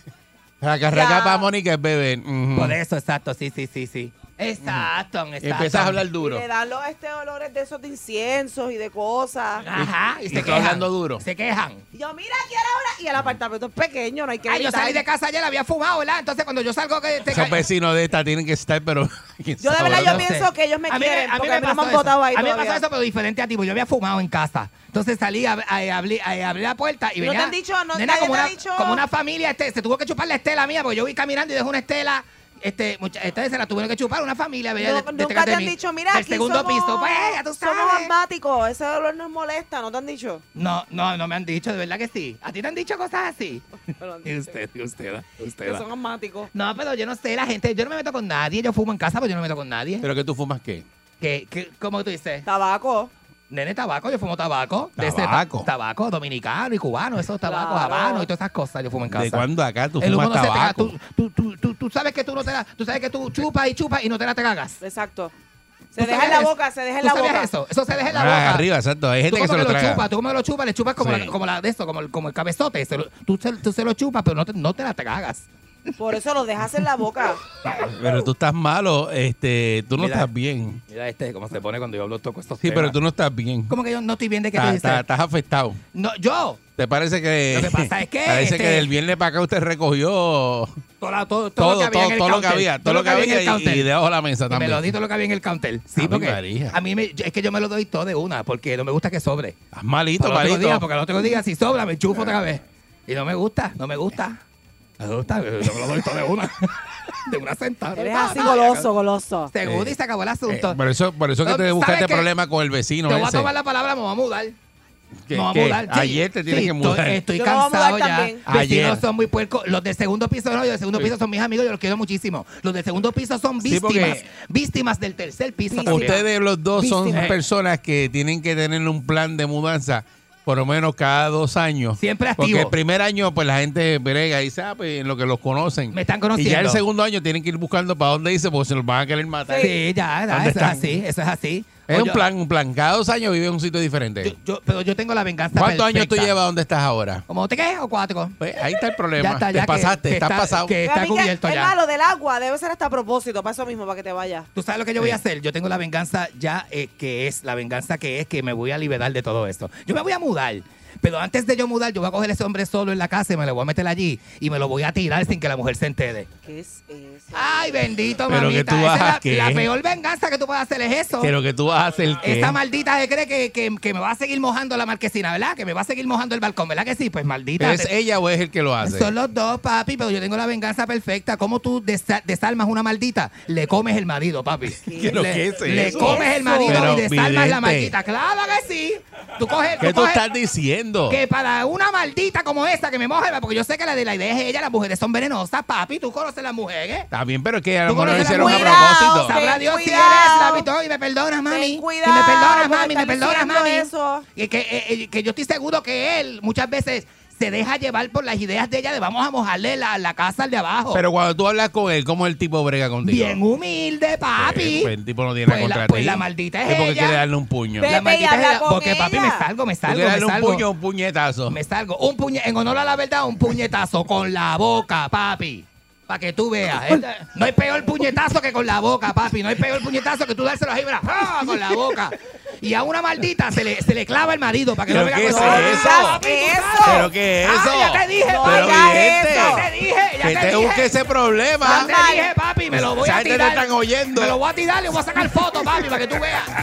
S1: Raca, raca
S4: Ya.
S1: para Mónica es beber. Ujú.
S11: Por eso, exacto, sí, sí, sí, sí. Exacto, exacto.
S1: Empiezas a hablar
S4: Y
S1: duro.
S4: le dan los este olores de esos de inciensos y de cosas.
S11: Ajá, y,
S1: Y
S11: se
S1: tú
S11: quejan.
S1: hablando duro.
S11: Se quejan.
S4: Y Yo, mira, quiero ahora. Y el apartamento es pequeño, no hay que
S11: Ay, Ah, yo
S4: gritar.
S11: salí de casa ayer, había fumado, ¿verdad? Entonces cuando yo salgo que te
S1: Esos vecinos de esta tienen que estar, pero.
S4: Yo de verdad yo
S11: No sé.
S4: pienso que ellos me
S11: A mí
S4: quieren,
S11: a mí
S4: porque a mí no me
S11: pasó
S4: han
S11: eso.
S4: votado ahí
S11: A mí me
S4: todavía.
S11: pasó eso, pero diferente a ti, porque yo había fumado en casa. Entonces salí a, a- a- abrí- a- abrí la puerta y
S4: ¿No te
S11: venía...
S4: han dicho? ¿No-
S11: nena,
S4: nadie
S11: como,
S4: te ha
S11: una,
S4: dicho?
S11: como una familia, este, se tuvo que chupar la estela mía, porque yo vi caminando y dejé una estela... Este, mucha, esta se la tuvieron que chupar una familia.
S4: No,
S11: veía de-
S4: nunca
S11: detrás de
S4: te han
S11: mí,
S4: dicho, mira,
S11: del
S4: aquí
S11: segundo
S4: somos,
S11: piso, pues, ya tú
S4: somos
S11: sabes.
S4: asmáticos, ese dolor nos molesta, ¿no te han dicho?
S11: No, no, no me han dicho, de verdad que sí. ¿A ti te han dicho cosas así? Y usted, y usted, y usted.
S4: Que son asmáticos.
S11: No, pero yo no sé, la gente, yo no me meto con nadie, yo fumo en casa, pero yo no me meto con nadie.
S1: ¿Pero que tú fumas qué?
S11: ¿Qué, qué, ¿Cómo tú dices?
S4: Tabaco.
S11: Nene, tabaco, yo fumo tabaco. De ese ta-
S1: Tabaco.
S11: tabaco dominicano y cubano, esos tabacos,
S4: Claro.
S11: habano y todas esas cosas yo fumo en casa.
S1: ¿De cuándo acá tú
S11: El humo
S1: fumas
S11: no se te caga,
S1: tabaco?
S11: tú, tú, tú, tú, tú sabes que tú no te la, tú sabes que tú chupas y chupas y no te la te cagas.
S4: Exacto.
S11: ¿Tú
S4: Se deja
S11: sabías
S4: en la
S11: eso?
S4: boca, se deja en
S11: ¿Tú
S4: la
S11: sabías
S4: boca.
S11: eso? Eso se deja en la
S1: Ah,
S11: boca.
S1: arriba, exacto. Hay
S11: Tú
S1: gente que
S11: como
S1: se lo
S11: que lo
S1: traga.
S11: chupas, tú como que lo chupas, le chupas como,
S1: Sí.
S11: la, como la de esto, como, el- como el cabezote. se lo- tú, se, tú se lo chupas, pero no te, no te la te cagas.
S4: Por eso lo dejas en la boca.
S1: Pero tú estás malo, este, tú no
S11: Mira.
S1: estás bien.
S11: Mira este, cómo se pone cuando yo hablo toco estos
S1: Sí, pero tú no estás bien.
S11: Como que yo no estoy bien de que tú
S1: Ta-
S11: dices.
S1: ta- Estás afectado.
S11: No, yo.
S1: ¿Te parece que.?
S11: Lo que pasa es que,
S1: Parece
S11: este-
S1: que del viernes para acá usted recogió
S11: Todo, la- todo, todo
S1: todo,
S11: lo que había en
S1: todo,
S11: el
S1: todo lo que
S11: counter,
S1: había, todo lo que
S11: en el
S1: había y-
S11: counter.
S1: y debajo de la mesa
S11: Y me lo di
S1: también. Eh,
S11: todo lo que había en el counter.
S1: A
S11: Sí,
S1: mí
S11: porque
S1: María.
S11: a mí me- yo- es que yo me lo doy todo de una, porque no me gusta que sobre.
S1: Estás malito,
S11: Para los otros días,
S1: malito.
S11: porque al otro día si sobra me enchufo otra vez. Y no me gusta, no me gusta. No me gusta, yo me lo doy todo de una. de una sentada.
S4: Eres así goloso, goloso.
S11: Seguro y se acabó el asunto.
S1: Por eso, Eh, por eso que
S11: No,
S1: te
S11: ¿sabes
S1: buscaste
S11: qué?
S1: problema con el vecino
S11: Te voy a
S1: ese.
S11: tomar la palabra, me voy a mudar.
S1: Que-
S11: me voy a
S1: que
S11: mudar. Sí,
S1: Ayer te tienes
S11: sí,
S1: que mudar.
S11: Estoy, estoy
S4: Yo me voy a mudar
S11: cansado ya.
S4: también.
S1: Ayer.
S11: Ayer. son muy puercos. Los del segundo piso no, los del segundo
S1: Sí.
S11: piso son mis amigos, yo los quiero muchísimo. Los del segundo piso son
S1: Sí, porque-
S11: víctimas. Víctimas del tercer piso. también.
S1: Ustedes los dos son
S11: Víctima.
S1: personas que tienen que tener un plan de mudanza por lo menos cada dos años.
S11: Siempre activo.
S1: Porque el primer año, pues la gente brega y sabe en lo que los conocen.
S11: Me están
S1: Y
S11: conociendo.
S1: ya el segundo año tienen que ir buscando para dónde irse porque se los van a querer matar.
S11: Sí, ya, ya,
S1: ¿Dónde
S11: eso
S1: están?
S11: es así, eso es así.
S1: Es un
S11: Yo-
S1: plan, un plan. Cada dos años vive en un sitio diferente.
S11: yo- yo- pero yo tengo la venganza
S1: ¿Cuántos años tú
S11: perfecta.
S1: llevas donde estás ahora?
S11: ¿Como tres o cuatro?
S1: Pues, ahí está el problema.
S11: Ya está,
S1: te
S11: ya que-
S1: pasaste,
S11: que
S1: estás
S11: está-
S1: pasado.
S11: que-
S4: Pero
S11: está
S4: a mí que
S11: cubierto
S4: es
S11: ya.
S4: malo del agua, debe ser hasta a propósito, para eso mismo, para que te vayas.
S11: Tú sabes lo que yo voy a
S1: Sí.
S11: hacer. Yo tengo la venganza ya eh, que es, la venganza que es que me voy a liberar de todo esto. Yo me voy a mudar. Pero antes de yo mudar, yo voy a coger a ese hombre solo en la casa y me lo voy a meter allí y me lo voy a tirar sin que la mujer se entere.
S4: ¿Qué es eso?
S11: Ay, bendito,
S1: Pero
S11: mamita.
S1: que tú
S11: Esa es
S1: vas a
S11: la-
S1: qué.
S11: la, peor venganza que tú puedes hacer es eso.
S1: Pero que tú vas a hacer que.
S11: Esa maldita se cree que, que- que me va a seguir mojando la marquesina, ¿verdad? Que me va a seguir mojando el balcón, ¿verdad que sí? Pues maldita.
S1: ¿Es
S11: te-
S1: ella o es el que lo hace?
S11: Son los dos, papi, pero yo tengo la venganza perfecta. ¿Cómo tú desa- desarmas una maldita? Le comes el marido, papi.
S1: Pero
S11: le,
S1: ¿qué es
S11: le
S1: eso?
S11: comes el marido
S1: Pero,
S11: y desarmas
S1: vidente.
S11: la maldita. Claro que sí. Tú coges,
S1: ¿Qué tú
S11: tú coges-
S1: estás diciendo?
S11: que para una maldita como esa que me moja, porque yo sé que la de la idea es ella, las mujeres son venenosas, papi. Tú conoces las mujeres.
S1: Está bien, pero es que a lo
S11: Tú
S1: mejor lo
S11: conoces la
S1: hicieron a
S11: mujer.
S1: propósito.
S4: Ten
S11: Sabrá Dios si eres
S4: cuidado.
S11: la victoria y me perdonas, mami.
S4: Ten cuidado
S11: y me perdonas,
S4: con
S11: mami, me
S4: estar
S11: perdonas,
S4: diciendo
S11: mami.
S4: eso.
S11: Y que, eh, eh, que yo estoy seguro que él muchas veces se deja llevar por las ideas de ella de vamos a mojarle la, la casa al de abajo.
S1: Pero cuando tú hablas con él, ¿cómo el tipo brega contigo?
S11: Bien humilde, papi.
S1: Eh, pues el tipo no tiene
S11: Pues
S1: nada
S11: la-
S1: contra
S11: pues
S1: ti.
S11: la maldita es
S1: Es porque
S11: ella.
S1: quiere darle un puño.
S4: Ve-
S1: Tú
S11: la
S4: Vete y
S11: maldita
S4: habla
S11: es ella,
S4: con
S11: porque papi
S4: ella.
S11: me salgo, me salgo,
S1: quieres
S11: me
S1: darle un
S11: salgo.
S1: puño o un puñetazo.
S11: Me salgo. Un puñe, en honor a la verdad, un puñetazo con la boca, papi. Para que tú veas. Esta- No hay peor puñetazo que con la boca, papi. No hay peor puñetazo que tú dárselo ahí, mira, ¡ah! con la boca. Y a una maldita se le, se le clava el marido para que no
S14: ¿Pero
S11: venga
S14: qué
S11: con
S14: es eso?
S11: Papi, tú sabes.
S14: ¿Pero qué es eso? este?
S11: Ah, ya te dije,
S14: No
S11: papi.
S14: hagas eso.
S11: Ya te dije, ya
S14: Que
S11: te,
S14: te
S11: dije.
S14: busque ese problema.
S11: Ya te dije, papi, me lo voy
S14: Esa
S11: a
S14: gente te
S11: tirar.
S14: están oyendo.
S11: Me lo voy a tirar, le voy a sacar foto, papi, para que tú veas.
S14: De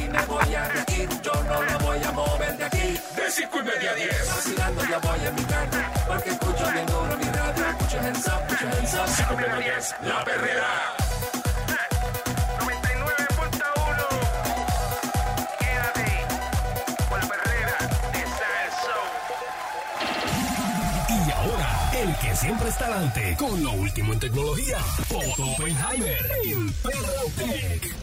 S14: 5 y media a 10. Vacilando ya voy en mi carro. Porque escucho bien duro mi radio. Escucho hands up, escucho hands up. 5 y media a 10. La perrera. 99.1. Quédate. Por la perrera. Esa es
S15: Y ahora, el que siempre está adelante con lo último en tecnología, Otto Oppenheimer, en Perro Tech.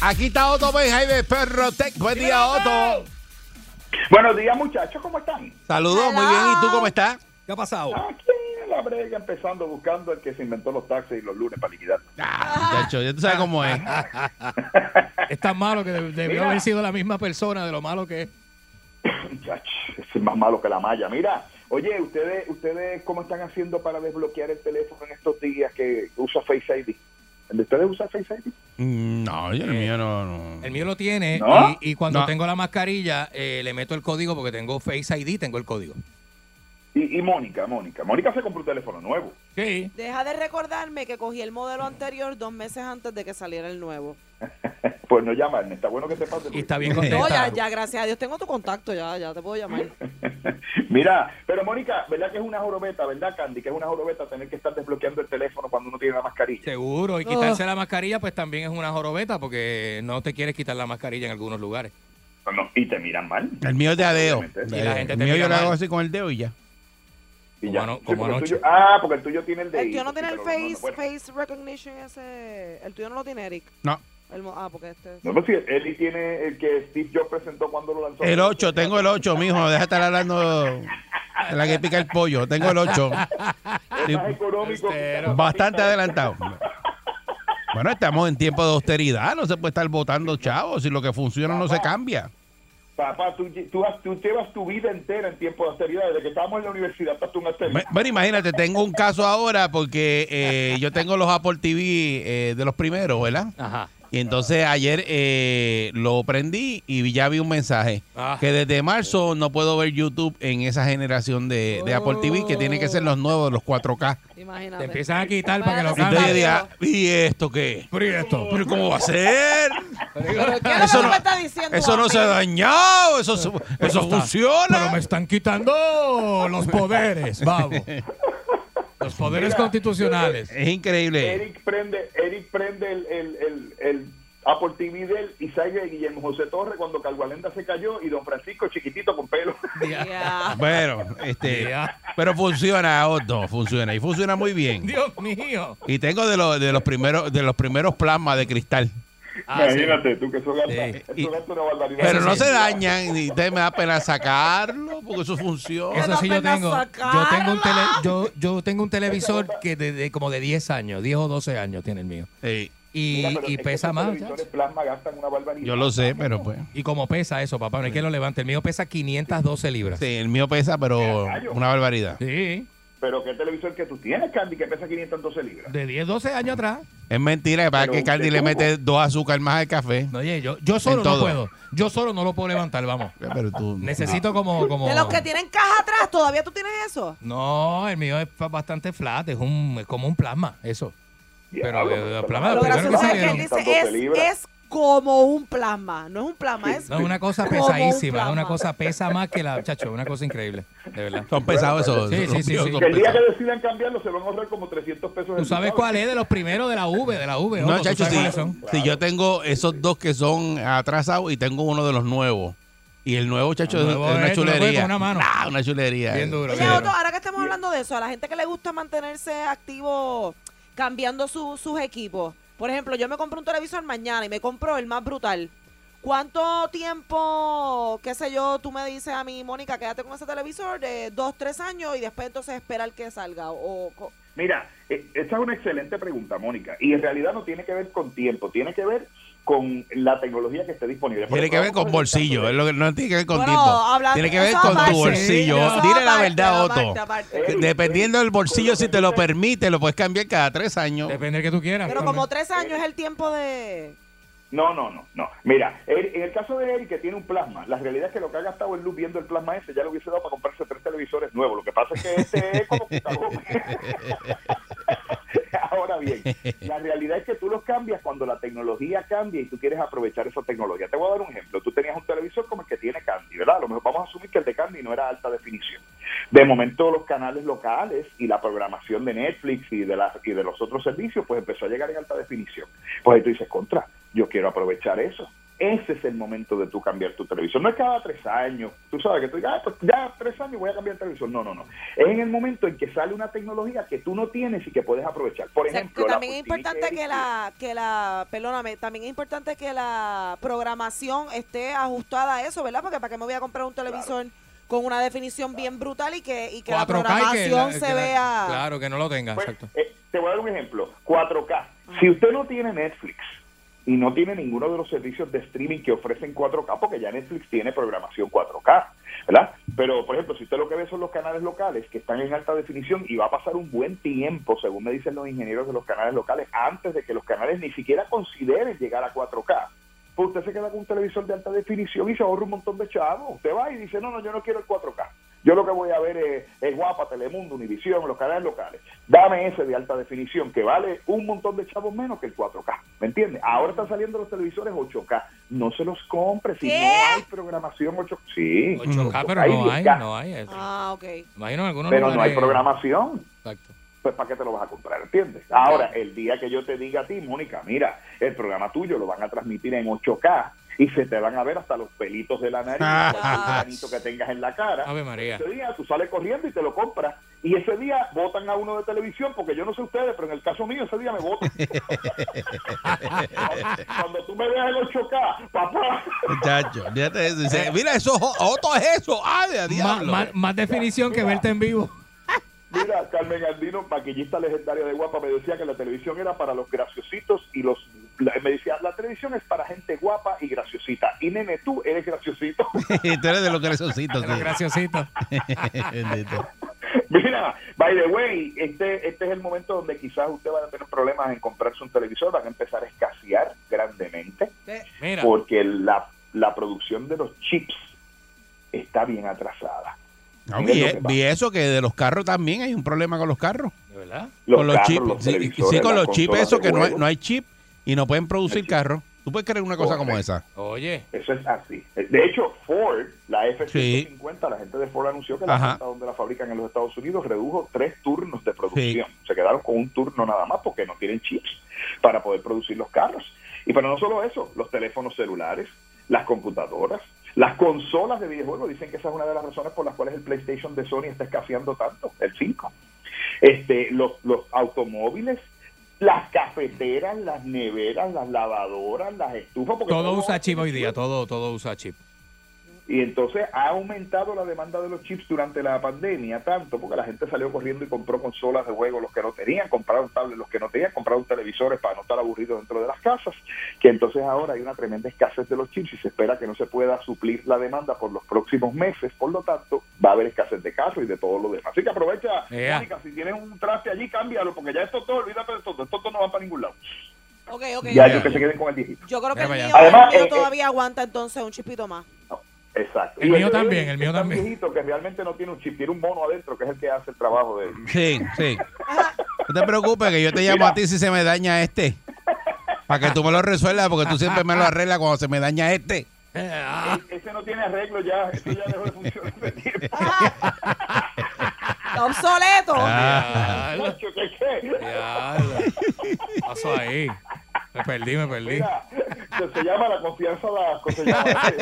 S1: Aquí está Otto Benjaime Perro Tech. Buen día, Otto.
S17: Buenos días, muchachos, ¿cómo están?
S1: Saludos, muy bien. ¿Y tú cómo estás?
S17: ¿Qué ha pasado? Aquí en la brega, empezando buscando el que se inventó los taxis y los lunes para liquidar.
S1: Chacho, ya tú sabes cómo es.
S3: Es tan malo que de- debió
S17: Mira.
S3: haber sido la misma persona de lo malo que es.
S17: Ese es más malo que la malla. Mira, oye, ustedes, ustedes ¿cómo están haciendo para desbloquear el teléfono en estos días que usa Face ID? ¿El de ¿Ustedes usan Face ID?
S1: Mm, No, yo el mío no. no.
S3: Eh, El mío lo tiene
S1: ¿No?
S3: y, y cuando
S1: No.
S3: tengo la mascarilla eh, le meto el código porque tengo Face ID, tengo el código.
S17: Y, y Mónica, Mónica. Mónica se compró un teléfono nuevo.
S3: Sí.
S4: Deja de recordarme que cogí el modelo anterior dos meses antes de que saliera el nuevo.
S17: Pues no llama, Ernest, está bueno que te pase. Y está bien
S4: No, ya, ya, gracias a Dios. Tengo tu contacto, ya, ya te puedo llamar.
S17: Mira, pero Mónica, ¿verdad que es una jorobeta, verdad, Candy? Que es una jorobeta tener que estar desbloqueando el teléfono cuando uno tiene la mascarilla.
S3: Seguro, y
S17: Oh.
S3: quitarse la mascarilla pues también es una jorobeta porque no te quieres quitar la mascarilla en algunos lugares.
S17: y te miran mal.
S1: El mío es de adeo. Eh,
S3: Y la gente te
S1: El mío yo
S3: mira
S1: lo hago
S3: mal.
S1: así con el dedo y ya.
S17: Y
S3: ya. Como
S17: porque el
S3: anoche.
S17: tuyo- ah, porque el tuyo tiene el de.
S4: El tuyo no
S17: sí,
S4: tiene el
S17: pero
S4: face,
S17: no, bueno.
S4: face recognition ese. El tuyo no lo tiene, Eric.
S1: No.
S4: El mo- ah, porque este.
S17: No, pero sí, Eli tiene el que Steve Jobs presentó cuando lo lanzó.
S1: El 8, tengo el 8, mijo. Deja de estar hablando. de La que pica el pollo. Tengo el 8.
S17: Es más económico. quizás.
S1: Bastante adelantado. Bueno, estamos en tiempo de austeridad. No se puede estar votando chavos. Si lo que funciona no se cambia.
S17: Papá, tú, lle- tú, has- tú llevas tu vida entera en tiempo de austeridad. Desde que estábamos en la universidad estás tú en austeridad.
S1: Bueno, imagínate, tengo un caso ahora porque eh, yo tengo los Apple TV eh, de los primeros, ¿verdad?
S3: Ajá.
S1: Y entonces ayer eh, lo prendí y vi- ya vi un mensaje
S3: Ah.
S1: que desde marzo no puedo ver YouTube en esa generación de, de Apple TV que tiene que ser los nuevos, los 4K.
S3: Te empiezan a quitar para que lo
S1: Entonces yo
S3: cambies.
S1: dije, ah, ¿y esto qué?
S3: Pero ¿y esto?
S1: ¿Pero cómo va a ser?
S4: ¿Qué es lo que tú me estás diciendo
S1: eso
S4: a
S1: no
S4: mí?
S1: se ha dañado, eso, se- eso funciona.
S3: Pero me están quitando los poderes, vamos. Los poderes constitucionales.
S1: Es increíble.
S17: Eric prende, Eric prende el, el, el, el Apple TV del y sale Guillermo José Torres cuando Calvalenda se cayó y Don Francisco chiquitito con pelo.
S1: Bueno, este, pero funciona, Otto, funciona y funciona muy bien.
S3: Dios mío.
S1: Y tengo de los de los primeros de los primeros plasmas de cristal. Ah,
S17: Imagínate tú que eso gasta, eso gasta una barbaridad.
S1: Pero no se dañan y usted me da pena sacarlo porque eso funciona.
S3: Eso sí yo tengo. Yo tengo un tele- yo, yo tengo un televisor que de, de- como de 10 años, 10 o 12 años tiene el mío. Y,
S17: Mira, pero
S3: y
S17: es que
S3: pesa
S17: esos
S3: más.
S17: televisores plasma gastan una barbaridad.
S1: Yo lo sé, pero pues.
S3: Y como pesa eso, papá, no hay que lo levante. El mío pesa 512 libras.
S1: Sí, el mío pesa, pero una barbaridad.
S3: Sí.
S17: Pero qué televisor que tú tienes, Candy, que pesa 512 libras.
S3: De 10, 12 años atrás.
S1: Es mentira, que para
S17: Pero
S1: que Candy
S17: usted
S1: le
S17: tuvo.
S1: mete dos azúcar más al café.
S3: Oye, yo, yo solo no puedo. Yo solo no lo puedo levantar, vamos.
S1: Pero tú.
S3: Necesito como. como
S4: De los que tienen caja atrás, ¿todavía tú tienes eso?
S3: No, el mío es fa- bastante flat, es, un, es como un plasma, eso. Pero eh, plasma,
S4: Lo
S3: lo primero que
S4: gracioso es que
S3: salieron.
S4: él dice es, es como un plasma, no es un plasma, es
S3: No, es una cosa
S4: como un
S3: pesadísima, es
S4: plasma.
S3: una cosa pesa más que la, chacho, una cosa increíble, de verdad.
S1: Son pesados esos,
S3: Sí, sí,
S1: los
S3: sí,
S1: míos
S3: sí.
S1: son
S17: Que el día que decidan cambiarlo se van a ahorrar como 300 pesos.
S3: ¿Tú sabes cuál es de los primeros de la V, de la V? Otto,
S1: No,
S3: ¿tú
S1: chacho,
S3: sabes
S1: si,
S3: cuáles son?
S1: si yo tengo esos dos que son atrasados y tengo uno de los nuevos. Y el nuevo, chacho,
S3: El
S1: es-
S3: nuevo
S1: es, una
S3: es- lo coge
S1: chulería.
S3: con una mano.
S1: Ah, una chulería.
S3: Bien duro,
S1: Sí.
S4: Oye, Otto, ahora que estamos hablando de eso, a la gente que le gusta mantenerse activo cambiando su- sus equipos. Por ejemplo, yo me compro un televisor mañana y me compro el más brutal. ¿Cuánto tiempo, qué sé yo, tú me dices a mí, Mónica, quédate con ese televisor de dos, tres años y después entonces esperar que salga? O, co-
S17: Mira, eh, esta es una excelente pregunta, Mónica. Y en realidad no tiene que ver con tiempo, tiene que ver con la tecnología que esté disponible. Por
S1: Tiene que ver
S17: ejemplo,
S1: con bolsillo, es lo que- no tiene que ver con
S4: Bueno,
S1: tiempo.
S4: hablando-
S1: tiene que ver
S4: eso
S1: con tu
S4: aparte,
S1: bolsillo.
S4: sí, eso
S1: Dile la
S4: aparte,
S1: verdad,
S4: aparte,
S1: Otto.
S4: aparte.
S1: Que Dependiendo del bolsillo, si te lo permite, lo puedes cambiar cada tres años. Depende del que tú quieras.
S4: Pero como tres años es el tiempo de...
S17: No, no, no, no. Mira, Eric- en el caso de Eric, que tiene un plasma, la realidad es que lo que ha gastado en luz viendo el plasma ese ya lo hubiese dado para comprarse tres televisores nuevos. Lo que pasa es que este es como que acabó. Ahora bien, la realidad es que tú los cambias cuando la tecnología cambia y tú quieres aprovechar esa tecnología. Te voy a dar un ejemplo. Tú tenías un televisor como el que tiene Candy, ¿verdad? A lo mejor vamos a asumir que el de Candy no era alta definición. De momento los canales locales y la programación de Netflix y de, las y de los otros servicios pues empezó a llegar en alta definición. Pues ahí tú dices, contra, yo quiero aprovechar eso. Ese es el momento de tú cambiar tu televisor. No es cada tres años. Tú sabes que tú digas, "Ah, pues ya tres años voy a cambiar el televisor. No, no, no. Es en el momento en que sale una tecnología que tú no tienes y que puedes aprovechar. Por
S4: O sea,
S17: ejemplo,
S4: que
S17: la
S4: también es
S17: Fortini
S4: importante que la, que la, perdóname, también es importante que la programación esté ajustada a eso, ¿verdad? Porque para qué me voy a comprar un televisor con una definición bien brutal y que, y que la
S3: 4K y que
S4: programación
S3: la- que
S4: se
S3: la-
S4: vea...
S3: Claro, que no lo tenga, exacto.
S17: Eh, te voy a dar un ejemplo. 4K. Si usted no tiene Netflix y no tiene ninguno de los servicios de streaming que ofrecen 4K, porque ya Netflix tiene programación 4K, ¿verdad? Pero, por ejemplo, si usted lo que ve son los canales locales que están en alta definición y va a pasar un buen tiempo, según me dicen los ingenieros de los canales locales, antes de que los canales ni siquiera consideren llegar a 4K, pues usted se queda con un televisor de alta definición y se ahorra un montón de chavos. Usted va y dice, no, no, yo no quiero el 4K. Yo lo que voy a ver es, es Guapa, Telemundo, Univisión, los canales locales. Dame ese de alta definición que vale un montón de chavos menos que el 4K. ¿Me entiendes? Ahora están saliendo los televisores 8K. No se los compre si no hay programación 8K. Sí.
S3: 8K, pero
S17: 8K,
S3: no hay,
S17: 10K.
S3: no hay. eso.
S4: Ah, ok.
S3: Imagino en algunos
S17: Pero no hay
S3: lugares-
S17: programación.
S3: Exacto.
S17: Pues ¿para qué te lo vas a comprar? ¿Entiendes? Ahora, el día que yo te diga a ti, Mónica, mira, el programa tuyo lo van a transmitir en 8K y se te van a ver hasta los pelitos de la nariz, hasta el granito que tengas en la cara.
S3: Ave María.
S17: Ese día tú sales corriendo y te lo compras. Y ese día votan a uno de televisión, porque yo no sé ustedes, pero en el caso mío ese día me votan. Cuando tú me veas en 8K, papá.
S1: Muchacho, fíjate eso.
S3: Eh.
S1: Dice, mira, eso es Otto es eso. ¡Ay, a diablo!
S18: más, más definición que verte en vivo.
S17: Mira, Carmen Andino, maquillista legendaria de Guapa, me decía que la televisión era para los graciositos y los... la- me decía, la televisión es para gente guapa y graciosita. Y nene, tú eres graciosito.
S1: Tú eres de los graciositos. sí.
S18: Graciosito.
S1: Bendito.
S17: Mira, by the way, este, este es el momento donde quizás usted va a tener problemas en comprarse un televisor, van a empezar a escasear grandemente.
S3: Mira.
S17: Porque la, la producción de los chips está bien atrasada.
S1: No,
S17: Mira
S1: vi,
S17: lo que pasa.
S1: vi eso que de los carros también hay un problema con los carros.
S3: ¿De verdad?
S17: Los
S1: con los
S17: carros,
S1: chips.
S17: los
S1: sí,
S17: televisores,
S1: sí, con
S17: las
S1: los chips,
S17: consolas
S1: eso
S17: de
S1: que no hay,
S17: juego.
S1: no hay chip y no pueden producir carros. ¿Tú puedes creer una cosa como esa?
S3: Oye.
S17: Eso es así. De hecho, Ford, la F-150, la gente de Ford anunció que la
S1: Ajá.
S17: planta donde la fabrican en los Estados Unidos redujo tres turnos de producción. Se quedaron con un turno nada más porque no tienen chips para poder producir los carros. Y pero no solo eso, los teléfonos celulares, las computadoras, las consolas de videojuegos. Dicen que esa es una de las razones por las cuales el PlayStation de Sony está escaseando tanto, el 5. Este, los, los automóviles, las cafeteras, las neveras, las lavadoras, las estufas. Porque
S3: Todo
S17: todo-
S3: usa chip hoy día, todo, todo usa chip.
S17: y entonces ha aumentado la demanda de los chips durante la pandemia tanto porque la gente salió corriendo y compró consolas de juego los que no tenían, compraron tablets los que no tenían, compraron televisores para no estar aburridos dentro de las casas, que entonces ahora hay una tremenda escasez de los chips y se espera que no se pueda suplir la demanda por los próximos meses, por lo tanto va a haber escasez de carros y de todo lo demás. Así que
S5: Ah,
S17: aprovecha,
S3: Ea.
S17: Mónica, si tienes un traste allí, cámbialo, porque ya esto todo, olvídate de todo, esto todo no va para ningún lado.
S4: Ok, ok.
S17: ya,
S4: ok.
S17: yo que se queden con el viejito.
S4: Yo creo que el
S17: Mira para
S4: mío,
S17: allá. Además,
S4: el mío
S17: eh, eh,
S4: todavía aguanta entonces un chispito más.
S17: Exacto.
S3: El
S17: Y
S3: mío
S17: de
S3: también,
S17: Eric
S3: el mío
S17: es tan
S3: también.
S17: viejito que realmente no tiene un chip, tiene un mono adentro que es el que hace el trabajo de él.
S1: Sí, sí. No te preocupes que yo te llamo a ti si se me daña este. Para que tú me lo resuelvas, porque tú siempre me lo arreglas cuando se me daña este.
S3: Eh, ah.
S17: E- Ese no tiene arreglo ya, ese ya dejó de funcionar.
S4: Está obsoleto.
S3: Ah.
S17: Nacho, ¿qué, qué?
S3: Diablo. Pasó ahí. Me perdí, me perdí.
S17: Mira, se, se llama la confianza la cosa se llama-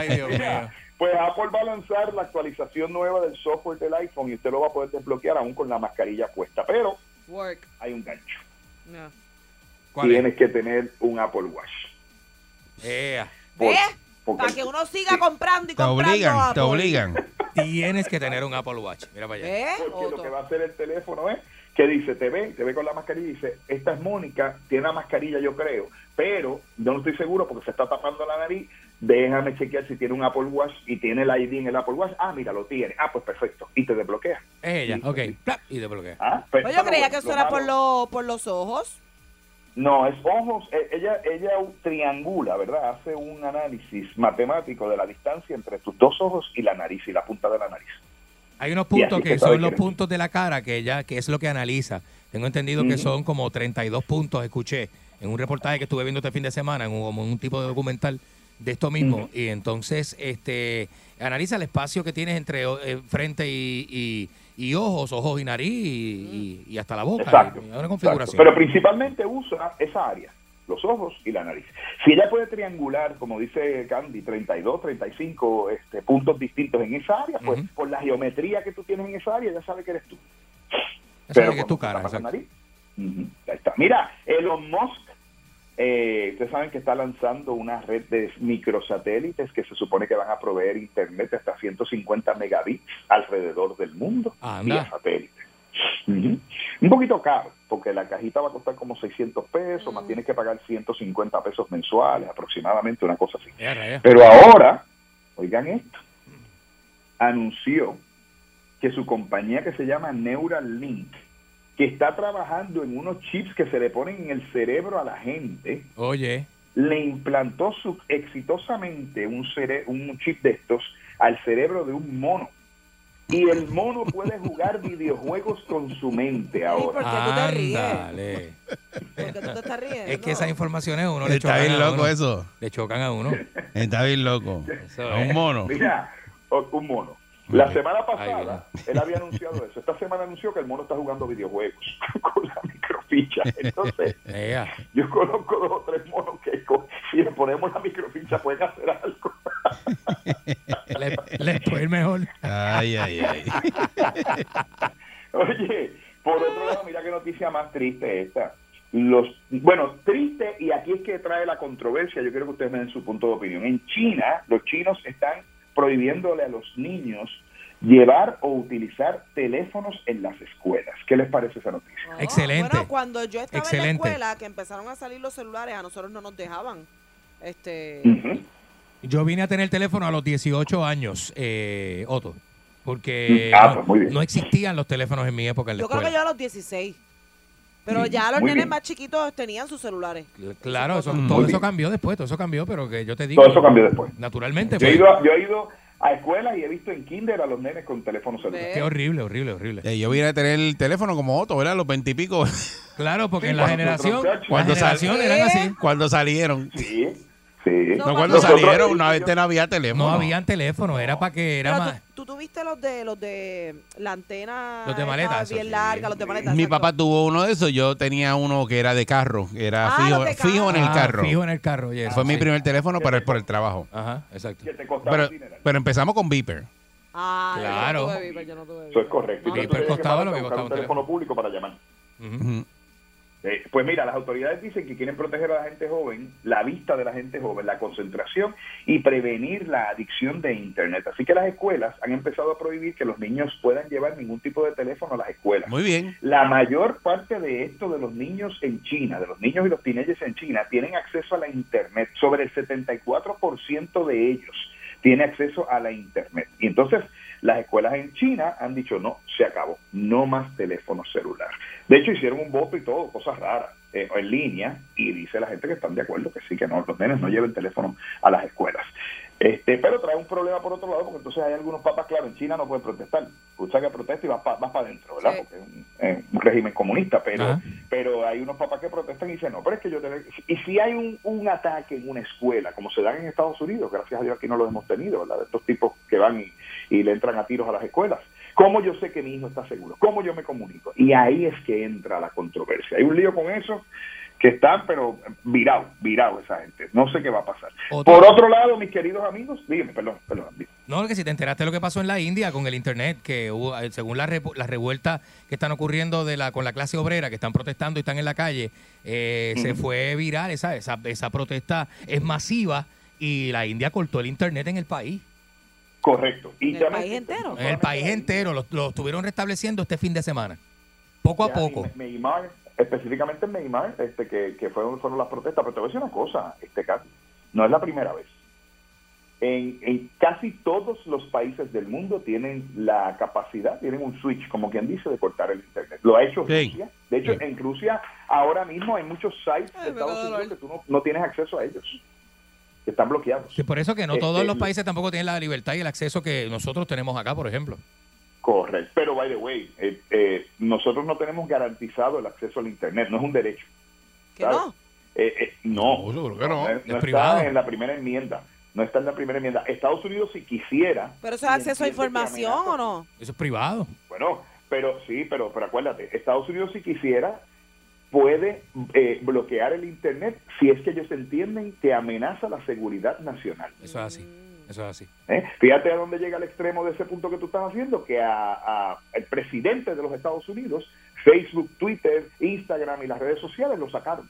S3: Ay, Dios mío.
S17: Pues Apple va a lanzar la actualización nueva del software del iPhone y usted lo va a poder desbloquear aún con la mascarilla puesta, pero
S4: Work.
S17: hay un gancho.
S4: No.
S3: ¿Cuál
S17: Tienes que tener un Apple Watch.
S3: Ea.
S4: ¿Eh? Para que uno siga comprando y
S3: Te
S4: comprando.
S3: obligan,
S4: Apple.
S3: Tienes que tener un Apple Watch. Mira para allá.
S4: ¿Eh?
S17: Porque lo que va a hacer el teléfono es que dice, te ve, te ve con la mascarilla y dice, esta es Mónica, tiene la mascarilla yo creo, pero yo no estoy seguro porque se está tapando la nariz, déjame chequear si tiene un Apple Watch y tiene el ID en el Apple Watch, ah, mira, lo tiene, ah, pues perfecto, y te desbloquea.
S11: Es ella, ok. plap, Y desbloquea.
S17: Ah,
S4: Pues
S17: pero
S4: yo
S17: lo
S4: creía
S17: bueno,
S4: que
S17: lo
S4: eso era por,
S17: malo-
S4: lo, por los ojos.
S17: No, es ojos, e- ella, ella triangula, ¿verdad? Hace un análisis matemático de la distancia entre tus dos ojos y la nariz y la punta de la nariz.
S11: Hay unos
S17: Y así
S11: puntos
S17: se
S11: que
S17: sabe
S11: son
S17: quién
S11: los
S17: es.
S11: puntos de la cara que ella, que es lo que analiza. Tengo entendido que
S17: Ujú.
S11: son como 32 puntos, escuché, en un reportaje que estuve viendo este fin de semana, en un, como un tipo de documental de esto mismo.
S17: Ujú.
S11: Y entonces, este, analiza el espacio que tienes entre o- eh, frente y, y- y ojos, ojos y nariz y, y- y hasta la boca. Y-
S17: Exacto.
S11: y una
S17: Exacto.
S11: configuración.
S17: Pero principalmente usa esa área, los ojos y la nariz. Si ella puede triangular, como dice Candy, 32, 35 este, puntos distintos en esa área, pues por la geometría que tú tienes en esa área, ya sabe que eres tú.
S11: Esa es que es tu cara.
S17: Tapas la
S11: exacto.
S17: nariz. Ujú, ahí está. Mira, Elon Musk, eh, ustedes saben que está lanzando una red de microsatélites que se supone que van a proveer internet hasta 150 megabits alrededor del mundo
S11: anda.
S17: vía satélite. Ujú. Un poquito caro, porque la cajita va a costar como 600 pesos, más tienes que pagar 150 pesos mensuales aproximadamente, una cosa así.
S11: Ya, raya.
S17: Pero ahora, oigan esto, anunció que su compañía que se llama Neuralink, que está trabajando en unos chips que se le ponen en el cerebro a la gente,
S11: Oye,
S17: le implantó su- exitosamente un, cere- un chip de estos al cerebro de un mono. Y el mono puede jugar videojuegos con su mente ahora.
S11: ándale. Es que esas informaciones a uno le
S1: Está
S11: chocan
S1: bien
S11: a
S1: loco
S11: uno.
S1: eso.
S11: Le chocan a uno.
S1: Está bien loco. A un mono.
S17: Mira, o- un mono. La
S1: Ok.
S17: semana
S1: Ahí
S17: pasada, él había anunciado eso. Esta semana anunció que el mono está jugando videojuegos con la microficha. Entonces, yo conozco dos o tres monos que co- si le ponemos la microficha pueden hacer algo.
S11: Le, le puede ir mejor.
S1: Ay, ay, ay.
S17: Oye, por otro lado, mira qué noticia más triste esta. Los, bueno, triste, y aquí es que trae la controversia, yo quiero que ustedes me den su punto de opinión. En China, los chinos están prohibiéndole a los niños llevar o utilizar teléfonos en las escuelas. ¿Qué les parece esa noticia?
S11: Ah, Excelente.
S4: Bueno, cuando yo estaba en la
S11: Excelente.
S4: escuela, que empezaron a salir los celulares, a nosotros no nos dejaban. Este,
S11: Yo vine a tener teléfono a los 18 años, eh, Otto, porque
S17: Ah,
S11: no-
S17: pues muy bien.
S11: no existían los teléfonos en mi época en la
S4: Yo creo
S11: escuela.
S4: que yo a los 16. Pero
S11: Sí,
S4: ya los
S11: muy
S4: nenes
S11: bien.
S4: más chiquitos tenían sus celulares.
S11: Claro, eso-
S4: Mm,
S17: Muy
S11: todo
S17: bien.
S11: eso cambió después, todo eso cambió, pero que yo te digo.
S17: Todo eso cambió después.
S11: Naturalmente.
S17: Yo
S11: pues.
S17: he ido a, yo he ido a escuelas y he visto en kinder a los nenes con teléfonos celulares.
S11: Qué horrible, horrible, horrible.
S1: Eh, yo vine a tener el teléfono como Otto, ¿verdad? Los veintipico.
S11: Claro, porque
S1: Sí,
S11: en la
S1: cuando-
S11: generación, la
S1: Cuando sal-
S11: generación eran así.
S1: Cuando salieron.
S17: Sí, sí.
S1: No,
S11: cuando
S1: cuando
S11: nosotros-
S1: salieron, una vez no había teléfono.
S11: No habían teléfono, era para que era
S4: ¿Eh? Pero
S11: más.
S4: tú, tú tuviste los de Eh, los de la antena
S11: Los de
S4: esa
S11: maleta, eso
S4: bien
S11: sí.
S4: larga, los de maleta.
S1: Mi
S4: exacto.
S1: papá tuvo uno de esos. Yo tenía uno que era de carro. Era
S4: Ah,
S1: fijo,
S4: los de
S1: fijo en el
S11: Ah,
S1: carro.
S11: Fijo en el carro, yes,
S1: Fue mi
S11: sí.
S1: primer teléfono para el, por el trabajo.
S11: Ajá, exacto.
S1: Pero, pero empezamos con Beeper.
S4: Ah,
S11: Claro.
S4: yo no tuve Viper, yo no tuve
S17: Eso es correcto.
S11: Ah.
S17: Y
S11: Y
S17: tú
S11: pues
S17: tienes que
S11: costaba
S17: parar
S11: lo
S17: a
S11: que
S17: buscar
S11: costaba
S17: un
S11: un
S17: teléfono público para llamar. Eh, pues mira, las autoridades dicen que quieren proteger a la gente joven, la vista de la gente joven, la concentración y prevenir la adicción de Internet. Así que las escuelas han empezado a prohibir que los niños puedan llevar ningún tipo de teléfono a las escuelas.
S1: Muy bien.
S17: La mayor parte de esto de los niños en China, de los niños y los teenagers en China, tienen acceso a la Internet. Sobre el 74% de ellos tiene acceso a la Internet. Y entonces las escuelas en China han dicho, no, se acabó, no más teléfono celular. De hecho, hicieron un voto y todo, cosas raras, eh, en línea, y dice la gente que están de acuerdo que sí, que no, los nenes no lleven teléfono a las escuelas. Este, pero trae un problema por otro lado, porque entonces hay algunos papas, claro, en China no pueden protestar. Escucha que protesta y vas para adentro, ¿verdad? Porque es un- es Eh, un régimen comunista, pero
S11: Ajá.
S17: pero hay unos papás que protestan y dicen, no, pero es que yo... tengo que-". Y si hay un, un ataque en una escuela, como se dan en Estados Unidos, gracias a Dios aquí no los hemos tenido, ¿verdad? De estos tipos que van y, y le entran a tiros a las escuelas. ¿Cómo yo sé que mi hijo está seguro? ¿Cómo yo me comunico? Y ahí es que entra la controversia. Hay un lío con eso que está, pero virado, virado esa gente. No sé qué va a pasar.
S11: Otro-
S17: Por otro lado, mis queridos amigos, dígame, perdón, perdón. dígame.
S11: No, que si te enteraste de lo que pasó en la India con el internet, que hubo, eh, según las repu- las revueltas que están ocurriendo de la, con la clase obrera, que están protestando y están en la calle, eh, se fue viral esa, esa, esa protesta es masiva y la India cortó el internet en el país.
S17: Correcto. Y
S4: ¿En el
S17: ya me-
S4: país entero?
S11: En el país entero, lo, lo estuvieron restableciendo este fin de semana.
S3: Poco a
S17: Ya,
S3: poco.
S17: y Me- Meymar, específicamente en Meymar, este, que, que fueron, fueron las protestas, pero te voy a decir una cosa, este caso, no es la primera vez. En, en casi todos los países del mundo tienen la capacidad, tienen un switch, como quien dice, de cortar el Internet. Lo ha hecho Rusia. De hecho, en Rusia ahora mismo hay muchos sites de Estados Unidos que tú no, no tienes acceso a ellos, que están bloqueados.
S3: Que por eso que no todos
S17: Este,
S3: los
S17: lo-
S3: países tampoco tienen la libertad y el acceso que nosotros tenemos acá, por ejemplo.
S17: Correcto. Pero, by the way, eh, eh, nosotros no tenemos garantizado el acceso al Internet, no es un derecho. ¿sabes? Eh, eh, no.
S1: no.
S17: eh,
S1: Es
S17: no
S1: privado.
S17: está en la primera enmienda. No está en la primera enmienda. Estados Unidos, si quisiera.
S4: Pero eso es
S17: y
S4: acceso a
S17: entiende que
S4: información o no?
S3: Eso es privado.
S17: bueno, pero sí, pero, pero acuérdate, Estados Unidos si quisiera puede eh, bloquear el Internet si es que ellos entienden que amenaza la seguridad nacional.
S3: Eso es así. Eso es así.
S17: ¿eh? Fíjate a dónde llega el extremo de ese punto que tú estás haciendo, que a, a- el presidente de los Estados Unidos, Facebook, Twitter, Instagram y las redes sociales lo sacaron.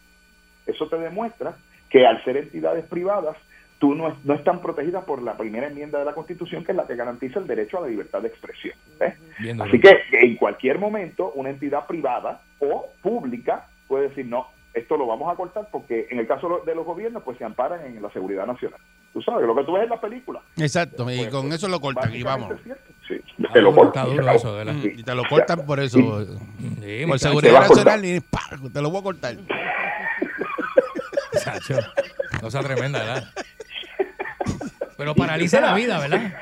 S17: Eso te demuestra que al ser entidades privadas, tú no, es- no están protegidas por la primera enmienda de la Constitución, que es la que garantiza el derecho a la libertad de expresión. ¿eh? Así que en cualquier momento una entidad privada o pública puede decir, no, esto lo vamos a cortar porque en el caso lo- de los gobiernos pues se amparan en la seguridad nacional. Tú sabes, lo que tú ves en la película.
S1: Exacto,
S17: Pues,
S1: y con eso lo cortan y vamos.
S17: Te lo
S1: duro,
S17: cortan,
S1: está
S17: se
S1: duro
S17: acabó.
S1: eso, ¿verdad?
S17: Sí.
S1: Y te lo cortan por eso.
S17: Sí.
S1: por
S17: Te
S1: seguridad
S17: va a cortar.
S1: nacional y ¡pah! te lo voy a cortar.
S3: Chacho, cosa tremenda, ¿verdad? Pero paraliza la vida, ¿verdad?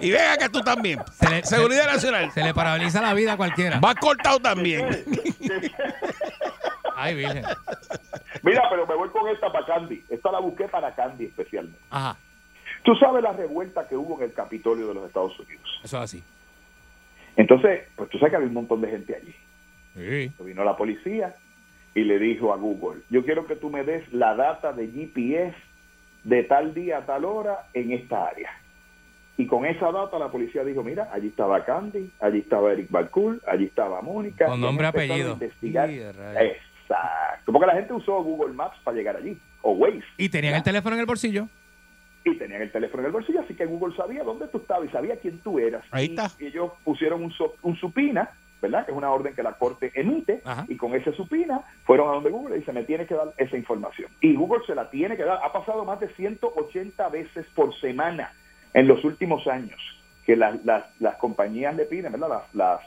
S1: Y ven acá tú también. seguridad nacional.
S3: Se le paraliza la vida a cualquiera.
S1: Va cortado también.
S3: Ay, Virgen.
S17: Mira, pero me voy con esta para Candy. Esta la busqué para Candy especialmente.
S3: Ajá.
S17: Tú sabes la revuelta que hubo en el Capitolio de los Estados Unidos.
S3: Eso es así.
S17: Entonces, pues tú sabes que había un montón de gente allí.
S3: Sí.
S17: Vino la policía y le dijo a Google, yo quiero que tú me des la data de GPS de tal día a tal hora en esta área. Y con esa data la policía dijo, mira, allí estaba Candy, allí estaba Eric Balcour, allí estaba Mónica.
S3: Con
S17: Y
S3: nombre,
S17: empezaron a
S3: apellido.
S17: investigar.
S3: Y a rayos.
S17: Exacto. Porque la gente usó Google Maps para llegar allí, o Waze.
S3: Y tenían el teléfono en el bolsillo.
S17: Y tenían el teléfono en el bolsillo, así que Google sabía dónde tú estabas y sabía quién tú eras.
S1: Ahí
S17: y,
S1: está.
S17: y ellos pusieron un, so- un supina, ¿verdad? Que es una orden que la corte emite. Y con ese supina fueron a donde Google y se me tiene que dar esa información. Y Google se la tiene que dar. Ha pasado más de 180 veces por semana en los últimos años que las, las, las compañías le piden, ¿verdad? Las, las,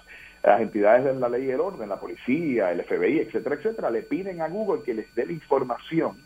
S17: las entidades de la ley y el orden, la policía, el FBI, etcétera, etcétera, le piden a Google que les dé la información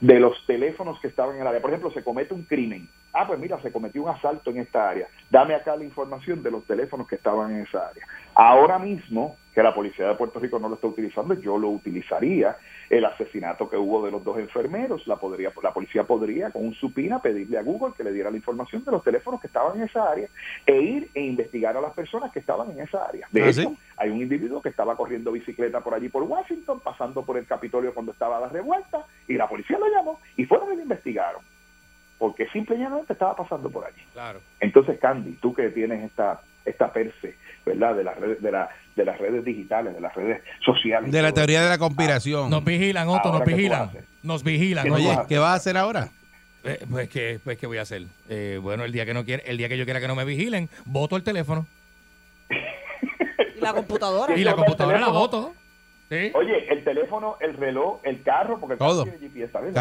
S17: de los teléfonos que estaban en el área. Por ejemplo, se comete un crimen. Ah, pues mira, se cometió un asalto en esta área. Dame acá la información de los teléfonos que estaban en esa área. Ahora mismo, que la policía de Puerto Rico no lo está utilizando, yo lo utilizaría. El asesinato que hubo de los dos enfermeros, la, podría, la policía podría, con un supina, pedirle a Google que le diera la información de los teléfonos que estaban en esa área e ir e investigar a las personas que estaban en esa área. De
S1: ¿Ah,
S17: hecho,
S1: sí?
S17: hay un individuo que estaba corriendo bicicleta por allí por Washington, pasando por el Capitolio cuando estaba la revuelta, y la policía lo llamó y fueron y lo investigaron. Porque simple y llanamente estaba pasando por allí.
S3: Claro.
S17: Entonces, Candy, tú que tienes esta esta perse, ¿verdad? De las redes, de, la- de las redes digitales, de las redes sociales.
S1: De la teoría de la conspiración.
S3: Nos vigilan, Otto, nos
S17: Ahora, ¿qué tú
S3: vigilan.
S17: haces?
S3: Nos vigilan.
S1: Oye,
S3: Otto.
S1: ¿qué vas a hacer ahora?
S3: Eh, pues que pues qué voy a hacer. Eh, bueno, el día que no quiera, el día que yo quiera que no me vigilen, voto el teléfono.
S4: Y la computadora.
S3: Y la computadora la
S17: teléfono.
S3: voto.
S17: Oye, el teléfono, el reloj, el carro, porque el
S3: Todo.
S17: carro tiene GPS, ¿sabes?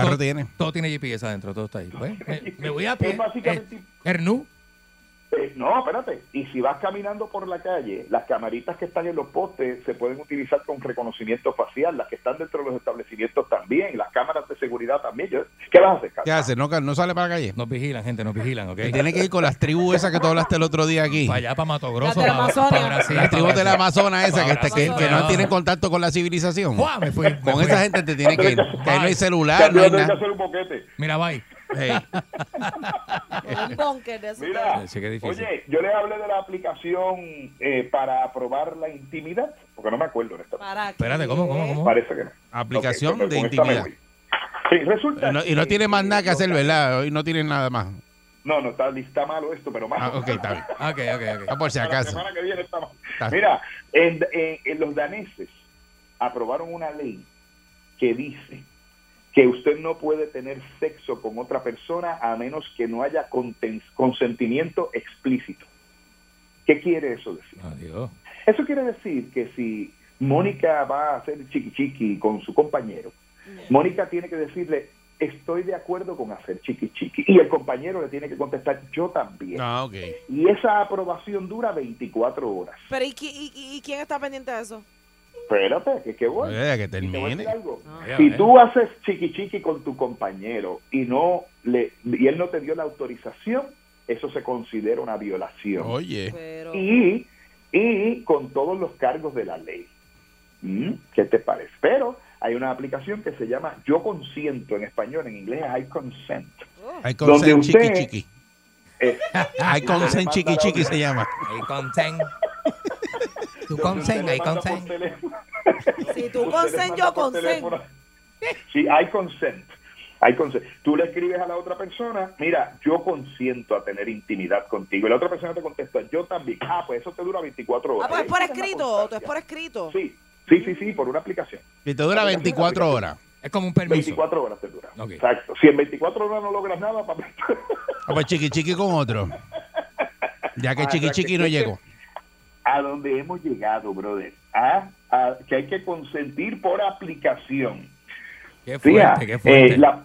S3: Todo- Todo tiene GPS adentro, todo está ahí. Pues, eh, me voy a
S17: Es básicamente
S3: Hernú.
S17: Eh, no, espérate. Y si vas caminando por la calle, las camaritas que están en los postes se pueden utilizar con reconocimiento facial, las que están dentro de los establecimientos también, las cámaras de seguridad también. Yo- ¿Qué vas a hacer,
S1: ¿Qué
S17: Carlos?
S1: hace? ¿No, ¿No sale para la calle?
S3: Nos vigilan, gente, nos vigilan, ¿ok?
S1: Tiene que ir con las tribus esas que tú hablaste el otro día aquí.
S3: Para allá, para Mato Grosso,
S1: Las de
S3: para,
S1: la
S3: para Brasil.
S1: Las tribus de la Amazonas esa que,
S3: Para
S1: está- que-
S3: Brasil.
S1: que no tienen contacto con la civilización.
S3: Juan, me fui, me
S1: con
S3: fui.
S1: esa gente te tiene que ir. Que ahí no hay celular,
S3: Carlos,
S1: no
S3: yo tengo que
S1: hay nada.
S3: hacer
S17: un boquete.
S3: Mira, bye.
S4: Un búnker de esos.
S17: Mira,
S3: Sí, qué difícil.
S17: oye, yo les hablé de la aplicación eh, para aprobar la intimidad, porque no me acuerdo de esta.
S4: Para
S3: Espérate, ¿cómo, cómo, cómo?
S17: Parece que no.
S1: Aplicación
S17: Ok, pues,
S1: de
S17: con esta me
S1: intimidad.
S17: voy. Sí, resulta.
S1: Y no, y no
S17: que-
S1: tiene más nada que hacer, ¿verdad? Hoy no tiene nada más.
S17: No, no, está, está malo esto, pero más.
S1: Ah, ok, está bien.
S3: Ok, ok,
S1: Ah, por si
S17: Para la
S1: acaso.
S17: semana que viene estamos.
S1: Está bien.
S17: Mira, en, en- en los daneses aprobaron una ley que dice que usted no puede tener sexo con otra persona a menos que no haya conten- consentimiento explícito. ¿Qué quiere eso decir?
S3: Adiós.
S17: Eso quiere decir que si Mónica va a hacer chiqui chiqui con su compañero. Mónica tiene que decirle, estoy de acuerdo con hacer chiqui chiqui. Y el compañero le tiene que contestar, yo también.
S1: Ah, ok.
S17: Y esa aprobación dura 24 horas.
S4: Pero ¿y, qui- y- y- y quién está pendiente de eso?
S17: Espérate, que qué bueno.
S1: Oye, que
S17: Y te voy a
S1: termine.
S17: decir algo.
S4: Ah.
S1: Vaya,
S17: Si
S1: eh.
S17: tú haces chiqui chiqui con tu compañero y no le y él no te dio la autorización, eso se considera una violación.
S1: Oye.
S17: Y, y con todos los cargos de la ley. ¿Mm? ¿Qué te parece? Pero hay una aplicación que se llama Yo Consiento en español, en inglés es I Consent.
S11: Oh.
S1: Hay
S17: Donde
S1: consent chiqui
S17: usted-
S1: chiqui.
S17: Eh,
S1: Hay
S17: usted le
S1: consent
S17: manda
S1: chiqui
S17: la
S1: chiqui
S17: orden.
S1: se llama.
S11: Hay consent. Tu
S17: Donde usted
S11: consent,
S17: le
S11: hay
S17: manda por
S11: consent.
S17: teléfono.
S4: Si
S17: Usted
S4: tú
S17: le
S4: consent,
S17: manda
S4: yo Ah, pues
S17: por
S4: consent.
S17: teléfono. Sí, hay consent. Hay consent. Tú le escribes a la otra persona, mira, yo consiento a tener intimidad contigo. Y la otra persona te contesta, yo también. Ah, pues eso te dura 24
S4: Ah,
S17: horas.
S4: pues es por
S17: Esa es la
S4: escrito, tú es por escrito.
S17: Sí. Sí, sí, sí, por una aplicación.
S1: Y te dura 24 horas.
S11: Es como un permiso.
S17: 24 horas te dura. Exacto. Si en 24 horas no logras nada, papi.
S1: Ah, pues chiqui chiqui con otro. Ya que
S17: Ah,
S1: chiqui
S17: o sea,
S1: chiqui
S17: que-
S1: no
S17: que-
S1: llegó.
S17: A donde hemos llegado, brother. A, a- que hay que consentir por aplicación.
S11: Qué
S17: Fija,
S11: fuerte, qué fuerte.
S17: eh, la-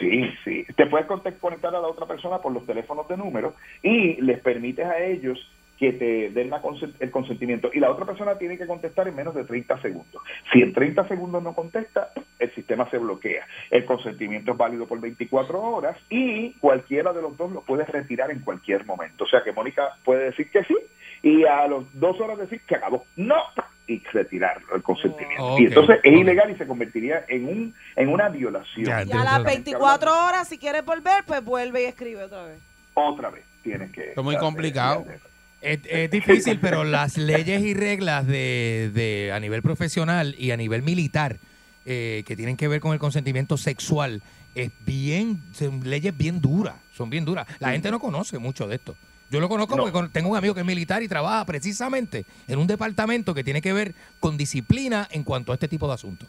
S17: sí, sí. Te puedes conte- conectar a la otra persona por los teléfonos de número y les permites a ellos que te den la consen- el consentimiento. Y la otra persona tiene que contestar en menos de 30 segundos. Si en 30 segundos no contesta, el sistema se bloquea. El consentimiento es válido por 24 horas y cualquiera de los dos lo puedes retirar en cualquier momento. O sea que Mónica puede decir que sí y a los dos horas decir que acabó. No, y retirarlo el consentimiento.
S11: Wow.
S17: Y
S11: Oh, Ok,
S17: entonces es
S11: ok.
S17: ilegal y se convertiría en un en una violación.
S4: Y a las 24 horas, si quieres volver, pues vuelve y escribe otra vez.
S17: Otra vez tienes que...
S1: Está muy complicado.
S11: Es, es difícil, pero las leyes y reglas de, de- a nivel profesional y a nivel militar eh, que tienen que ver con el consentimiento sexual es bien, son leyes bien duras, son bien duras. La gente no conoce mucho de esto. Yo lo conozco
S17: No.
S11: porque con- tengo un amigo que es militar y trabaja precisamente en un departamento que tiene que ver con disciplina en cuanto a este tipo de asuntos.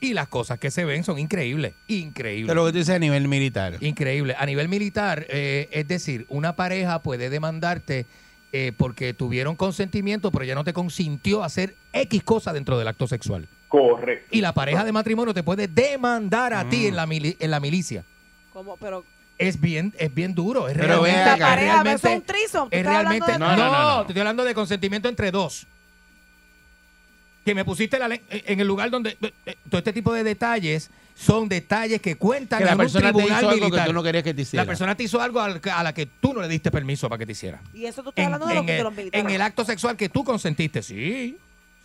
S11: Y las cosas que se ven son increíbles, increíbles.
S1: Pero lo que tú dices a nivel militar.
S11: Increíble. A nivel militar, eh, es decir, una pareja puede demandarte eh, porque tuvieron consentimiento, pero ya no te consintió hacer X cosa dentro del acto sexual.
S17: Correcto.
S11: Y la pareja de matrimonio te puede demandar a
S1: Mm.
S11: ti en la, mili- en la milicia.
S4: Como, pero
S11: Es bien, es bien duro. Es
S1: Pero ve
S11: realmente,
S1: acá.
S11: es
S4: pareja, pero eso es
S11: realmente-
S4: un trisom.
S11: es realmente-
S1: de- No,
S11: no,
S1: no, no, no.
S11: te estoy hablando de consentimiento entre dos. Que me pusiste la le- en el lugar donde eh, eh, todo este tipo de detalles son detalles que cuentan
S1: Que la
S11: en un
S1: persona te hizo
S11: tribunal
S1: algo que
S11: militar.
S1: tú no querías que te hiciera.
S11: La persona te hizo algo al- a la que tú no le diste permiso para que te hiciera.
S4: Y eso tú estás
S11: En,
S4: hablando de, los,
S11: en
S4: de
S11: el,
S4: los militares.
S11: en el acto sexual que tú consentiste, sí.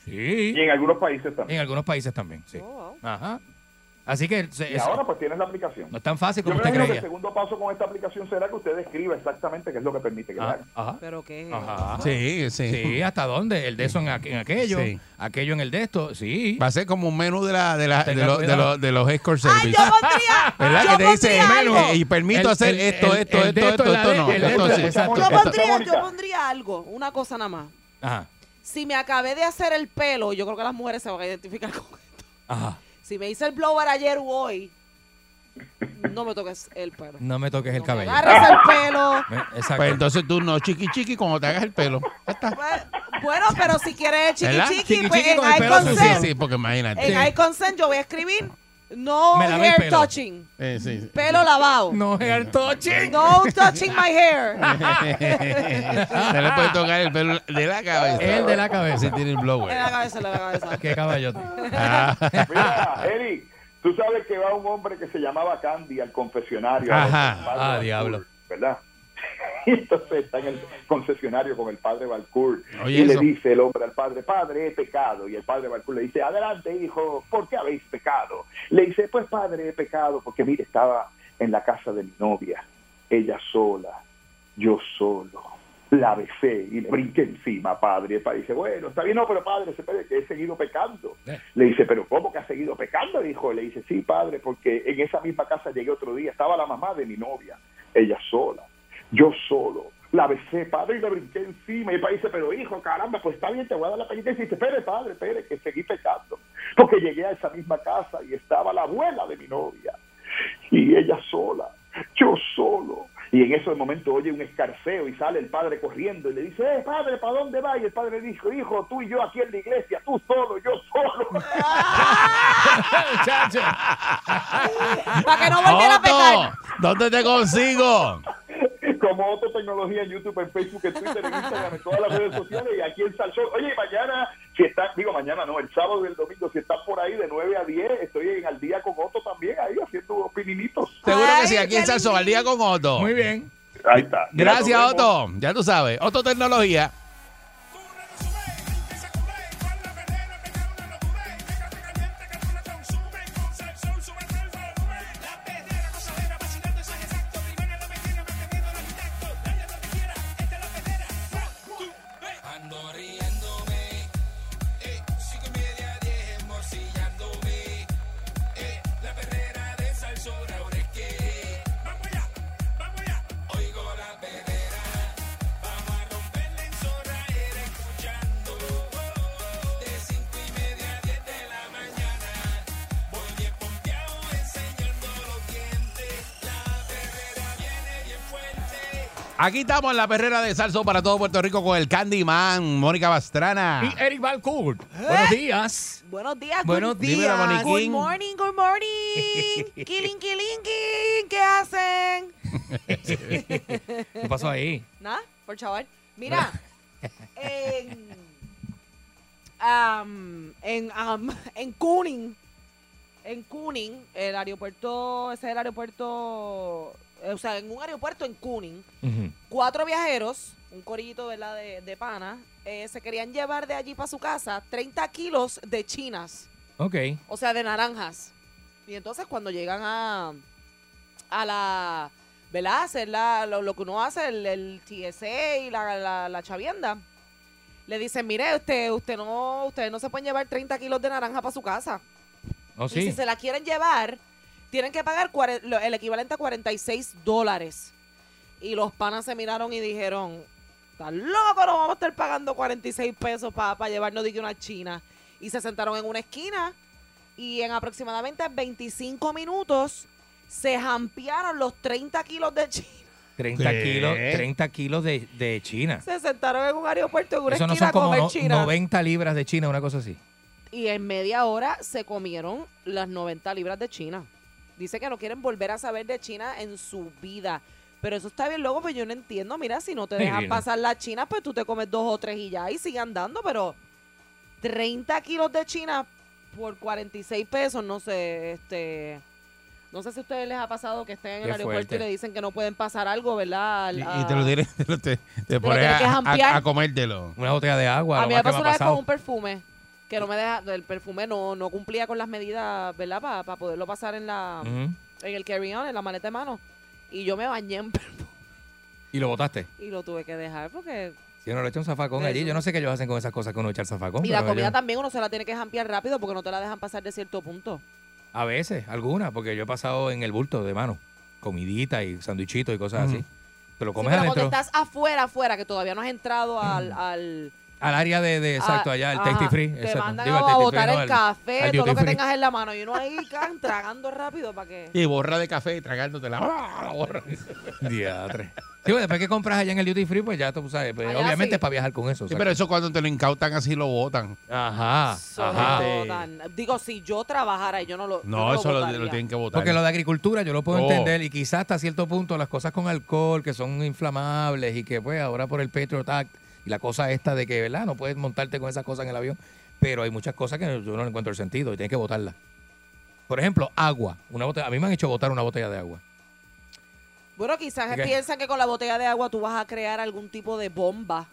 S11: Sí.
S17: Y en algunos países también.
S11: En algunos países también, sí.
S4: Oh,
S11: Ajá. Así que se-
S17: Y
S11: es-
S17: ahora pues tienes la aplicación.
S11: no es tan fácil
S17: Yo
S11: como
S17: me
S11: usted
S17: imagino que
S11: creía.
S17: el segundo paso con esta aplicación será que usted describa exactamente qué es lo que permite que
S11: Ah,
S17: le haga.
S11: ajá.
S4: Pero qué.
S11: Ajá.
S1: Sí, sí.
S11: Sí, ¿hasta dónde? El de eso en, aqu- en aquello,
S1: Sí.
S11: aquello en el de esto, sí.
S1: Va a ser como un menú de, la, de, la, de,
S11: Tenga
S1: los- de
S11: cuidado.
S1: los- de los escort service. ¿Verdad?
S11: Ah, yo
S1: que te dice,
S11: pondría algo.
S1: eh, y permito
S11: El-
S1: hacer
S11: el-
S1: esto,
S11: el-
S1: esto,
S11: el de
S1: esto,
S11: esto,
S1: esto,
S11: la de-
S1: esto, no.
S11: el de
S1: Esto
S11: esto,
S1: sí.
S11: exacto.
S4: Yo
S1: Esto-
S4: pondría, yo pondría algo, una cosa nada más.
S11: Ajá.
S4: Si me acabé de hacer el pelo, yo creo que las mujeres se van a identificar con esto.
S11: Ajá.
S4: Si me hice el blower ayer u hoy, no me toques el pelo.
S11: No me toques el cabello.
S4: Agarres el pelo.
S11: Me- Exacto.
S1: Pues entonces tú no, chiqui chiqui, cuando te hagas el pelo. Ya está.
S4: Bueno, pero si quieres chiqui
S1: ¿Verdad?
S4: chiqui, pues en
S1: con el
S4: I
S1: pelo sucio.
S4: consent,
S1: Sí, sí, porque imagínate.
S4: en I consent yo voy a escribir no
S1: Me lavé el
S4: hair
S1: pelo.
S4: touching,
S1: Eh, sí, sí.
S4: pelo lavado.
S11: No hair touching.
S4: No touching my hair.
S1: Se le puede tocar el pelo de la cabeza.
S11: El de la cabeza.
S1: Si tiene el
S4: En
S1: blower.
S4: la cabeza, en la cabeza.
S11: Qué caballote.
S1: Ah.
S17: Mira, Eric, tú sabes que va un hombre que se llamaba Candy al confesionario.
S11: Ajá.
S17: Al padre
S11: Ah,
S17: Balcour,
S11: diablo.
S17: ¿Verdad? Y entonces está en el concesionario con el padre Balcour
S1: Oye,
S17: y
S1: eso.
S17: le dice el hombre al padre, padre, he pecado. Y el padre Balcour le dice, adelante hijo, ¿por qué habéis pecado? Le dice, pues padre, he pecado porque mire, estaba en la casa de mi novia, ella sola, yo solo. La besé y le brinqué encima, padre. Y el padre dice, bueno, está bien, no, pero padre, se puede que he seguido pecando.
S1: Eh.
S17: Le dice, pero ¿cómo que has seguido pecando? Dijo, le dice, sí, padre, porque en esa misma casa llegué otro día, estaba la mamá de mi novia, ella sola, yo solo. La besé, padre, y le brinqué encima. Y el padre dice, pero hijo, caramba, pues está bien, te voy a dar la penitencia. Y dice, espere, padre, espere, que seguí pecando. Porque llegué a esa misma casa y estaba la abuela de mi novia. Y ella sola, yo solo. Y en eso de momento oye un escarceo y sale el padre corriendo y le dice, eh, padre, ¿para dónde va? Y el padre dijo, hijo, tú y yo aquí en la iglesia, tú solo, yo solo.
S4: Para que no volviera a pecar.
S1: ¿Dónde te consigo?
S17: Como otra tecnología en YouTube, en Facebook, en Twitter, en Instagram, en todas las redes sociales y aquí en Salsón. Oye, y mañana, si estás, digo mañana no, el sábado y el domingo, si estás por ahí de 9 a 10, estoy en al día con Otto también, ahí haciendo pininitos.
S1: Seguro que sí, aquí en Salsón, al día con Otto. Muy
S11: bien.
S17: Ahí está. Mira,
S1: Gracias,
S17: nos vemos.
S1: Otto. Ya tú sabes. Otto Tecnología.
S14: Ando riéndome, eh, cinco y media diez morcillándome, eh, la perrera de salsora ahora es que, vamos allá, vamos allá, oigo la perrera, vamos a romperla en zorra, era escuchando, de cinco y media a diez de la mañana, voy bien pompeado enseñando los dientes, la perrera viene bien fuerte.
S1: Aquí estamos en la perrera de Salso para todo Puerto Rico con el Candyman, Mónica Bastrana.
S11: Y Eric Valcourt.
S4: Eh.
S11: Buenos días.
S4: Buenos días.
S1: Buenos
S4: good-
S1: días. Dímelo,
S4: Good
S1: Moniquín.
S4: morning, good morning. Killing, killing, killing. ¿Qué hacen?
S11: ¿Qué pasó ahí?
S4: Nada, por chaval. Mira, en, am, en, am, en Kuning, en Kuning, el aeropuerto, ese es el aeropuerto, eh, o sea, en un aeropuerto en Kuning, cuatro viajeros, un corillito ¿verdad? De, de pana, eh, se querían llevar de allí para su casa 30 kilos de chinas,
S11: Ok.
S4: o sea, de naranjas. Y entonces cuando llegan a, a la, ¿verdad? Hacer la, lo, lo que uno hace, el, el TSA y la, la, la chavienda, le dicen, mire, usted, usted no, ustedes no se pueden llevar 30 kilos de naranja para su casa.
S11: ¿Oh,
S4: Y si
S11: sí?
S4: se la quieren llevar, tienen que pagar cuare- lo- el equivalente a 46 dólares. Y los panas se miraron y dijeron, está loco, no vamos a estar pagando 46 pesos para llevarnos de que una china. Y se sentaron en una esquina y en aproximadamente 25 minutos se jampearon los 30 kilos de china.
S11: 30
S1: ¿Qué?
S11: kilos, 30 kilos de, de China.
S4: Se sentaron en un aeropuerto en una
S11: Eso no
S4: esquina
S11: son
S4: a
S11: como
S4: comer
S11: no-
S4: china.
S11: 90 libras de China, una cosa así.
S4: y en media hora se comieron las 90 libras de China. Dice que no quieren volver a saber de China en su vida. Pero eso está bien loco, pues yo no entiendo. Mira, si no te
S11: Sí,
S4: dejan
S11: bien.
S4: pasar la China, pues tú te comes dos o tres y ya, y sigue andando, pero 30 kilos de China por 46 pesos, no sé, este... No sé si a ustedes les ha pasado que estén en el
S1: Qué
S4: aeropuerto
S1: fuerte.
S4: y le dicen que no pueden pasar algo, ¿verdad? Al-
S1: Y,
S4: a-
S1: y te lo diré, te, lo- te- te pones
S4: tienes que
S1: a,
S4: jampear.
S1: a- a comértelo.
S11: Una botella de agua.
S4: A mí me pasó una vez con un perfume que no me deja, el perfume no, no cumplía con las medidas, ¿verdad? Para poderlo pasar en la
S11: Ujú.
S4: en el carry-on, en la maleta de mano. Y yo me bañé en perfume
S11: Y lo botaste.
S4: y lo tuve que dejar porque...
S11: Si uno le echa un zafacón allí, yo no sé qué ellos hacen con esas cosas que uno echa el zafacón.
S4: Y la
S11: pero
S4: comida
S11: yo-
S4: también uno se la tiene que jampear rápido porque no te la dejan pasar de cierto punto.
S11: A veces, algunas, porque yo he pasado en el bulto de mano. Comidita y sanduichitos y cosas así. Te lo
S4: Sí,
S11: comes
S4: pero cuando
S11: adentro.
S4: estás afuera, afuera, que todavía no has entrado al... al
S11: Al área Eh, de, de- exacto,
S4: a-
S11: allá, el
S4: Ah, ajá,
S11: Tasty Free.
S4: Te
S11: exacto.
S4: mandan
S11: Digo,
S4: a,
S11: al Tasty
S4: botar
S11: Free, no,
S4: el
S11: al-
S4: café,
S11: al
S4: todo lo
S11: Duty
S4: que
S11: Free.
S4: tengas en la mano. Y uno ahí can, tragando rápido para que...
S1: Y borra de café y tragándotela. ¡Ah! Borra.
S11: Diatre. Sí, pues, después que compras allá en el Duty Free, pues ya tú sabes. pues,
S1: Allá
S11: obviamente
S1: sí.
S11: es para viajar con eso.
S1: Sí,
S11: exacto.
S1: pero eso cuando te lo incautan así lo botan.
S11: Ajá.
S4: Ajá. Digo, si yo trabajara, yo no lo. yo
S1: No, eso lo,
S4: votaría.
S1: lo tienen que botar.
S11: Porque lo de agricultura yo lo puedo
S1: Oh.
S11: entender y quizás hasta cierto punto las cosas con alcohol que son inflamables y que pues ahora por el Patriot Act y la cosa esta de que, ¿verdad? No puedes montarte con esas cosas en el avión, pero hay muchas cosas que yo no le encuentro el sentido y tienes que botarlas. Por ejemplo, agua. Una botella, a mí me han hecho botar una botella de agua.
S4: Bueno, quizás
S11: ¿Qué?
S4: piensan que con la botella de agua tú vas a crear algún tipo de bomba.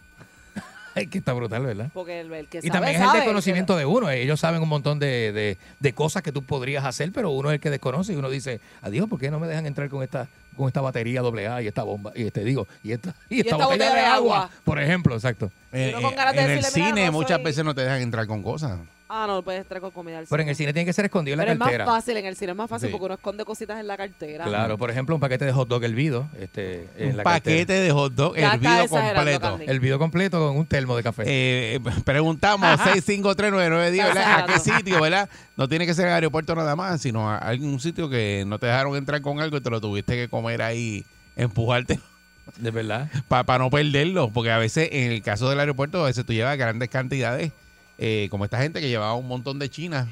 S11: Ay, que está brutal, ¿verdad?
S4: Porque el, el que sabe.
S11: Y también es
S4: sabe,
S11: el desconocimiento de uno. Ellos saben un montón de, de- de cosas que tú podrías hacer, pero uno es el que desconoce y uno dice, adiós, ¿por qué no me dejan entrar con esta con esta batería AA y esta bomba? Y este digo, y esta, y esta, botella, de agua. Por ejemplo, exacto.
S1: Eh,
S4: Uno con ganas de
S1: en el
S4: decirle, mira,
S1: cine
S4: no
S1: muchas
S4: soy-
S1: veces no te dejan entrar con cosas.
S4: Ah, no, puedes traer con comida al
S11: Pero en
S4: cine.
S11: el cine tiene que ser escondido en la
S4: Pero es
S11: cartera.
S4: más fácil, en el cine es más fácil
S11: Sí.
S4: porque uno esconde cositas en la cartera.
S11: Claro, por ejemplo, un paquete de hot dog hervido. Este, en
S1: Un
S11: la
S1: paquete
S11: cartera.
S1: de hot dog
S4: Ya está
S1: hervido
S4: exagerando,
S1: completo.
S4: Candy.
S11: Hervido completo con un termo de café.
S1: Eh, preguntamos 6539910, ¿verdad? ¿A qué
S11: Exacto.
S1: sitio, verdad? No tiene que ser en el aeropuerto nada más, sino a algún sitio que no te dejaron entrar con algo y te lo tuviste que comer ahí empujarte.
S3: De verdad.
S1: Para no perderlo, porque a veces, en el caso del aeropuerto, a veces tú llevas grandes cantidades, eh, como esta gente que llevaba un montón de eh, chinas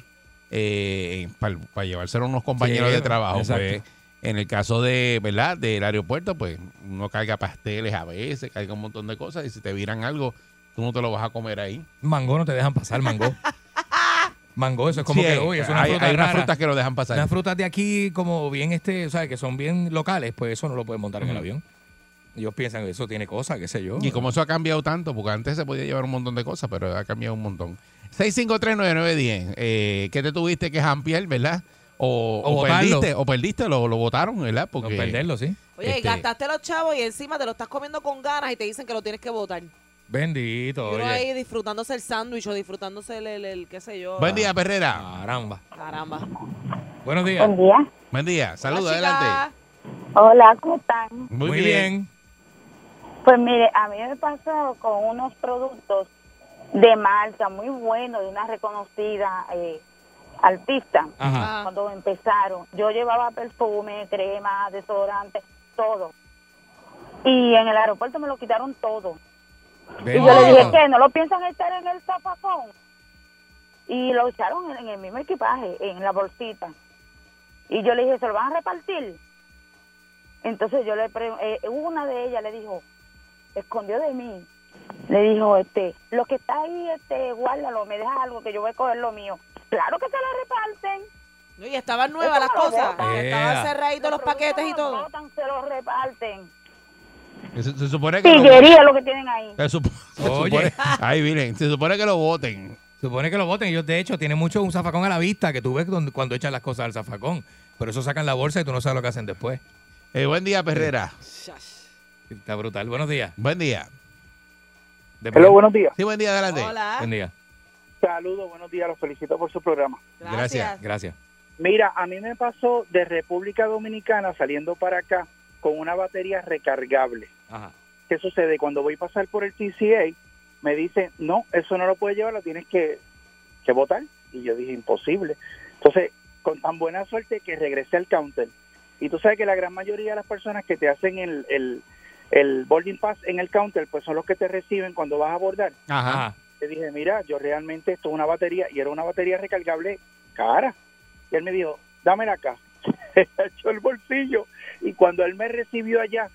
S1: para llevárselo a unos compañeros
S3: Sí,
S1: de trabajo.
S3: exacto.
S1: pues, en el caso de, ¿verdad? Del aeropuerto, pues uno carga pasteles a veces, carga un montón de cosas, y si te viran algo, tú no te lo vas a comer ahí.
S3: Mango no te dejan pasar, mango. Mango, eso es como
S1: Sí,
S3: que hoy, es una
S1: hay-
S3: fruta
S1: hay unas
S3: rara.
S1: frutas que lo dejan pasar.
S3: Unas frutas de aquí, como bien este, ¿sabes? Que son bien locales, pues eso no lo pueden montar en el
S1: Ujú.
S3: avión. Ellos piensan que eso tiene cosas, qué sé yo.
S1: Y como eso ha cambiado tanto, porque antes se podía llevar un montón de cosas, pero ha cambiado un montón. 6539910, eh, ¿qué te tuviste que jampear, verdad? O,
S3: O
S1: o
S3: botarlo.
S1: perdiste, o perdiste, lo, lo votaron, ¿verdad? Porque, Este,
S3: perderlo, sí.
S4: Oye,
S11: este
S4: y gastaste los chavos y encima te lo estás comiendo con ganas y te dicen que lo tienes que botar. Y
S3: Bendito,
S4: uno
S3: oye.
S4: ahí disfrutándose el sándwich o disfrutándose el, el- el qué sé yo.
S1: Buen día, Perrera.
S3: Caramba.
S4: Caramba.
S3: Buenos días.
S19: Buen día.
S1: Buen día. Saludos,
S19: Hola, chica.
S1: adelante.
S19: Hola, ¿cómo están?
S1: Muy,
S3: bien.
S19: Pues mire, a mí me pasó con unos productos de marca muy buenos, de una reconocida eh, artista.
S14: Ajá.
S4: Ah,
S19: Cuando empezaron, yo llevaba perfume, crema, desodorante, todo. Y en el aeropuerto me lo quitaron todo. Y yo le dije que no lo piensan estar en el zapacón. Y lo echaron en, en el mismo equipaje, en la bolsita. Y yo le dije, ¿se lo van a repartir? Entonces yo le pre- eh, una de ellas le dijo, escondió de mí. Le dijo, este, lo que está ahí, este, guárdalo, me deja algo que yo voy a coger lo mío. Claro que se lo reparten.
S4: No, y estaban nuevas las
S19: Eso no lo
S4: cosas.
S19: botan.
S4: Estaban
S1: Ea.
S4: cerraditos los paquetes y todo.
S19: Botan, se lo reparten.
S1: Se, se supone que.
S19: Tiguería lo que tienen ahí.
S1: Se, supo- se
S3: Oye.
S1: supone. Ahí miren, se supone que lo voten.
S3: Supone que lo voten. Ellos, de hecho, tienen mucho un zafacón a la vista que tú ves donde- cuando echan las cosas al zafacón. Pero eso sacan la bolsa y tú no sabes lo que hacen después.
S1: Eh, buen día, Perrera.
S3: Está brutal. Buenos días.
S1: Buen día.
S3: Depende.
S20: buenos días.
S1: Sí, buen día, adelante.
S4: Hola.
S3: Buen día.
S20: Saludos, buenos días, los felicito por su programa.
S3: Gracias. Gracias.
S20: Mira, a mí me pasó de República Dominicana saliendo para acá con una batería recargable.
S3: Ajá.
S20: ¿Qué sucede? Cuando voy a pasar por el TCA, me dice, no, eso no lo puedes llevar, lo tienes que, que botar. Y yo dije, imposible. Entonces, con tan buena suerte que regresé al counter. Y tú sabes que la gran mayoría de las personas que te hacen el, el, el boarding pass en el counter, pues son los que te reciben cuando vas a abordar.
S5: Ah,
S1: Ajá.
S20: Le dije, mira, yo realmente esto es una batería y era una batería recargable cara. Y él me dijo, dámela acá. Echó el bolsillo y cuando él me recibió allá,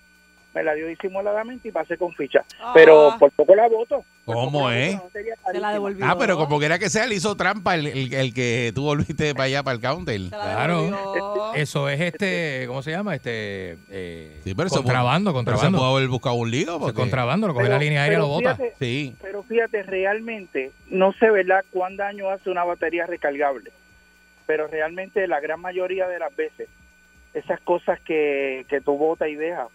S20: me la dio disimuladamente y pasé con ficha. Pero por poco la voto.
S1: ¿Cómo eh? es?
S20: Se
S4: la devolvió.
S1: Ah, pero como quiera que sea, le hizo trampa el, el- el que tú volviste para allá, para el counter.
S3: Claro. E-, Eso es este, ¿cómo se llama? Este eh,
S1: Sí, pero se
S3: contrabando,
S1: pudo- Pero se
S3: contrabando.
S1: pudo haber buscado un lío.
S3: Se
S1: Porque...
S3: contrabando, lo coge la línea aérea y lo bota.
S1: Sí.
S20: Pero fíjate, realmente no sé, ¿verdad?, cuán daño hace una batería recargable. Pero realmente la gran mayoría de las veces, esas cosas que, que tú botas y dejas,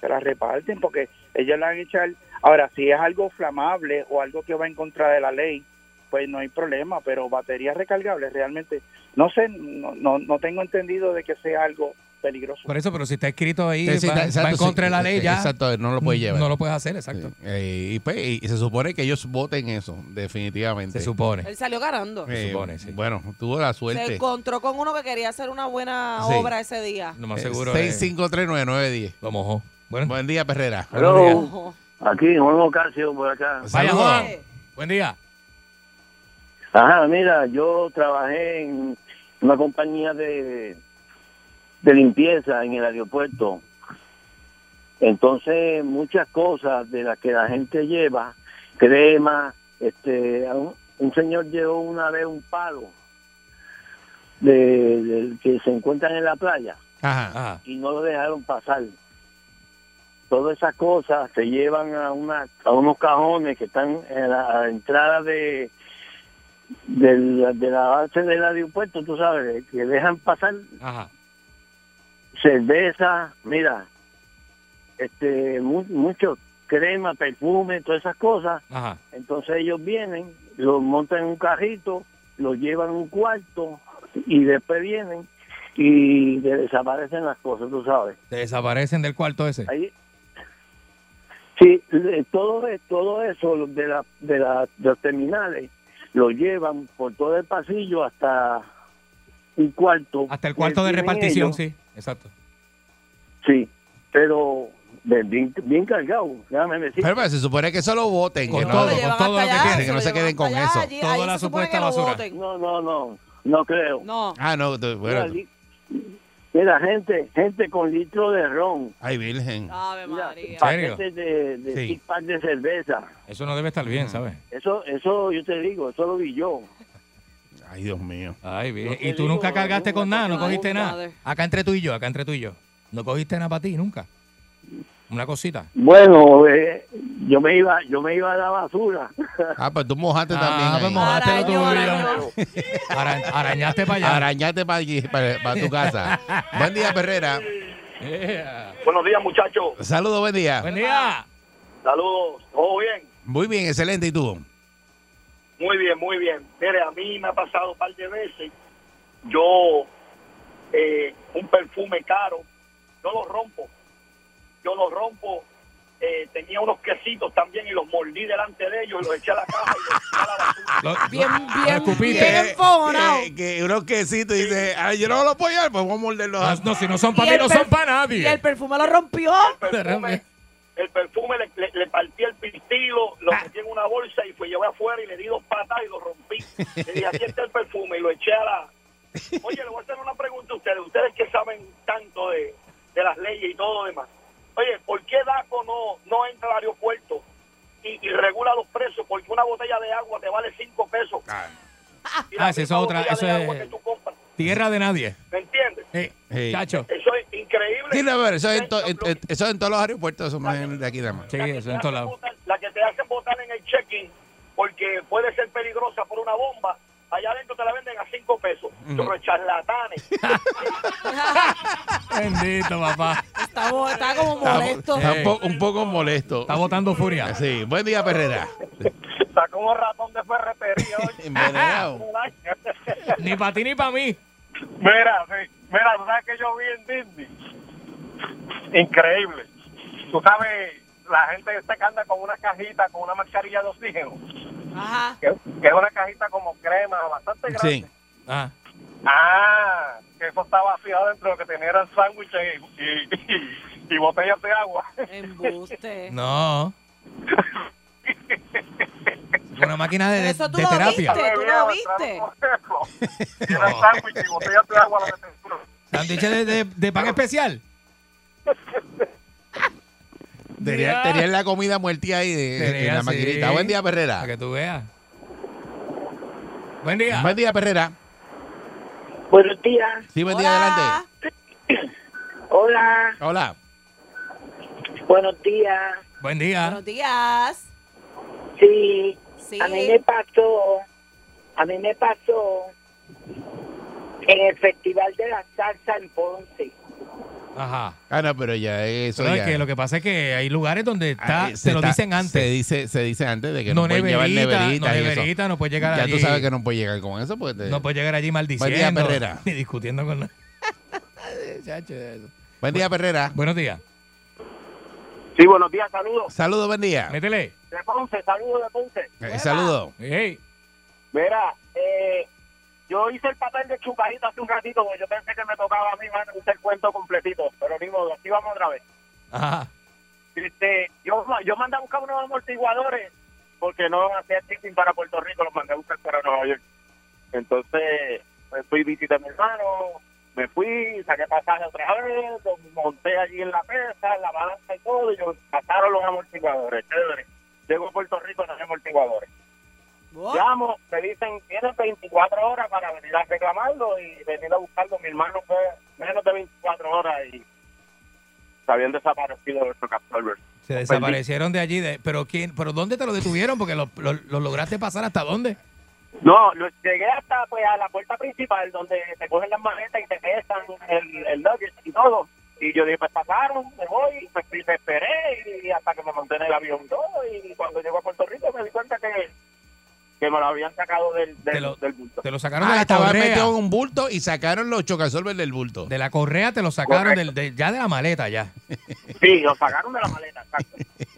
S20: se las reparten porque ellos la han hecho. Ahora, si es algo flamable o algo que va en contra de la ley, pues no hay problema, pero baterías recargables realmente, no sé, no, no, no tengo entendido de que sea algo peligroso.
S3: Por eso, pero si está escrito ahí,
S1: Sí, sí,
S3: va,
S1: está-
S3: va
S1: exacto,
S3: en contra de
S1: sí,
S3: la ley
S1: eh,
S3: ya. Mm,
S1: Exacto, no lo puedes llevar.
S3: No lo puedes hacer, exacto.
S1: Sí, eh, y, pues, y se supone que ellos voten eso, definitivamente.
S3: Se supone.
S4: Él salió ganando.
S1: Eh, Bueno, tuvo la suerte.
S4: Se encontró con uno que quería hacer una buena
S1: Sí. Eh,
S4: obra ese día.
S3: No más seguro. es-
S1: 6539910.
S3: Lo mojó.
S1: Buen día, Perrera.
S6: Hello. Aquí, Juan Ocasio, por acá.
S3: Vaya, Juan. Buen día.
S6: Ajá, mira, yo trabajé en una compañía de, de limpieza en el aeropuerto. Entonces, muchas cosas de las que la gente lleva, crema, este, a un, un señor llevó una vez un palo de, del que se encuentran en la playa y no lo dejaron pasar. Todas esas cosas se llevan a, una, a unos cajones que están en la, a la entrada de, de, la, de la base del aeropuerto, tú sabes, que dejan pasar cerveza, mira, este mu- mucho crema, perfume, todas esas cosas.
S3: Ajá.
S6: Entonces ellos vienen, los montan en un carrito, los llevan a un cuarto y después vienen y desaparecen las cosas, tú sabes.
S3: Te desaparecen del cuarto ese.
S6: Ahí. Sí, le- todo, e- todo eso lo de, la, de, la- de los terminales lo llevan por todo el pasillo hasta un cuarto.
S3: Hasta el cuarto de repartición, sí. Exacto.
S6: Sí. pero de- bien, bien cargado, déjame decir.
S1: Pero, pero se supone que eso lo voten.
S6: Con
S1: que no-
S6: todo, con
S1: que
S6: todo lo que
S1: se-
S6: tienen.
S1: Que no se queden con eso.
S6: No, no, no, no creo.
S4: No.
S1: Ah, no, tú-
S6: Mira,
S1: bueno.
S6: li- mira, gente, gente con litro de ron.
S1: Ay, virgen.
S11: ¿En serio?
S6: Paquetes de, de
S11: Sí.
S6: six pack de cerveza.
S11: Eso no debe estar bien, ¿sabes?
S6: Eso, eso yo te digo, eso lo vi yo.
S1: Ay, Dios mío.
S11: Ay, bien.
S6: te
S11: Y tú
S6: digo,
S11: nunca cargaste con nada, no
S6: nunca
S11: cogiste
S6: nada.
S11: nada. Acá entre tú y yo, acá entre tú y yo. No cogiste nada para ti, nunca. Una cosita.
S6: Bueno, eh, yo me iba, yo me iba a la basura.
S1: Ah, pues tú mojaste también.
S11: Ah, pues
S1: ahí.
S11: mojaste lo tuyo. Ara- arañaste para allá.
S1: Arañaste para para, tu casa. buen día, Perrera.
S8: Buenos días, muchachos.
S1: Saludos, buen día.
S11: día.
S8: Saludos. ¿Todo bien?
S1: Muy bien, excelente. ¿Y tú?
S8: Muy bien, muy bien. Mire, a mí me ha pasado un par de veces. Yo, eh, un perfume caro, yo lo rompo. Yo lo rompo. Eh, tenía unos quesitos también y los mordí delante de ellos y los eché a la caja.
S4: bien, bien,
S1: bien Que, que unos quesitos y dice, ay, yo no lo puedo apoyar, pues vamos a morderlos.
S11: No, si no son
S4: Y el perf- Y el perfume lo rompió.
S8: El perfume le, le- le partí el pistilo, lo metí en una bolsa y fui llevé afuera y le di dos patas y lo rompí. Le dije, aquí está el perfume y lo eché a la... Oye, le voy a hacer una pregunta a ustedes. Ustedes que saben tanto de, de las leyes y todo lo demás. Oye, ¿por qué DACO no, no entra al aeropuerto y, y regula los precios? Porque una botella de agua te vale cinco pesos. Y la
S11: Ah, sí,
S8: misma
S11: eso es otra.
S8: botella
S11: Eso
S8: de agua
S11: es
S8: que tú compras,
S11: tierra de nadie.
S8: ¿Me entiendes?
S11: Eh,
S1: Sí.
S11: Chacho.
S8: Eso es increíble.
S1: Sí, no, pero eso es en, to- en- en- eso es en todos los aeropuertos, eso más en- de aquí nada más.
S11: Sí, eso en todos lados.
S8: la que te hacen botar en el check-in porque puede ser peligrosa por una bomba, allá adentro te la venden a 5 pesos.
S11: Ujú.
S8: Los charlatanes.
S11: Bendito, papá.
S4: Está, bo- está como
S1: Está-
S4: molesto.
S1: está un, po- un poco molesto. Está
S11: botando furia.
S1: Sí, buen día, Perrera.
S8: Está como ratón de ferretería, oye.
S1: Envenenado.
S11: Ni para ti ni para mí.
S8: Mira, sí. Mira, tú sabes que yo vi en Disney. Increíble. Tú sabes, la gente esta que anda con una cajita, con una mascarilla de oxígeno,
S4: Ajá.
S8: que, que es una cajita como crema, bastante grande.
S1: Sí.
S11: Ah.
S8: Ah, que eso está vaciado dentro de lo que tenía eran sándwiches y, y- y- y botellas de agua.
S4: Embuste.
S11: No. Una máquina de, de-
S4: Eso tú
S11: de
S4: lo
S11: terapia.
S4: viste, tú lo viste.
S8: Eran sándwiches y botellas de agua.
S11: Sándwich de, de, de pan especial.
S1: Tenía, tenía la comida muertía ahí de, en
S11: Tenía,
S1: la
S11: sí.
S1: maquinita. Buen día, Perrera.
S11: Para que tú veas. Buen día.
S1: Buen día, Perrera.
S21: Buenos días.
S1: Sí, buen día, adelante.
S21: Hola,
S1: Hola.
S21: buenos días.
S11: Buen día.
S4: Buenos días.
S21: Sí,
S4: Sí.
S21: a mí me pasó, a mí me pasó en el Festival de la Salsa en Ponce.
S11: Ajá.
S1: Ah, no, pero ya eso
S11: Pero es
S1: ya.
S11: que lo que pasa es que hay lugares donde está,
S1: Eh,
S11: se,
S1: se
S11: lo
S1: está-
S11: dicen antes.
S1: Se dice, se dice antes de que
S11: No
S1: no, puede llevar
S11: neverita,
S1: neverita.
S11: no
S1: y eso.
S11: neverita, no puede llegar
S1: ya
S11: allí.
S1: tú sabes que no puede llegar con eso. Pues, te-
S11: No puedes llegar allí maldiciendo.
S1: Buen día, Perrera.
S11: Ni discutiendo con la-
S1: Buen día, Perrera.
S11: Buenos días.
S8: Sí, buenos días, saludos.
S1: Saludos, buen día.
S11: Métele.
S8: De Ponce, saludos de Ponce.
S1: Eh, saludos.
S8: Mira, eh, yo hice el papel de chupadita hace un ratito, porque yo pensé que me tocaba a mí mano, hice el cuento completito, pero ni modo, aquí vamos otra vez.
S11: Ajá.
S8: Este, yo, yo mandé a buscar unos amortiguadores, porque no hacía shipping para Puerto Rico, los mandé a buscar para Nueva York. Entonces, me fui visité a mi hermano, me fui, saqué pasaje otra vez, lo monté allí en la mesa, en la balanza y todo, y yo, pasaron los amortiguadores, chévere. Llego a Puerto Rico, no hay amortiguadores. Llamo, me dicen, tienes 24 horas para venir a reclamarlo y venir a buscarlo. Mi hermano fue menos de 24 horas y se habían desaparecido los shock absorbers.
S11: Se desaparecieron de allí. de- pero quién, pero ¿dónde te lo detuvieron? Porque lo, lo- lo lograste pasar hasta dónde.
S8: No, lo- llegué hasta pues a la puerta principal donde te cogen las maletas y te pesan el, el luggage y todo. Y yo dije, pues pasaron, me voy, pues y me esperé y hasta que me monté en el avión y todo. Y cuando llego a Puerto Rico me di cuenta que, que me lo habían sacado del, del, del bulto.
S11: Te lo sacaron de
S1: Ah,
S11: la
S1: estaba metido
S11: correa.
S1: en un bulto y sacaron los chocasolver del bulto.
S11: De la correa te lo sacaron del, de- ya de la maleta ya.
S8: Sí, lo sacaron de la maleta, exacto.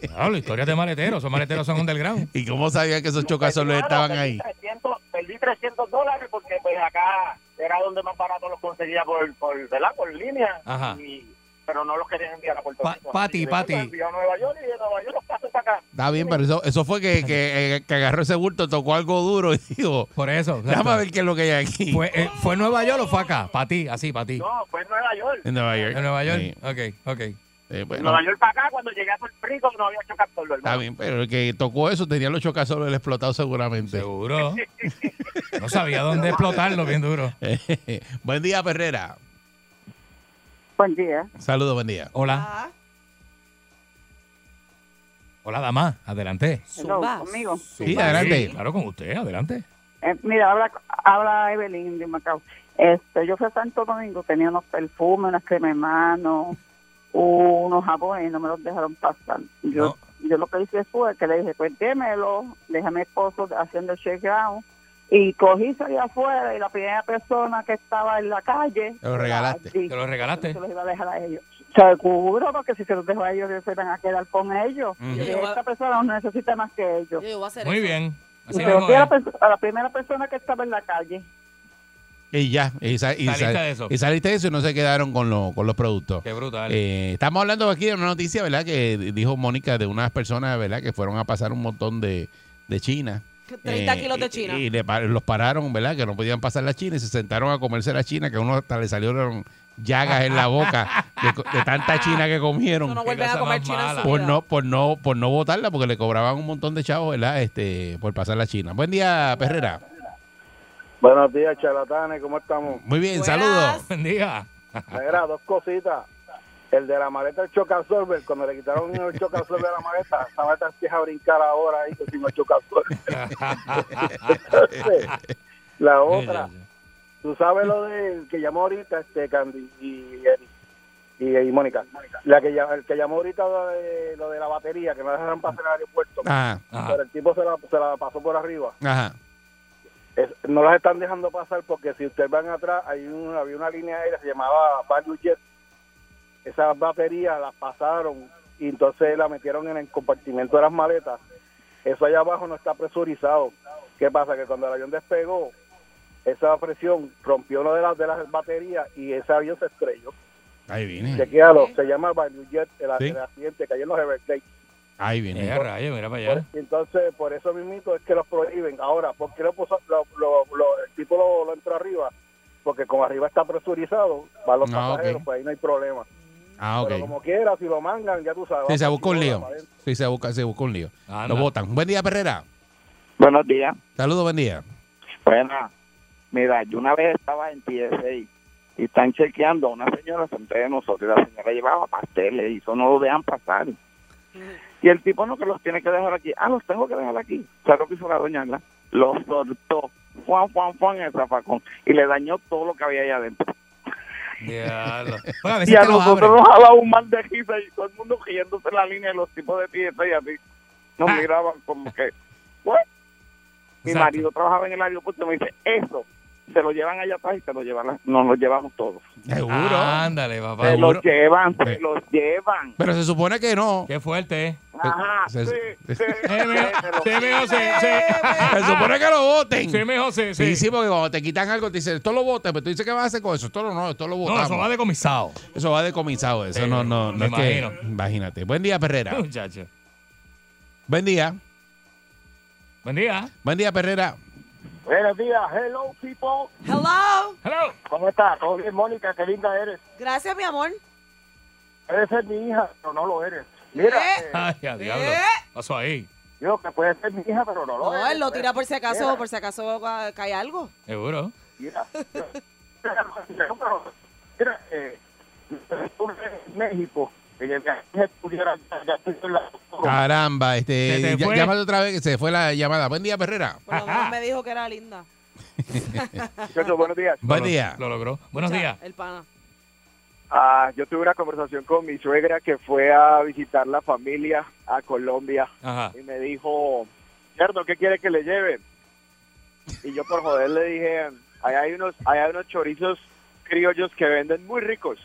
S11: Claro, historias de maleteros. Esos maleteros son underground.
S1: ¿Y cómo sabían que esos chocasolver estaban
S8: Claro, perdí
S1: ahí?
S8: 300, perdí 300 dólares porque pues acá era donde más barato los conseguía por, por, ¿verdad? por línea.
S11: Ajá.
S8: Y
S22: pero no los querían enviar a Puerto
S14: Pa-
S22: Rico.
S14: Pati,
S22: Así que
S8: pues,
S14: Pati.
S22: los envió a Nueva York y de Nueva York los pasó para acá.
S1: Está bien, pero eso, eso fue que, que, eh, que agarró ese bulto, tocó algo duro y dijo.
S14: Por eso.
S1: Déjame ver qué es lo que hay aquí.
S14: ¿Fue, eh, ¿fue en Nueva York o fue acá? Para ti, así, para ti.
S22: No, fue en Nueva York.
S1: En Nueva York.
S14: ¿En Nueva York?
S1: Sí.
S14: Ok, ok.
S1: Eh,
S22: En
S1: bueno,
S22: Nueva York para acá, cuando llegué a Puerto Rico, no había chocado solo,
S1: Está
S22: hermano.
S1: bien, pero el que tocó eso tenía los chocazolos del explotado seguramente.
S14: Seguro. No sabía dónde explotarlo, bien duro.
S1: buen día, Perrera.
S3: Buen día.
S1: Saludos, buen día.
S14: Hola. Hola, dama. Adelante.
S3: Hello, conmigo.
S1: Sí, adelante.
S14: Claro, con usted. Adelante.
S3: Eh, mira, habla, habla Evelyn de Macao. Este, yo fui a Santo Domingo, tenía unos perfumes, unas cremas en mano, unos jabones y no me los dejaron pasar. Yo, yo lo que hice fue que le dije, pues démelo, déjame a mi esposo haciendo el check-out. Y cogí, salí afuera y la primera persona que estaba en la calle...
S14: Te lo regalaste.
S3: Sí.
S14: Te lo regalaste.
S3: Se los iba a dejar a ellos. Seguro, porque si se los dejo a ellos, ellos se van a quedar con ellos.
S14: Ujú.
S3: Yo dije, Esta persona no necesita más que ellos.
S14: Muy bien.
S3: Y
S14: Así
S3: se
S14: mismo
S3: los di a la,
S14: es.
S3: perso- a la primera persona que estaba en la calle.
S1: Y ya, y, sa- y sa-
S14: Saliste de eso.
S1: y saliste de eso y no se quedaron con, lo- con los productos.
S14: Qué brutal.
S1: Eh, estamos hablando aquí de una noticia, ¿verdad? Que di- dijo Mónica de unas personas, ¿verdad? Que fueron a pasar un montón de, de China.
S4: 30 kilos de
S1: y-
S4: China.
S1: Y, le pa- los pararon, ¿verdad? Que no podían pasar la China y se sentaron a comerse la China, que a uno hasta le salieron llagas en la boca de, co- de tanta China que comieron.
S4: no vuelven a comer China en su
S1: Por
S4: vida.
S1: no, por no, por no votarla, porque le cobraban un montón de chavos, ¿verdad? Este, por pasar la China. Buen día, Perrera.
S23: Buenos días, charlatanes, ¿cómo estamos?
S1: Muy bien, saludos.
S14: Buen día.
S23: Mira, dos cositas. El de la maleta, el chocasorber, cuando le quitaron el chocasorber a la maleta, la maleta empieza a brincar ahora ahí pues, sin el chocasorber. Entonces, la otra, tú sabes lo del que llamó ahorita, este Candy y, y, y Mónica, la que, ll- el que llamó ahorita lo de, lo de la batería, que no dejaron pasar al aeropuerto,
S8: Ah.
S1: Ajá, ajá.
S23: pero el tipo se la, se la pasó por arriba.
S1: Ajá.
S23: Es- no las están dejando pasar porque si ustedes van atrás, hay un, había una línea aérea que se llamaba Value Jet. Esas baterías las pasaron y entonces la metieron en el compartimento de las maletas. Eso allá abajo no está presurizado. ¿Qué pasa? Que cuando el avión despegó, esa presión rompió una de las, de las baterías y ese avión se estrelló.
S1: Ahí viene.
S23: Chequéalo, se llama Value Jet, el,
S1: Mm. Sí.
S23: el accidente que hay en los Everglades.
S1: Ahí viene.
S14: Eh, rayo, mira para allá.
S23: Entonces, por eso mismito es que los prohíben. Ahora, ¿por qué lo puso, lo, lo- lo- el tipo lo, lo entró arriba? Porque como arriba está presurizado, para los
S1: Ah, ok.
S23: pasajeros, pues ahí no hay problema.
S1: Ah, ok.
S23: Pero como quiera, si lo mangan, ya tú sabes.
S1: Sí, se buscó un lío. Sí, se busca, se buscó un lío. Lo votan. Buen día, Perrera.
S8: Buenos días.
S1: Saludos, buen día.
S8: Buena. Mira, yo una vez estaba en TSA y están chequeando a una señora frente de nosotros. y La señora llevaba pasteles y eso no lo dejan pasar. Y el tipo no que los tiene que dejar aquí. Ah, los tengo que dejar aquí. ¿Sabes lo que hizo la doña? Ana? Los soltó. Juan, Juan, Juan en el zafacón. Y le dañó todo lo que había ahí adentro.
S14: Diablo. Bueno, Pues, a veces
S8: y a
S14: te los abren.
S8: nosotros nos ha dado un mal de risa y todo el mundo riéndose en la línea de los tipos de TSA y así. Nos miraban como que, "What?". Mi Exacto. marido trabajaba en el aeropuerto y me dice, eso, se lo llevan allá atrás y se lo llevan, a- nos lo llevamos todos.
S1: Seguro.
S14: ándale, papá.
S8: Se
S1: Seguro.
S8: los llevan,
S1: Eh.
S8: se los llevan.
S1: Pero se supone que no.
S14: Qué fuerte. eh.
S8: Ajá,
S1: Se,
S8: sí,
S1: se-
S14: Se me José.
S4: Eh,
S1: se supone que lo voten.
S14: Se me José.
S1: Sí, sí, porque cuando te quitan algo, te dicen, esto lo voten, pero tú dices, ¿qué vas a hacer con eso? Esto lo- no, esto lo votamos.
S14: eso va decomisado.
S1: Eso va decomisado, eso
S14: Eh,
S1: no, no, no
S14: me
S1: es que-
S14: imagino.
S1: Imagínate. Buen día, Perrera.
S14: Muchacho.
S1: Buen día.
S14: Buen día.
S1: Buen día, Perrera.
S23: Buenos días, hello people.
S4: Hello.
S14: Hello.
S23: ¿Cómo estás? ¿Todo bien, Mónica? Qué linda eres.
S4: Gracias, mi amor.
S23: Puedes ser mi hija, pero no lo eres. Mira,
S4: ¿Eh?
S23: eh,
S14: Ay, a diablo. Pasó ahí.
S23: digo que puedes ser mi hija, pero no lo
S4: No,
S23: eres.
S4: él lo tira por si acaso,
S23: Mira,
S4: por si acaso ah, cae algo.
S14: Seguro.
S23: Mira, pero, mira, eh, estuve en México, que llegué a estudiar allá, ya estoy en la
S1: Caramba,
S23: Se
S1: este.
S23: te
S1: ya-
S23: fue.
S1: Llámate otra vez que se fue la llamada. Buen día, Perrera.
S4: Por lo menos me dijo que era linda.
S24: buenos días.
S1: Buen día.
S14: Lo logró. Buenos
S4: O sea,
S14: días.
S4: El pana.
S24: Ah, yo tuve una conversación con mi suegra que fue a visitar la familia a Colombia
S14: Ajá.
S24: y me dijo, ¿cierto? ¿Qué quiere que le lleve? Y yo por joder le dije, allá hay unos, allá hay unos chorizos criollos que venden muy ricos.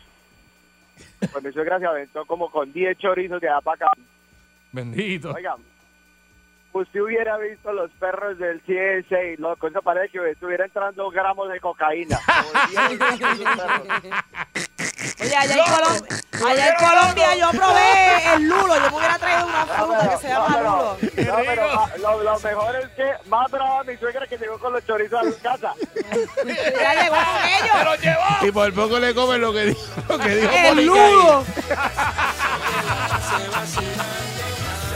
S24: Pues mi suegra se aventó como con 10 chorizos de allá para acá.
S14: Bendito.
S24: Oiga,
S25: pues
S24: usted hubiera visto los perros del CSI, loco, eso parece que estuviera entrando gramos de cocaína.
S4: Oye, allá en, Colom- Allá en Colombia yo probé el lulo. Yo me hubiera traído una fruta que se llama lulo.
S8: No, pero ah, lo, lo mejor es que más brava mi suegra que llegó con los chorizos a la casa.
S4: Ya llegó con ellos.
S8: ¡Se los llevó!
S1: Y por poco le comen lo que dijo, lo que dijo
S4: El
S1: Mónica ahí.
S4: ludo.
S2: Se vacila, se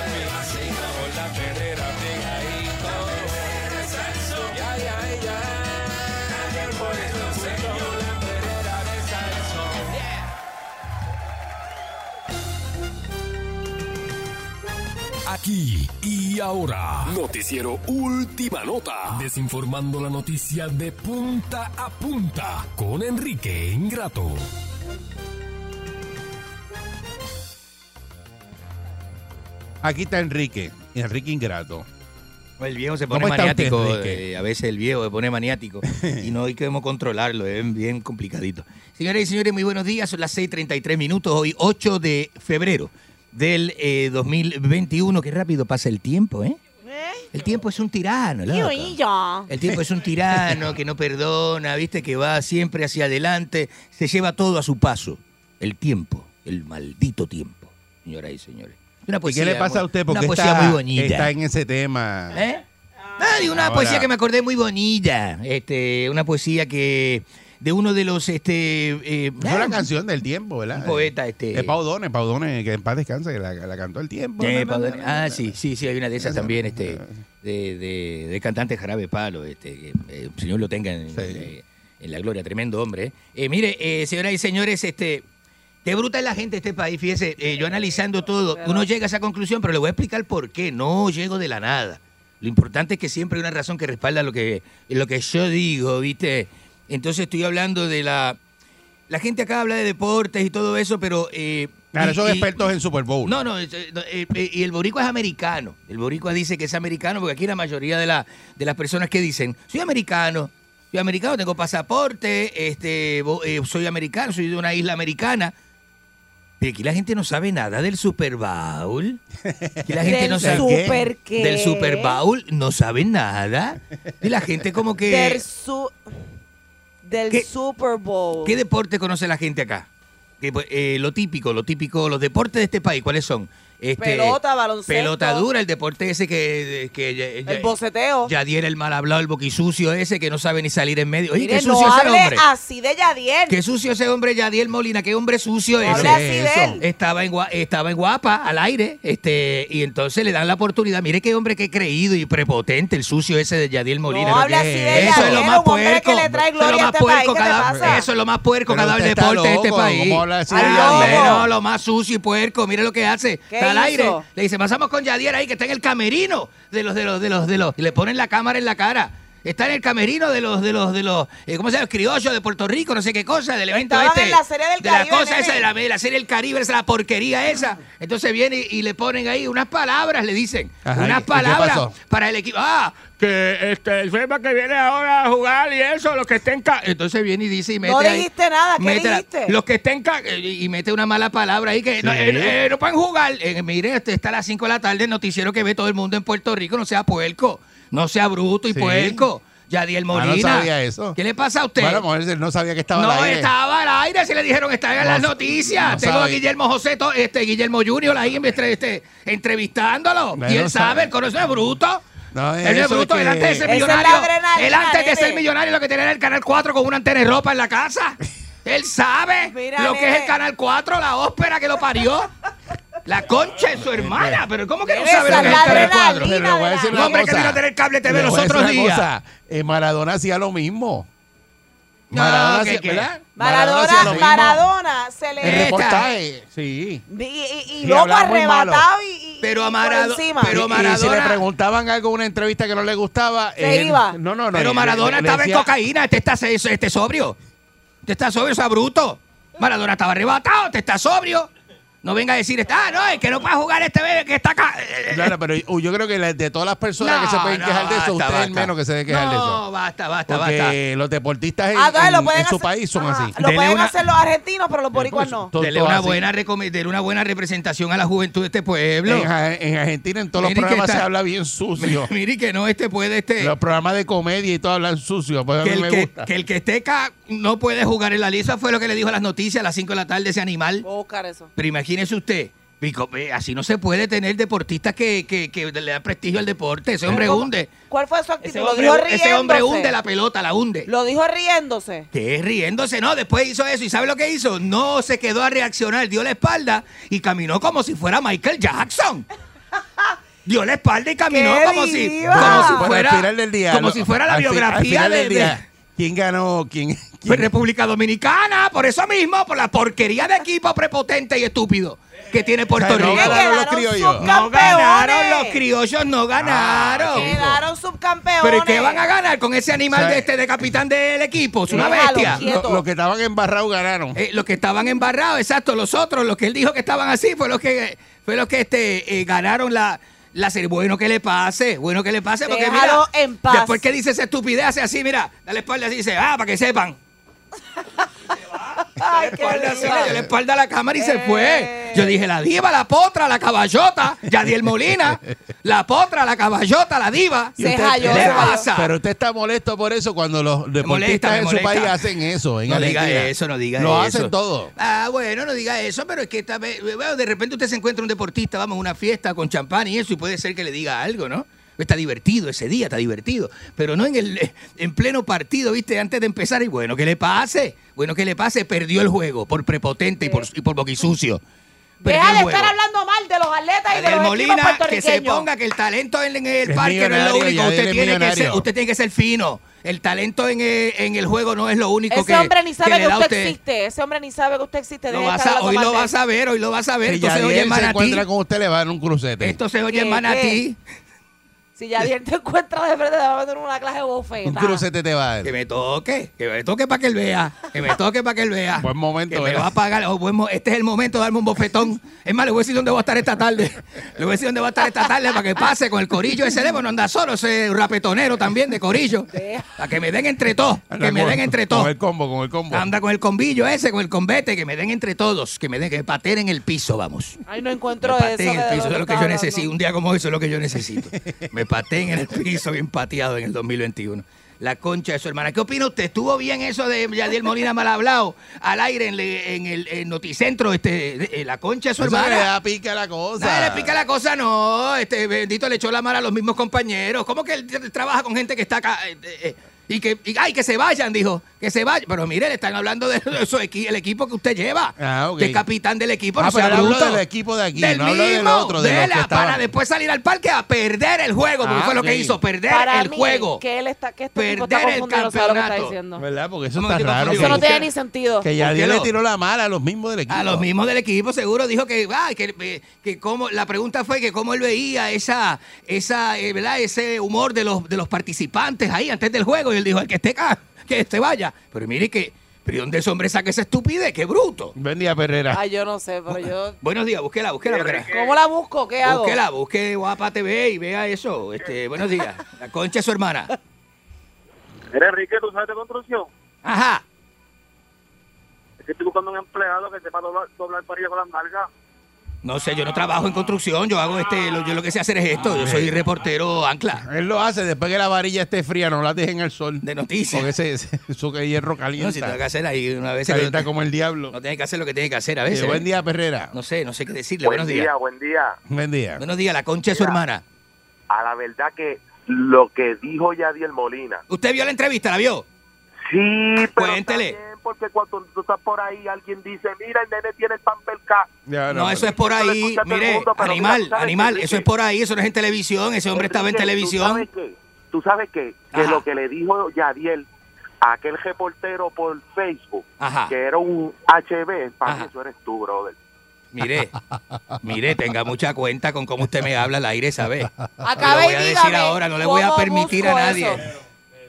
S2: me vacila con la perrera pegadito. Ay, ay, ay, por eso se llama la perrera de Salsón.
S14: Aquí y ahora, noticiero Última Nota, desinformando la noticia de punta a punta con Enrique Ingrato.
S1: Aquí está Enrique, Enrique Ingrato.
S11: El viejo se
S1: ¿Cómo
S11: pone
S1: está usted,
S11: maniático.
S1: Enrique?
S11: eh, a veces el viejo se pone maniático. y no hay que cómo controlarlo. Es bien complicadito. Señoras y señores, muy buenos días. Son las 6:33 minutos. Hoy, 8 de febrero del eh, 2021. Qué rápido pasa el tiempo, ¿eh? El tiempo es un tirano, loco.
S4: Yo y yo.
S11: El tiempo es un tirano que no perdona, viste, que va siempre hacia adelante, se lleva todo a su paso. El tiempo, el maldito tiempo, señoras y señores.
S1: ¿Y
S11: Una
S1: qué
S11: poesía
S1: le pasa a
S11: muy-
S1: usted?
S11: Una
S1: Porque
S11: poesía
S1: está,
S11: muy bonita.
S1: está en ese tema.
S11: ¿Eh? Ah, de una
S1: Ahora.
S11: poesía que me acordé muy bonita. Este, una poesía que de uno de los este eh,
S1: Fue una canción del tiempo, ¿verdad?
S11: Un poeta este.
S1: De Paudones, Paudones, que en paz descanse, que la, la cantó el tiempo.
S11: Eh,
S1: Na, na, na,
S11: Paudones.
S1: na,
S11: Ah,
S1: na.
S11: sí, sí, sí, hay una de esas también, este, de, de, de cantante Jarabe Palo, este, que eh, el señor lo tenga en, eh, en la gloria, tremendo hombre. ¿eh? Eh, mire, eh, señoras y señores, este, de bruta es la gente de este país, fíjese, eh, yo analizando todo, uno llega a esa conclusión, pero le voy a explicar por qué, no llego de la nada. Lo importante es que siempre hay una razón que respalda lo que, lo que yo digo, ¿viste? Entonces estoy hablando de la... La gente acá habla de deportes y todo eso, pero... eh,
S1: Claro,
S11: y-
S1: son
S11: y-
S1: expertos en Super Bowl.
S11: no, no, es- eh, no, eh, eh, y el boricua es americano. El boricua dice que es americano porque aquí la mayoría de, la- de las personas que dicen, soy americano, soy americano, tengo pasaporte, este, bo- eh, soy americano, soy de una isla americana. Pero aquí la gente no sabe nada del Super Bowl. Aquí la gente
S4: ¿Del
S11: no sabe
S4: Super qué?
S11: Del Super Bowl no sabe nada. Y la gente como que...
S4: Del, su- del Super Bowl.
S11: ¿Qué deporte conoce la gente acá? Que, pues, eh, lo típico, lo típico, los deportes de este país, ¿cuáles son? Este,
S4: Pelota, baloncesto.
S11: Pelota dura, el deporte ese que... que ya-
S4: El
S11: ya-
S4: boceteo.
S11: Yadier el mal hablado, el boquisucio ese que no sabe ni salir en medio. Oye,
S4: Mire,
S11: qué sucio
S4: no
S11: ese
S4: hable
S11: hombre.
S4: así de Yadier.
S11: Qué sucio ese hombre, Yadier Molina, qué hombre sucio
S4: No
S11: ese.
S4: hable así de
S11: Eso.
S4: él.
S11: Estaba en, gua- estaba en guapa, al aire, este, y entonces le dan la oportunidad. Mire qué hombre que he creído y prepotente, el sucio ese de Yadier Molina.
S4: No
S11: ¿no?
S4: hable
S11: ¿Qué
S4: así de
S11: es? Eso
S4: Yadier,
S11: es lo más
S4: un hombre que
S11: puerco.
S4: le trae
S11: Eso es lo
S4: gloria a este
S11: más
S4: país,
S11: puerco
S4: ¿qué te
S11: cada-
S4: pasa?
S11: Eso es lo más puerco
S1: Pero
S11: cada
S1: usted
S11: del
S1: está
S11: deporte de este
S1: loco,
S11: país.
S1: ¿cómo habla así de
S11: Ay,
S1: Yadier?
S11: hombre,
S1: loco.
S11: no, lo más sucio y puerco. Mire lo que hace.
S4: ¿Qué
S11: Está al aire.
S4: hizo?
S11: Le dice, pasamos con Yadier ahí, que está en el camerino de los, de los, de los, de los. Y le ponen la cámara en la cara. Está en el camerino de los, de los, de los, eh, ¿cómo se llama? Criollos de Puerto Rico, no sé qué cosa, del evento
S4: Estaban
S11: este.
S4: en la Serie del
S11: de
S4: Caribe,
S11: la cosa
S4: nene.
S11: esa, de la, de la serie del Caribe, esa la porquería esa. Entonces viene y, y le ponen ahí unas palabras, le dicen.
S1: Ajá, ¿y-
S11: unas
S1: y qué
S11: palabras
S1: pasó?
S11: para el equipo. Ah, que este, el FEMA que viene ahora a jugar y eso, los que estén... ca- Entonces viene y dice y mete
S4: No
S11: ahí-
S4: dijiste nada, ¿qué
S11: mete la-
S4: dijiste?
S11: Los que estén... ca- eh, Y y mete una mala palabra ahí que... No,
S1: Sí.
S11: eh, eh, no pueden jugar. Eh, mire, este está a las 5 de la tarde el noticiero que ve todo el mundo en Puerto Rico. No sea puerco. No sea bruto y
S1: Sí.
S11: puerco. Yadiel
S1: Ah,
S11: Molina.
S1: no sabía eso.
S11: ¿Qué le pasa a usted?
S1: Bueno, a lo mejor él no sabía que estaba
S11: no
S1: al aire.
S11: estaba al aire, si le dijeron estaba
S1: No
S11: en las
S1: sa-
S11: noticias.
S1: no
S11: Tengo a
S1: sabe.
S11: Guillermo José, to- este Guillermo Junior ahí entre- este, entrevistándolo.
S1: Bueno,
S11: y él
S1: no
S11: sabe,
S1: sabe.
S11: él conoce, no es bruto.
S1: No,
S11: Él no es
S1: eso
S11: bruto,
S1: que-
S11: él antes de ser
S4: Esa es la
S11: millonario.
S4: adrenalina,
S11: él antes de ser
S4: nene.
S11: millonario lo que tenía era el Canal 4 con una antena de ropa en la casa. Él sabe
S4: Mira,
S11: lo que es
S4: nene.
S11: el Canal 4, la ópera que lo parió. La concha de su hermana, pero ¿cómo que no
S4: Esa
S11: sabe lo
S4: es
S11: que es
S4: la
S11: el Canal
S4: adrenalina
S11: 4?
S4: de
S1: Pero le voy a decir
S11: Un
S1: una
S11: hombre que
S1: cosa.
S11: vino a tener cable TV
S1: Le
S11: los
S1: voy a decir
S11: otros
S1: una
S11: días.
S1: cosa. Eh, Maradona hacía lo mismo.
S11: No,
S1: Maradona,
S11: ¿qué,
S1: hacía-
S11: qué?
S1: ¿verdad? hacía lo
S4: Maradona,
S1: mismo.
S4: Maradona se
S1: El
S4: le.
S1: reportaje. Sí.
S4: Y, y, y
S1: Sí,
S4: loco
S1: hablaba muy malo.
S4: arrebatado y, y-
S11: Pero a
S4: y por
S11: Marado-
S4: encima.
S11: pero
S1: Y-
S11: Maradona-
S1: Y si le preguntaban algo en una entrevista que no le gustaba.
S4: Se
S1: él-
S4: iba.
S1: Eh, No, no, no.
S11: Pero
S1: él-
S11: Maradona
S1: le- le
S11: estaba en
S1: decía-
S11: cocaína, este está, se- este sobrio. Este está sobrio, está bruto. Maradona estaba arrebatado, este está sobrio. No venga a decir, ah, no, el que no puede jugar este bebé que está acá.
S1: Claro, pero uh, yo creo que la- de todas las personas
S11: No,
S1: que se pueden
S11: no,
S1: quejar de eso,
S11: basta,
S1: usted es el
S11: basta.
S1: menos que se debe quejar de eso.
S11: No, basta, basta,
S1: Porque
S11: basta.
S1: los deportistas en,
S4: Ah, dale, lo
S1: en-
S4: pueden
S1: en su
S4: hacer-
S1: país son así.
S4: Lo pueden hacer los argentinos, pero los boricuas no.
S1: todo-
S11: Dele
S1: todo
S11: una,
S1: así.
S11: buena recome- dele una buena representación a la juventud de este pueblo.
S1: En, Ja- en Argentina en todos los
S11: Mire que
S1: programas
S11: está-
S1: se habla bien sucio.
S11: Mire que no, este puede, este...
S1: Los programas de comedia y todo hablan sucio. Pues
S11: que,
S1: a mí
S11: el
S1: me
S11: que,
S1: gusta.
S11: que el que esté ca- no puede jugar en la lista fue lo que le dijo a las noticias a las 5 de la tarde ese animal.
S4: Voy a buscar eso.
S11: Pero imagínese usted, pico, eh, así no se puede tener deportistas que, que- que le da prestigio al deporte. Ese hombre
S4: ¿Cómo?
S11: hunde.
S4: ¿Cuál fue su actitud?
S11: Ese
S4: Lo
S11: hombre,
S4: dijo
S11: ese hombre
S4: riéndose.
S11: hunde la pelota, la hunde.
S4: Lo dijo riéndose.
S11: Que es riéndose, no, después hizo eso. ¿Y sabe lo que hizo? No se quedó a reaccionar, dio la espalda y caminó como si fuera Michael Jackson. Dio la espalda y caminó
S1: ¡Qué
S11: como si,
S1: diva!
S11: como si
S1: Bueno,
S11: fuera,
S1: al final del día,
S11: como
S1: lo-
S11: si fuera la
S1: al fi- al
S11: biografía
S1: final
S11: de,
S1: del
S11: de-
S1: día, ¿Quién ganó? ¿Quién?
S11: Fue República Dominicana, por eso mismo, por la porquería de equipo prepotente y estúpido que tiene Puerto
S1: O sea, no
S11: Rico.
S1: ganaron los criollos.
S11: No ganaron los criollos, no
S1: Ah,
S11: ganaron.
S4: Quedaron subcampeones.
S11: Pero ¿y qué van a ganar con ese animal
S1: O sea,
S11: de este de capitán del equipo? Es una
S1: Déjalo
S11: bestia. Eh,
S1: quieto. Lo- los que estaban embarrados ganaron.
S11: los que estaban embarrados, exacto. Los otros, los que él dijo que estaban así, fue los que fue los que este eh, ganaron la la serie. Bueno que le pase, bueno que le pase porque
S4: Déjalo
S11: mira,
S4: en paz.
S11: después que dice esa estupidez hace así, mira, dale espalda así y dice, "Ah, para que sepan."
S4: Ay, qué Eh.
S11: espalda así,
S4: diva.
S11: le dio la espalda a la cámara y se fue. Yo dije, la diva, la potra, la caballota, Yadiel Molina, la potra, la caballota, la diva.
S1: Y usted-
S11: ¿Qué le pasa?
S1: Pero usted está molesto por eso cuando los deportistas
S11: molesta, me
S1: en su
S11: molesta.
S1: país hacen eso. En
S11: No diga
S1: Argentina.
S11: eso, no diga
S1: Lo
S11: eso.
S1: hacen todo.
S11: Ah, bueno, no diga eso, pero es que esta vez- bueno, de repente usted se encuentra un deportista, vamos, a una fiesta con champán y eso, y puede ser que le diga algo, ¿no? Está divertido ese día, está divertido. Pero no en el en pleno partido, ¿viste? Antes de empezar, y bueno, que le pase, bueno, que le pase, perdió el juego por prepotente y por, y por boquisucio. Perdió
S4: Deja
S11: el
S4: de
S11: juego.
S4: estar hablando mal de los atletas y de
S11: Yadier
S4: los equipos
S11: Molina, que
S4: puertorriqueños.
S11: se ponga que el talento en, en el
S1: Es
S11: parque no es lo
S1: millonario,
S11: único.
S1: Yadier
S11: Usted
S1: es
S11: tiene, que ser,
S1: millonario.
S11: usted tiene que ser fino. El talento en, eh, en el juego no es lo único
S4: Ese
S11: que,
S4: hombre ni sabe
S11: que le
S4: que
S11: da a
S4: usted,
S11: usted.
S4: existe. Ese hombre ni sabe que usted existe.
S11: Lo
S4: Deja de
S11: vas
S4: estar
S11: a- hoy
S4: hablando
S11: lo
S4: mal
S11: vas a ver, hoy lo vas a ver.
S1: Si
S11: Entonces, oye,
S1: Yadiel se
S11: Manatí.
S1: encuentra con usted, le va a dar un crucete.
S11: Esto se
S4: ¿Qué,
S11: oye, Manatí.
S4: de él. Si Yadier te encuentra de frente, te va a meter una clase de
S1: Un
S4: bofeta.
S1: crucete te va a dar.
S11: Que me toque, que me toque para que él vea. Que me toque para que él vea.
S1: Buen momento,
S11: Que me
S1: ¿verdad?
S11: va a pagar. oh, buen mo- este es el momento de darme un bofetón. Es más, le voy a decir dónde voy a estar esta tarde. Le voy a decir dónde voy a estar esta tarde para que pase con el corillo ese de, bueno, anda solo, ese rapetonero también de corillo. Para que me den entre todos.
S1: Anda
S11: Que me
S1: con-
S11: den entre todos.
S1: Con el combo, con el combo.
S11: Anda con el combillo ese, con el combete, que me den entre todos, que me den, que me pateen en el piso, vamos.
S4: Ay, no
S11: Me
S4: encuentro eso.
S11: pateen en
S4: de
S11: el
S4: lo
S11: piso, eso es lo que
S4: estaba
S11: yo
S4: hablando.
S11: necesito. Un día como hoy, eso es lo que yo necesito. Me pateen en el piso, bien pateado en el 2021. La concha de su hermana. ¿Qué opina usted? ¿Estuvo bien eso de Yadiel Molina mal hablado al aire en, le- en el en Noticentro? Este, de- eh, la concha de su
S1: Eso
S11: hermana.
S1: que le da pica a la cosa.
S11: Nadie le pica la cosa, no. Este bendito le echó la mano a los mismos compañeros. ¿Cómo que él tra- trabaja con gente que está acá? eh, eh, eh, y que, y- ay, que se vayan, dijo. Que se vayan. Pero mire, le están hablando de su equi- el equipo que usted lleva.
S1: Ah, ok.
S11: Que es capitán del equipo.
S1: Ah,
S11: no sea
S1: pero él habló
S11: bruto.
S1: del equipo de aquí,
S11: Del
S1: no habló del
S11: mismo,
S1: otro, de los
S11: la-
S1: que estaban.
S11: Para después salir al parque a perder el juego. Porque
S1: Ah,
S11: fue lo que
S1: ok.
S11: hizo, perder
S4: Para
S11: el
S4: mí,
S11: juego.
S4: Que él está, que este tipo está
S11: Perder el
S4: confundido, sabe lo que está
S11: campeonato.
S4: diciendo.
S1: ¿Verdad? Porque eso
S11: Un
S1: está
S11: momentito,
S1: raro.
S11: Julio.
S4: Eso no
S11: ¿Por qué?
S4: tiene ni sentido.
S1: Que
S11: ¿Por qué
S1: Yadiel
S11: no?
S1: le tiró la mala a los mismos del equipo.
S11: A los mismos del equipo, seguro dijo que, ay, que, eh, que cómo, la pregunta fue que cómo él veía esa, esa, eh, ¿verdad? ese humor de los, de los participantes ahí antes del juego. Y él dijo, el que esté acá, que este vaya. Pero mire que, pero ¿y dónde ese hombre saca esa estupidez? ¡Qué bruto!
S1: Buen día, Perrera.
S4: Ay, yo no sé, pero yo.
S11: Buenos días, búsquela, búsquela. búsquela.
S4: ¿Cómo la busco? ¿Qué hago?
S11: Búsquela, busque Guapa TV y vea eso. Este, buenos días. La concha es su hermana.
S25: Mira, Enrique, ¿tú sabes de construcción?
S11: Ajá.
S25: Es que estoy buscando un empleado que sepa doblar, doblar parilla con las nalgas.
S11: No sé, yo no trabajo en construcción, yo hago este, lo- yo lo que sé hacer es esto, yo soy reportero ancla.
S1: Él lo hace después que la varilla esté fría, no la dejen al sol.
S11: De noticias.
S1: Porque ese, ese- eso que hierro calienta.
S11: No, si tengo que hacer ahí una vez.
S1: Calienta como el diablo.
S11: No tiene que hacer lo que tiene que hacer a veces.
S1: Eh, buen
S11: ¿eh?
S1: día, Perrera.
S11: No sé, no sé qué decirle.
S25: Buen
S11: Buenos
S25: día,
S11: días.
S25: buen día.
S1: Buen día.
S11: Buenos días, la concha de su
S25: Mira.
S11: hermana.
S25: A la verdad que lo que dijo Yadiel Molina.
S11: ¿Usted vio la entrevista? ¿La vio?
S25: Sí, pero
S11: Cuéntele.
S25: también porque cuando tú estás por ahí alguien dice, mira, el nene tiene el pamperca.
S1: Ya,
S11: No, eso es por
S25: Eso le
S11: ahí.
S25: escucha a todo el
S11: Mire,
S25: mundo, pero
S11: animal,
S25: mira, ¿sabes
S11: animal,
S25: qué,
S11: eso es
S25: Enrique?
S11: por ahí, eso no es en televisión, ese hombre estaba en televisión.
S25: ¿Tú sabes qué? ¿Tú sabes qué? Que
S11: Ajá.
S25: lo que le dijo Yadiel a aquel reportero por Facebook,
S11: Ajá.
S25: que era un HB, para
S11: Ajá.
S25: mí eso eres tú, brother.
S11: Mire, mire, tenga mucha cuenta con cómo usted me habla al aire, ¿sabe?
S4: Acabe
S11: no le voy
S4: y
S11: a decir
S4: dígame
S11: ahora, no le voy a
S4: cómo
S11: permitir a
S4: busco
S11: nadie.
S4: eso.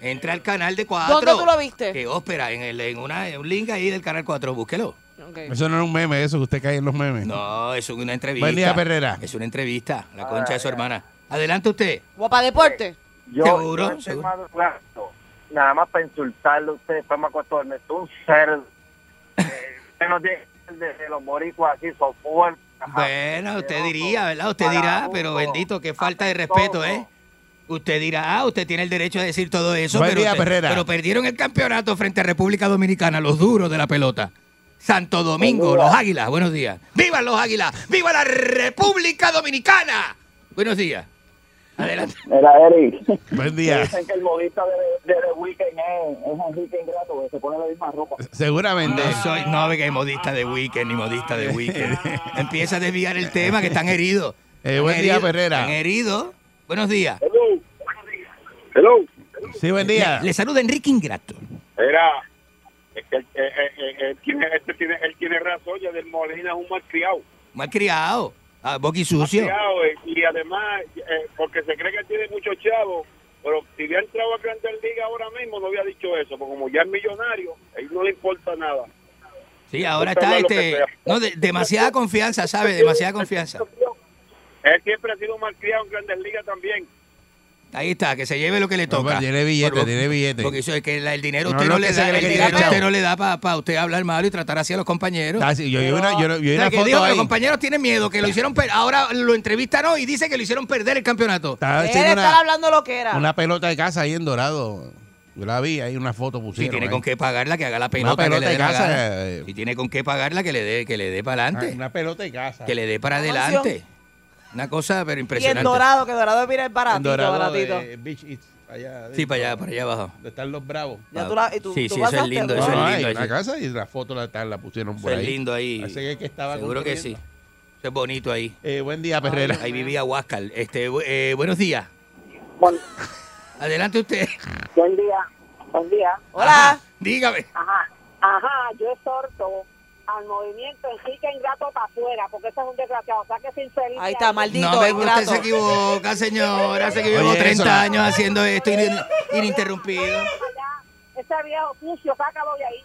S11: Entra al canal de oh, 4.
S4: ¿Dónde tú lo viste?
S11: Que ópera, en, el, en, una, en un link ahí del canal 4, búsquelo.
S4: Ok.
S1: Eso no era un meme, eso que usted cae en los memes.
S11: No, es una entrevista.
S1: Buen día, Perrera.
S11: Es una entrevista, la concha de su hermana. Adelante usted.
S4: Guapa Deporte.
S8: Eh, Yo,
S11: Seguro,
S8: yo
S11: seguro.
S8: más gasto, nada más para insultarlo a usted, después me acostó a dormir. Tú un cerdo. Eh, usted no tiene que ser de los boricuas así, son fuertes.
S11: Bueno, usted diría, ¿verdad? Usted dirá, pero bendito, qué falta de respeto, ¿eh? Usted dirá, ah, usted tiene el derecho a decir todo eso,
S1: Buen
S11: pero,
S1: día,
S11: usted-
S1: Perrera.
S11: pero perdieron el campeonato frente a República Dominicana, los duros de la pelota. Santo Domingo, los Águilas, buenos días. ¡Viva los Águilas! ¡Viva la República Dominicana! Buenos días. Adelante.
S26: Era Eric.
S1: Buen día.
S8: Dicen que el modista de, de The Weeknd es, es Enrique Ingrato, que se pone la misma ropa.
S1: Seguramente.
S11: No soy, no, que es modista de weekend ni modista de weekend. Empieza a desviar el tema que están heridos.
S1: Eh, buen
S11: Están
S1: día,
S11: heridos,
S1: Perrera.
S11: Están heridos. Buenos días.
S12: Hello.
S1: Sí, buen día.
S11: Le, le saluda Enrique Ingrato.
S12: Era, es que, eh, eh, eh, él, tiene, este tiene, él tiene razón, ya del Molina es un malcriado.
S11: Malcriado. Ah, boqui sucio.
S12: Malcriado, eh, y además, eh, porque se cree que tiene muchos chavos, pero si hubiera entrado a Grandes Ligas ahora mismo no había dicho eso, porque como ya es millonario, a él no le importa nada.
S11: Sí, ahora
S12: Usted
S11: está
S12: habla lo que
S11: este.
S12: sea.
S11: No, de- demasiada confianza, ¿sabe? Demasiada confianza.
S12: Él siempre ha sido un malcriado en Grandes Ligas también.
S11: Ahí está, que se lleve lo que le toca.
S1: pero tiene billete,
S11: Por-
S1: tiene billete.
S11: Porque eso es que la- el dinero
S1: No lo
S11: usted no,
S1: que
S11: le
S1: se
S11: da,
S1: cree
S11: el
S1: que tiene
S11: dinero
S1: chavo.
S11: usted no le da para usted hablar mal y tratar así a los compañeros.
S1: Ah, sí, yo vi una- yo- yo vi
S11: O sea,
S1: una
S11: que
S1: foto
S11: dijo que
S1: ahí.
S11: los compañeros tienen miedo, que lo hicieron per- ahora lo entrevistaron y dice que lo hicieron perder el campeonato.
S1: Estaba
S4: Él
S1: haciendo
S4: estar
S1: una,
S4: hablando lo que era.
S1: una pelota de casa ahí en Dorado. Yo la vi, ahí una foto
S11: Si
S1: pusieron.
S11: tiene
S1: ahí.
S11: con qué pagarla, que haga la pelota,
S1: Una
S11: que
S1: pelota
S11: le dé
S1: de
S11: la
S1: casa. eh.
S11: gana. Si tiene con qué pagarla, que le dé, que le dé para
S1: Ah,
S11: adelante.
S1: Una pelota de casa.
S11: Que le dé para
S4: Una
S11: adelante. Una cosa, pero
S4: Y el
S11: impresionante.
S4: dorado, que dorado, mira, es
S1: En
S4: baratito,
S1: Dorado,
S4: baratito.
S1: eh, Beach Eats, allá.
S11: Sí, para allá, para allá abajo.
S1: Donde están los bravos.
S4: Ya tú la- y tú- tú
S11: Ah, sí, sí, eso es
S4: pasaste,
S11: lindo,
S4: ¿no?
S11: eso
S1: No,
S11: es
S1: hay
S11: lindo.
S1: una
S11: eso-
S1: casa y la foto la, la pusieron
S11: Eso
S1: por
S11: es
S1: ahí.
S11: lindo ahí.
S1: Así que, es que estaba
S11: Seguro que sí.
S1: construyendo.
S11: Eso es bonito ahí.
S1: Eh, buen día, Perrera.
S11: Ahí vivía Huáscar. Este, bu- eh, buenos días. Adelante usted.
S21: Buen día. Buen día.
S4: Hola.
S11: Dígame.
S21: Ajá. Ajá, yo exhorto al movimiento Enrique Ingrato para afuera, porque ese es un desgraciado. Sáquese infeliz.
S4: Ahí está, maldito,
S11: No, me
S4: ingrato.
S11: usted se equivoca, señora. Se que llevo
S1: Oye,
S11: 30
S1: eso no-
S11: años haciendo esto in- ininterrumpido.
S21: Ese viejo sucio, sácalo de ahí.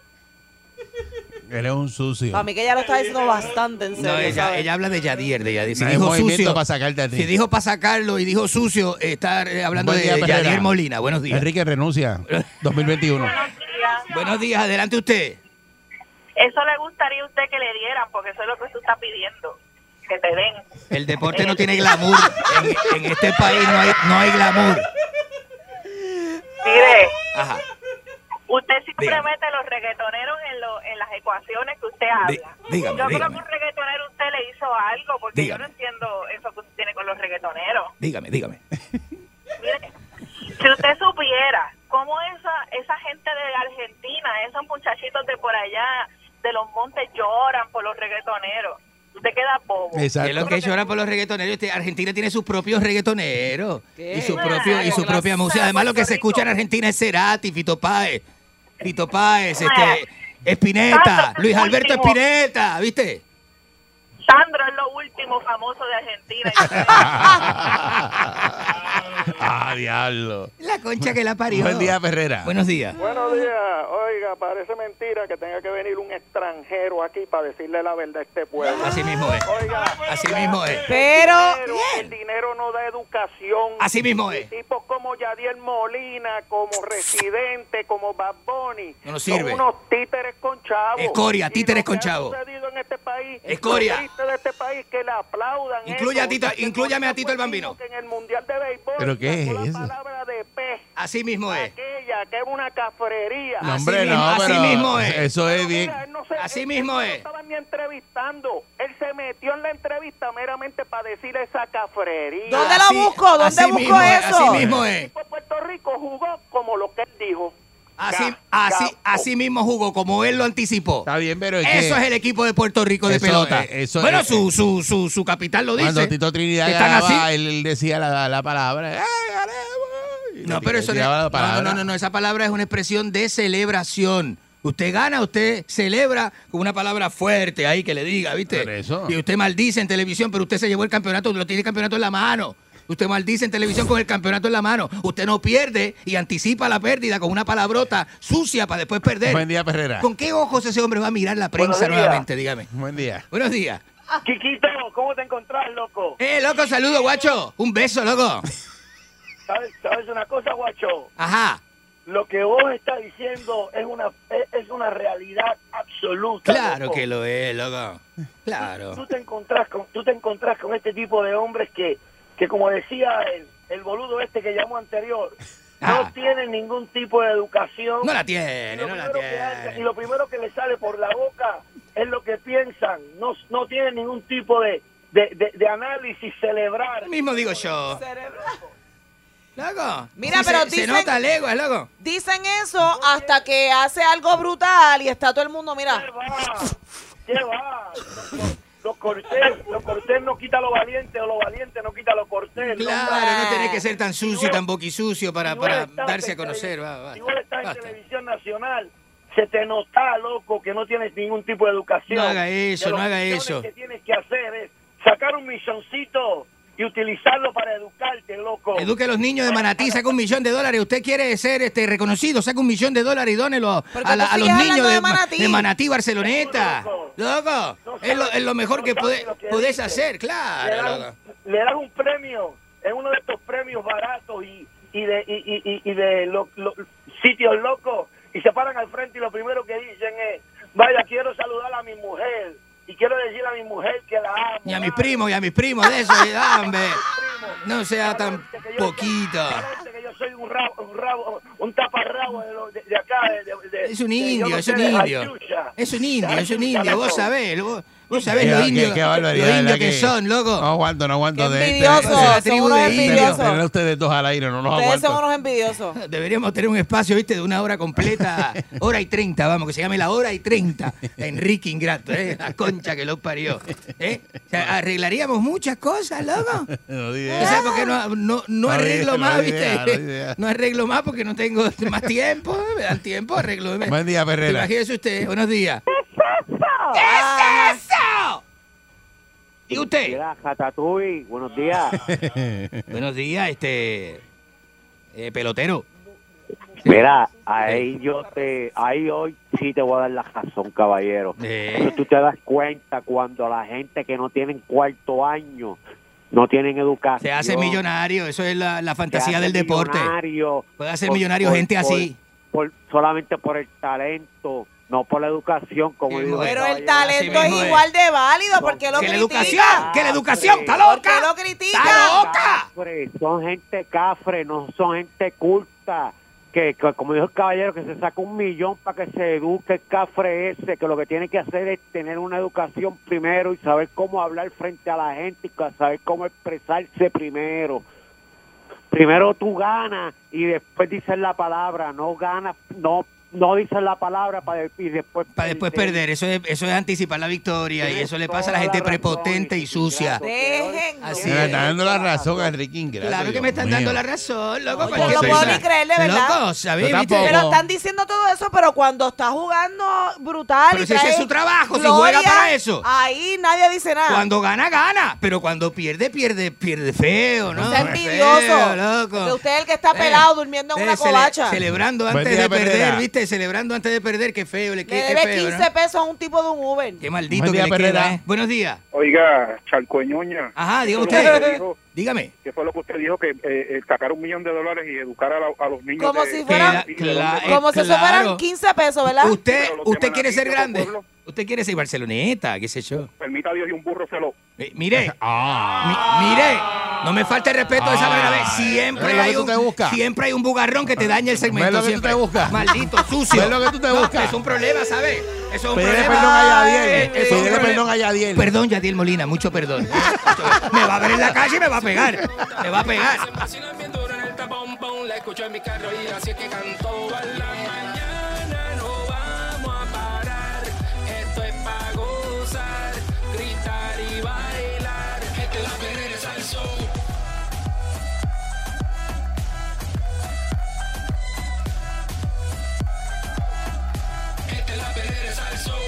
S1: Eres un sucio.
S4: Para mí que ella lo está diciendo bastante, en serio.
S11: No, ella,
S4: ¿sabes?
S11: ella habla de Yadier, de Yadier. Si
S1: No hay
S11: dijo
S1: movimiento
S11: sucio,
S1: para sacarte a ti.
S11: si dijo para sacarlo y dijo sucio, eh, está eh, hablando
S1: Buen
S11: de
S1: día, Perrera.
S11: Yadier Molina. Buenos días.
S1: Enrique renuncia. 2021.
S11: Buenos días, adelante usted.
S21: Eso le gustaría a usted que le dieran, porque eso es lo que usted está pidiendo, que te den.
S11: El deporte no tiene glamour. En, en este país no hay, no hay glamour.
S21: Mire,
S11: Ajá.
S21: usted siempre
S11: Dígame.
S21: mete los reggaetoneros en, lo, en las ecuaciones que usted
S11: Dí-
S21: habla.
S11: dígame,
S21: yo creo
S11: dígame.
S21: que un reggaetonero usted le hizo algo, porque
S11: Dígame.
S21: yo no entiendo eso que usted tiene con los reggaetoneros.
S11: Dígame, dígame.
S21: Mire, si usted supiera cómo esa, esa gente de Argentina, esos muchachitos de por allá, de los montes, lloran por los reggaetoneros. Usted queda bobo.
S11: Es lo que lloran por los reggaetoneros. Este, Argentina tiene sus propios reggaetoneros
S4: ¿Qué?
S11: y su propio y su
S4: Claro,
S11: propia
S4: claro.
S11: música. Además, lo que se escucha en Argentina es Cerati, Fito Páez, Fito Páez, este, Espineta,
S21: Tanto,
S11: Luis Alberto
S21: último.
S11: Espineta, ¿viste?
S21: Sandro es lo último famoso de Argentina.
S1: ah, diablo.
S11: La concha que la parió.
S1: Buen día, Perrera.
S11: Buenos días.
S23: Buenos días. Oiga, parece mentira que tenga que venir un extranjero aquí para decirle la verdad a este pueblo.
S11: Así mismo es.
S23: Oiga,
S11: Así mismo es.
S4: Pero,
S23: el dinero, el dinero no da educación.
S11: Así mismo es.
S23: Tipos como Yadiel Molina, como Residente, como Bad Bunny.
S11: No nos sirve.
S23: Son unos títeres con chavos.
S11: Escoria,
S23: Y
S11: títeres
S23: lo que
S11: con
S23: ha
S11: chavos.
S23: sucedido en este país,
S11: Escoria.
S23: lo triste de este país, que le aplaudan.
S11: Incluye
S23: eso.
S11: a Tito-
S23: Muchachos,
S11: inclúyame a Tito el
S23: fue
S11: Bambino.
S23: que En el Mundial de Béisbol.
S1: ¿Pero qué
S23: sacó
S1: es
S23: la
S1: eso?
S23: palabra de pez.
S11: Así mismo es.
S23: Aquella que es una cafrería.
S1: No, hombre,
S11: mismo-
S1: no,
S11: así
S1: pero
S11: mismo es.
S1: Eso es bien.
S23: Mira, él no se-
S11: Así
S23: él-
S11: mismo
S23: él
S11: es.
S23: No estaban ni entrevistando. Él se metió en la entrevista meramente para decir esa cafrería.
S4: ¿dónde
S11: Así-
S4: lo busco? ¿Dónde
S11: así
S4: busco
S11: mismo es,
S4: eso?
S11: Así mismo es.
S12: pues
S23: El tipo de Puerto Rico jugó como lo que él dijo.
S11: Así,
S23: Ca-
S11: así,
S23: capo.
S11: así mismo jugó, como él lo anticipó.
S1: Está bien, pero es
S11: Eso
S1: que
S11: es el equipo de Puerto Rico de
S1: Eso,
S11: pelota.
S1: eh, eso,
S11: bueno,
S1: eh,
S11: su, su, su, su capitán lo dice.
S1: cuando Tito Trinidad
S11: que están
S1: ganaba,
S11: así.
S1: él, él decía la, la palabra. "Ay, ganemos", y
S11: No,
S1: le
S11: pero eso no,
S1: tiraba la
S11: no,
S1: palabra.
S11: no, no, no, no, esa palabra es una expresión de celebración. Usted gana, usted celebra con una palabra fuerte ahí que le diga, ¿viste?
S1: Por eso.
S11: Y usted maldice en televisión, pero usted se llevó el campeonato, lo tiene el campeonato en la mano. Usted maldice en televisión con el campeonato en la mano. Usted no pierde y anticipa la pérdida con una palabrota sucia para después perder.
S1: Buen día, Perrera.
S11: ¿Con qué ojos ese hombre va a mirar la
S1: Buenos
S11: prensa
S1: días.
S11: nuevamente? Dígame.
S1: Buen día.
S11: Buenos días.
S4: Ah.
S12: Chiquito, ¿cómo te encontrás, loco?
S11: Eh, loco, saludo, guacho. Un beso, loco.
S12: ¿Sabes, sabes una cosa, guacho?
S11: Ajá.
S12: Lo que vos estás diciendo es una es- es una realidad absoluta.
S11: Claro
S12: loco.
S11: que lo es, loco. Claro.
S12: Tú te encontrás con tú te encontrás con este tipo de hombres que que como decía el, el boludo este que llamó anterior, no tienen ningún tipo de educación.
S11: Ah. No la tiene,
S12: Lo
S11: no la
S12: primero que hace- Y lo primero que le sale por la boca es lo que piensan. No no tienen ningún tipo de de, de- de análisis celebrar.
S11: Mismo digo yo. Loco.
S4: Mira,
S11: Sí,
S4: pero
S11: se, se
S4: dicen-
S11: nota leguas, loco.
S4: Dicen eso hasta que hace algo brutal y está todo el mundo, mira.
S12: ¿Qué va? Los cortés, los cortés no quita lo valiente, o lo valiente no quita lo cortés.
S11: Claro, no tenés que ser tan sucio y tan boquisucio para,
S12: Si
S11: para
S12: vos estás
S11: darse a
S12: en
S11: conocer.
S12: tele-
S11: va, va.
S12: Si vos estás en
S11: Basta.
S12: televisión nacional, se te nota, loco, que no tienes ningún tipo de educación.
S11: No haga eso,
S12: Que
S11: no
S12: las
S11: haga
S12: acciones
S11: eso.
S12: que tienes que hacer es sacar un milloncito y utilizarlo para educarte, loco.
S11: Eduque a los niños de Manatí, saca un millón de dólares. Usted quiere ser este reconocido, saca un millón de dólares y dónelo
S12: Porque
S11: a, la-
S12: tú
S11: a los
S12: sigues
S11: niños
S12: hablando
S11: de,
S12: de
S11: Ma-
S12: Manatí.
S11: de Manatí, Barceloneta. Loco, es lo, es lo mejor que puede- podés hacer,
S12: le,
S11: claro.
S12: das,
S11: loco.
S12: un- le das un premio, es uno de estos premios baratos y, y de, y, y- y- y de lo- lo- sitios locos, y se paran al frente y lo primero que dicen es, vaya, quiero saludar a mi mujer, y quiero decir a mi mujer que la amo.
S11: Y a mis primos, y a mis primos de eso, y- ah, hombre. No sea tan poquito.
S12: que yo soy un rabo, un rabo, un taparrabo de, lo- de- de acá. de- de- de-
S11: Es un
S12: de- yo
S11: indio,
S12: no
S11: es
S12: sé,
S11: un
S12: de
S11: indio.
S12: Ayuya.
S11: Es un indio, es un
S12: Ayuya,
S11: indio. Vos
S12: loco.
S11: sabés, vos, vos sabés
S1: Qué-
S11: lo
S1: qué-
S11: indio,
S1: qué barbaridad,
S11: lo indio
S1: ¿verdad
S11: que, son, loco.
S1: No aguanto, no aguanto de este-
S4: envidiosos,
S1: de la
S4: son unos envidiosos.
S1: Tener a ustedes dos al aire, no nos
S4: Ustedes
S1: aguanto.
S4: son unos envidiosos.
S11: Deberíamos tener un espacio, viste, de una hora completa, hora y treinta, vamos, que se llame la hora y treinta. Enrique Ingrato, ¿eh? la concha que lo parió. ¿eh? O sea, arreglaríamos muchas cosas, loco.
S1: No di
S11: ¿Tú
S1: idea.
S11: ¿Sabes por qué no, no- no
S1: No
S11: arreglo
S1: di- no
S11: más,
S1: di
S11: viste?
S1: idea, no di idea.
S11: No arreglo más porque no tengo más tiempo, ¿eh? me dan tiempo, arreglo.
S1: Buen día, Perrera.
S11: Imagínese usted, buenos días. ¿Qué es eso? ¿Y usted?
S2: Ratatouille, buenos días.
S11: Buenos días, este eh, pelotero.
S2: Mira, ahí yo te, ahí hoy sí te voy a dar la razón, caballero.
S11: Eh,
S2: Eso tú te das cuenta cuando la gente que no tienen cuarto año, no tienen educación.
S11: Se hace millonario, eso es la, la fantasía
S2: hace
S11: del deporte.
S2: millonario
S11: Puede hacer
S2: por-
S11: millonario
S2: por-
S11: gente
S2: por-
S11: así.
S2: por- solamente por el talento, no por la educación, como digo.
S4: Pero el talento es igual de válido porque lo
S2: Que la
S4: critica.
S2: educación, que la educación, está
S4: loca. Porque lo critica.
S2: Cafre, son gente cafre, no son gente culta. Que, que como dijo el caballero, que se saca un millón para que se eduque el cafre ese, que lo que tiene que hacer es tener una educación primero y saber cómo hablar frente a la gente y ca- saber cómo expresarse primero. Primero tú ganas y después dices la palabra, no ganas, no no dices la palabra para y después
S11: Para después perder, eso es, eso es anticipar la victoria y eso le pasa a la gente prepotente y sucia.
S4: Dejen.
S11: Así
S1: Me la
S11: es.
S1: está dando la razón a Enrique Ingrato.
S11: Claro que
S1: Dios
S11: me están dando
S1: mío.
S11: la razón, loco.
S4: Yo no
S11: cualquier
S4: puedo
S11: cosa.
S4: ni creerle, ¿verdad?
S11: Loco, ¿sabés?
S1: Yo
S11: ¿Viste?
S1: tampoco.
S4: Pero están diciendo todo eso, pero cuando está jugando brutal.
S11: Pero
S4: y
S11: si ese es
S4: trae
S11: su trabajo, si juega para eso.
S4: Ahí nadie dice nada.
S11: Cuando gana, gana. Pero cuando pierde, pierde, pierde feo, ¿no?
S4: No sea envidioso.
S11: Feo, loco.
S4: Que usted es el que está
S11: Eh,
S4: pelado durmiendo en
S11: eh,
S4: una
S11: cele-
S4: covacha.
S11: celebrando
S1: Buen
S11: antes
S1: día,
S11: de perder,
S1: Perrera.
S11: ¿viste? Celebrando antes de perder, qué feo le
S4: Le
S11: queda.
S4: debe
S11: Qué feo, ¿no?
S4: 15 pesos a un tipo de un Uber.
S11: Qué maldito
S1: Buen día,
S11: que le
S1: Perrera.
S11: queda, ¿eh? Buenos días.
S5: Oiga, Charcoñoña.
S11: Ajá, diga
S5: ¿qué fue lo que
S11: usted.
S5: dijo?
S11: Dígame.
S5: ¿Qué fue lo que usted dijo? Que eh, eh, sacar un millón de dólares y educar a, la- a los niños.
S4: Como
S5: de-
S4: si fueran-
S5: de- de-
S11: Cla- eh,
S4: Como si eso
S11: claro.
S4: fueran 15 pesos, ¿verdad?
S11: Usted,
S5: Pero los
S11: usted
S5: de
S11: quiere ser
S5: Manatí,
S11: grande.
S5: otro
S11: Usted quiere ser Barceloneta, qué sé yo.
S5: Permita a Dios y un burro se lo.
S11: Eh, mire,
S1: Ah.
S11: mi- mire, no me falte el respeto de esa manera. Ve,
S1: ¿Ves
S11: Siempre
S1: Ah. lo
S11: hay,
S1: que tú te
S11: un,
S1: buscas?
S11: siempre hay un bugarrón que te daña el segmento.
S1: ¿Ves lo que tú
S11: siempre.
S1: te buscas?
S11: Maldito sucio.
S1: ¿Ves lo que tú te
S11: No,
S1: buscas?
S11: Es un problema, ¿sabes? Eso es un
S1: Pídele
S11: problema.
S1: perdón a Yadiel,
S11: Eh, eso es un
S1: pídele
S11: problema.
S1: perdón a Yadiel.
S11: Perdón, Yadiel Molina, mucho perdón. me va a ver en la calle y me va a pegar. Me va a pegar.
S14: Se vacila bien duro en el tapón, pon, la escucho en mi carro y así es que cantó a la mañana. No vamos a parar, esto es para gozar, gritar y bailar. Esta es la perrera de Salsón. Esta es la perrera de Salsón.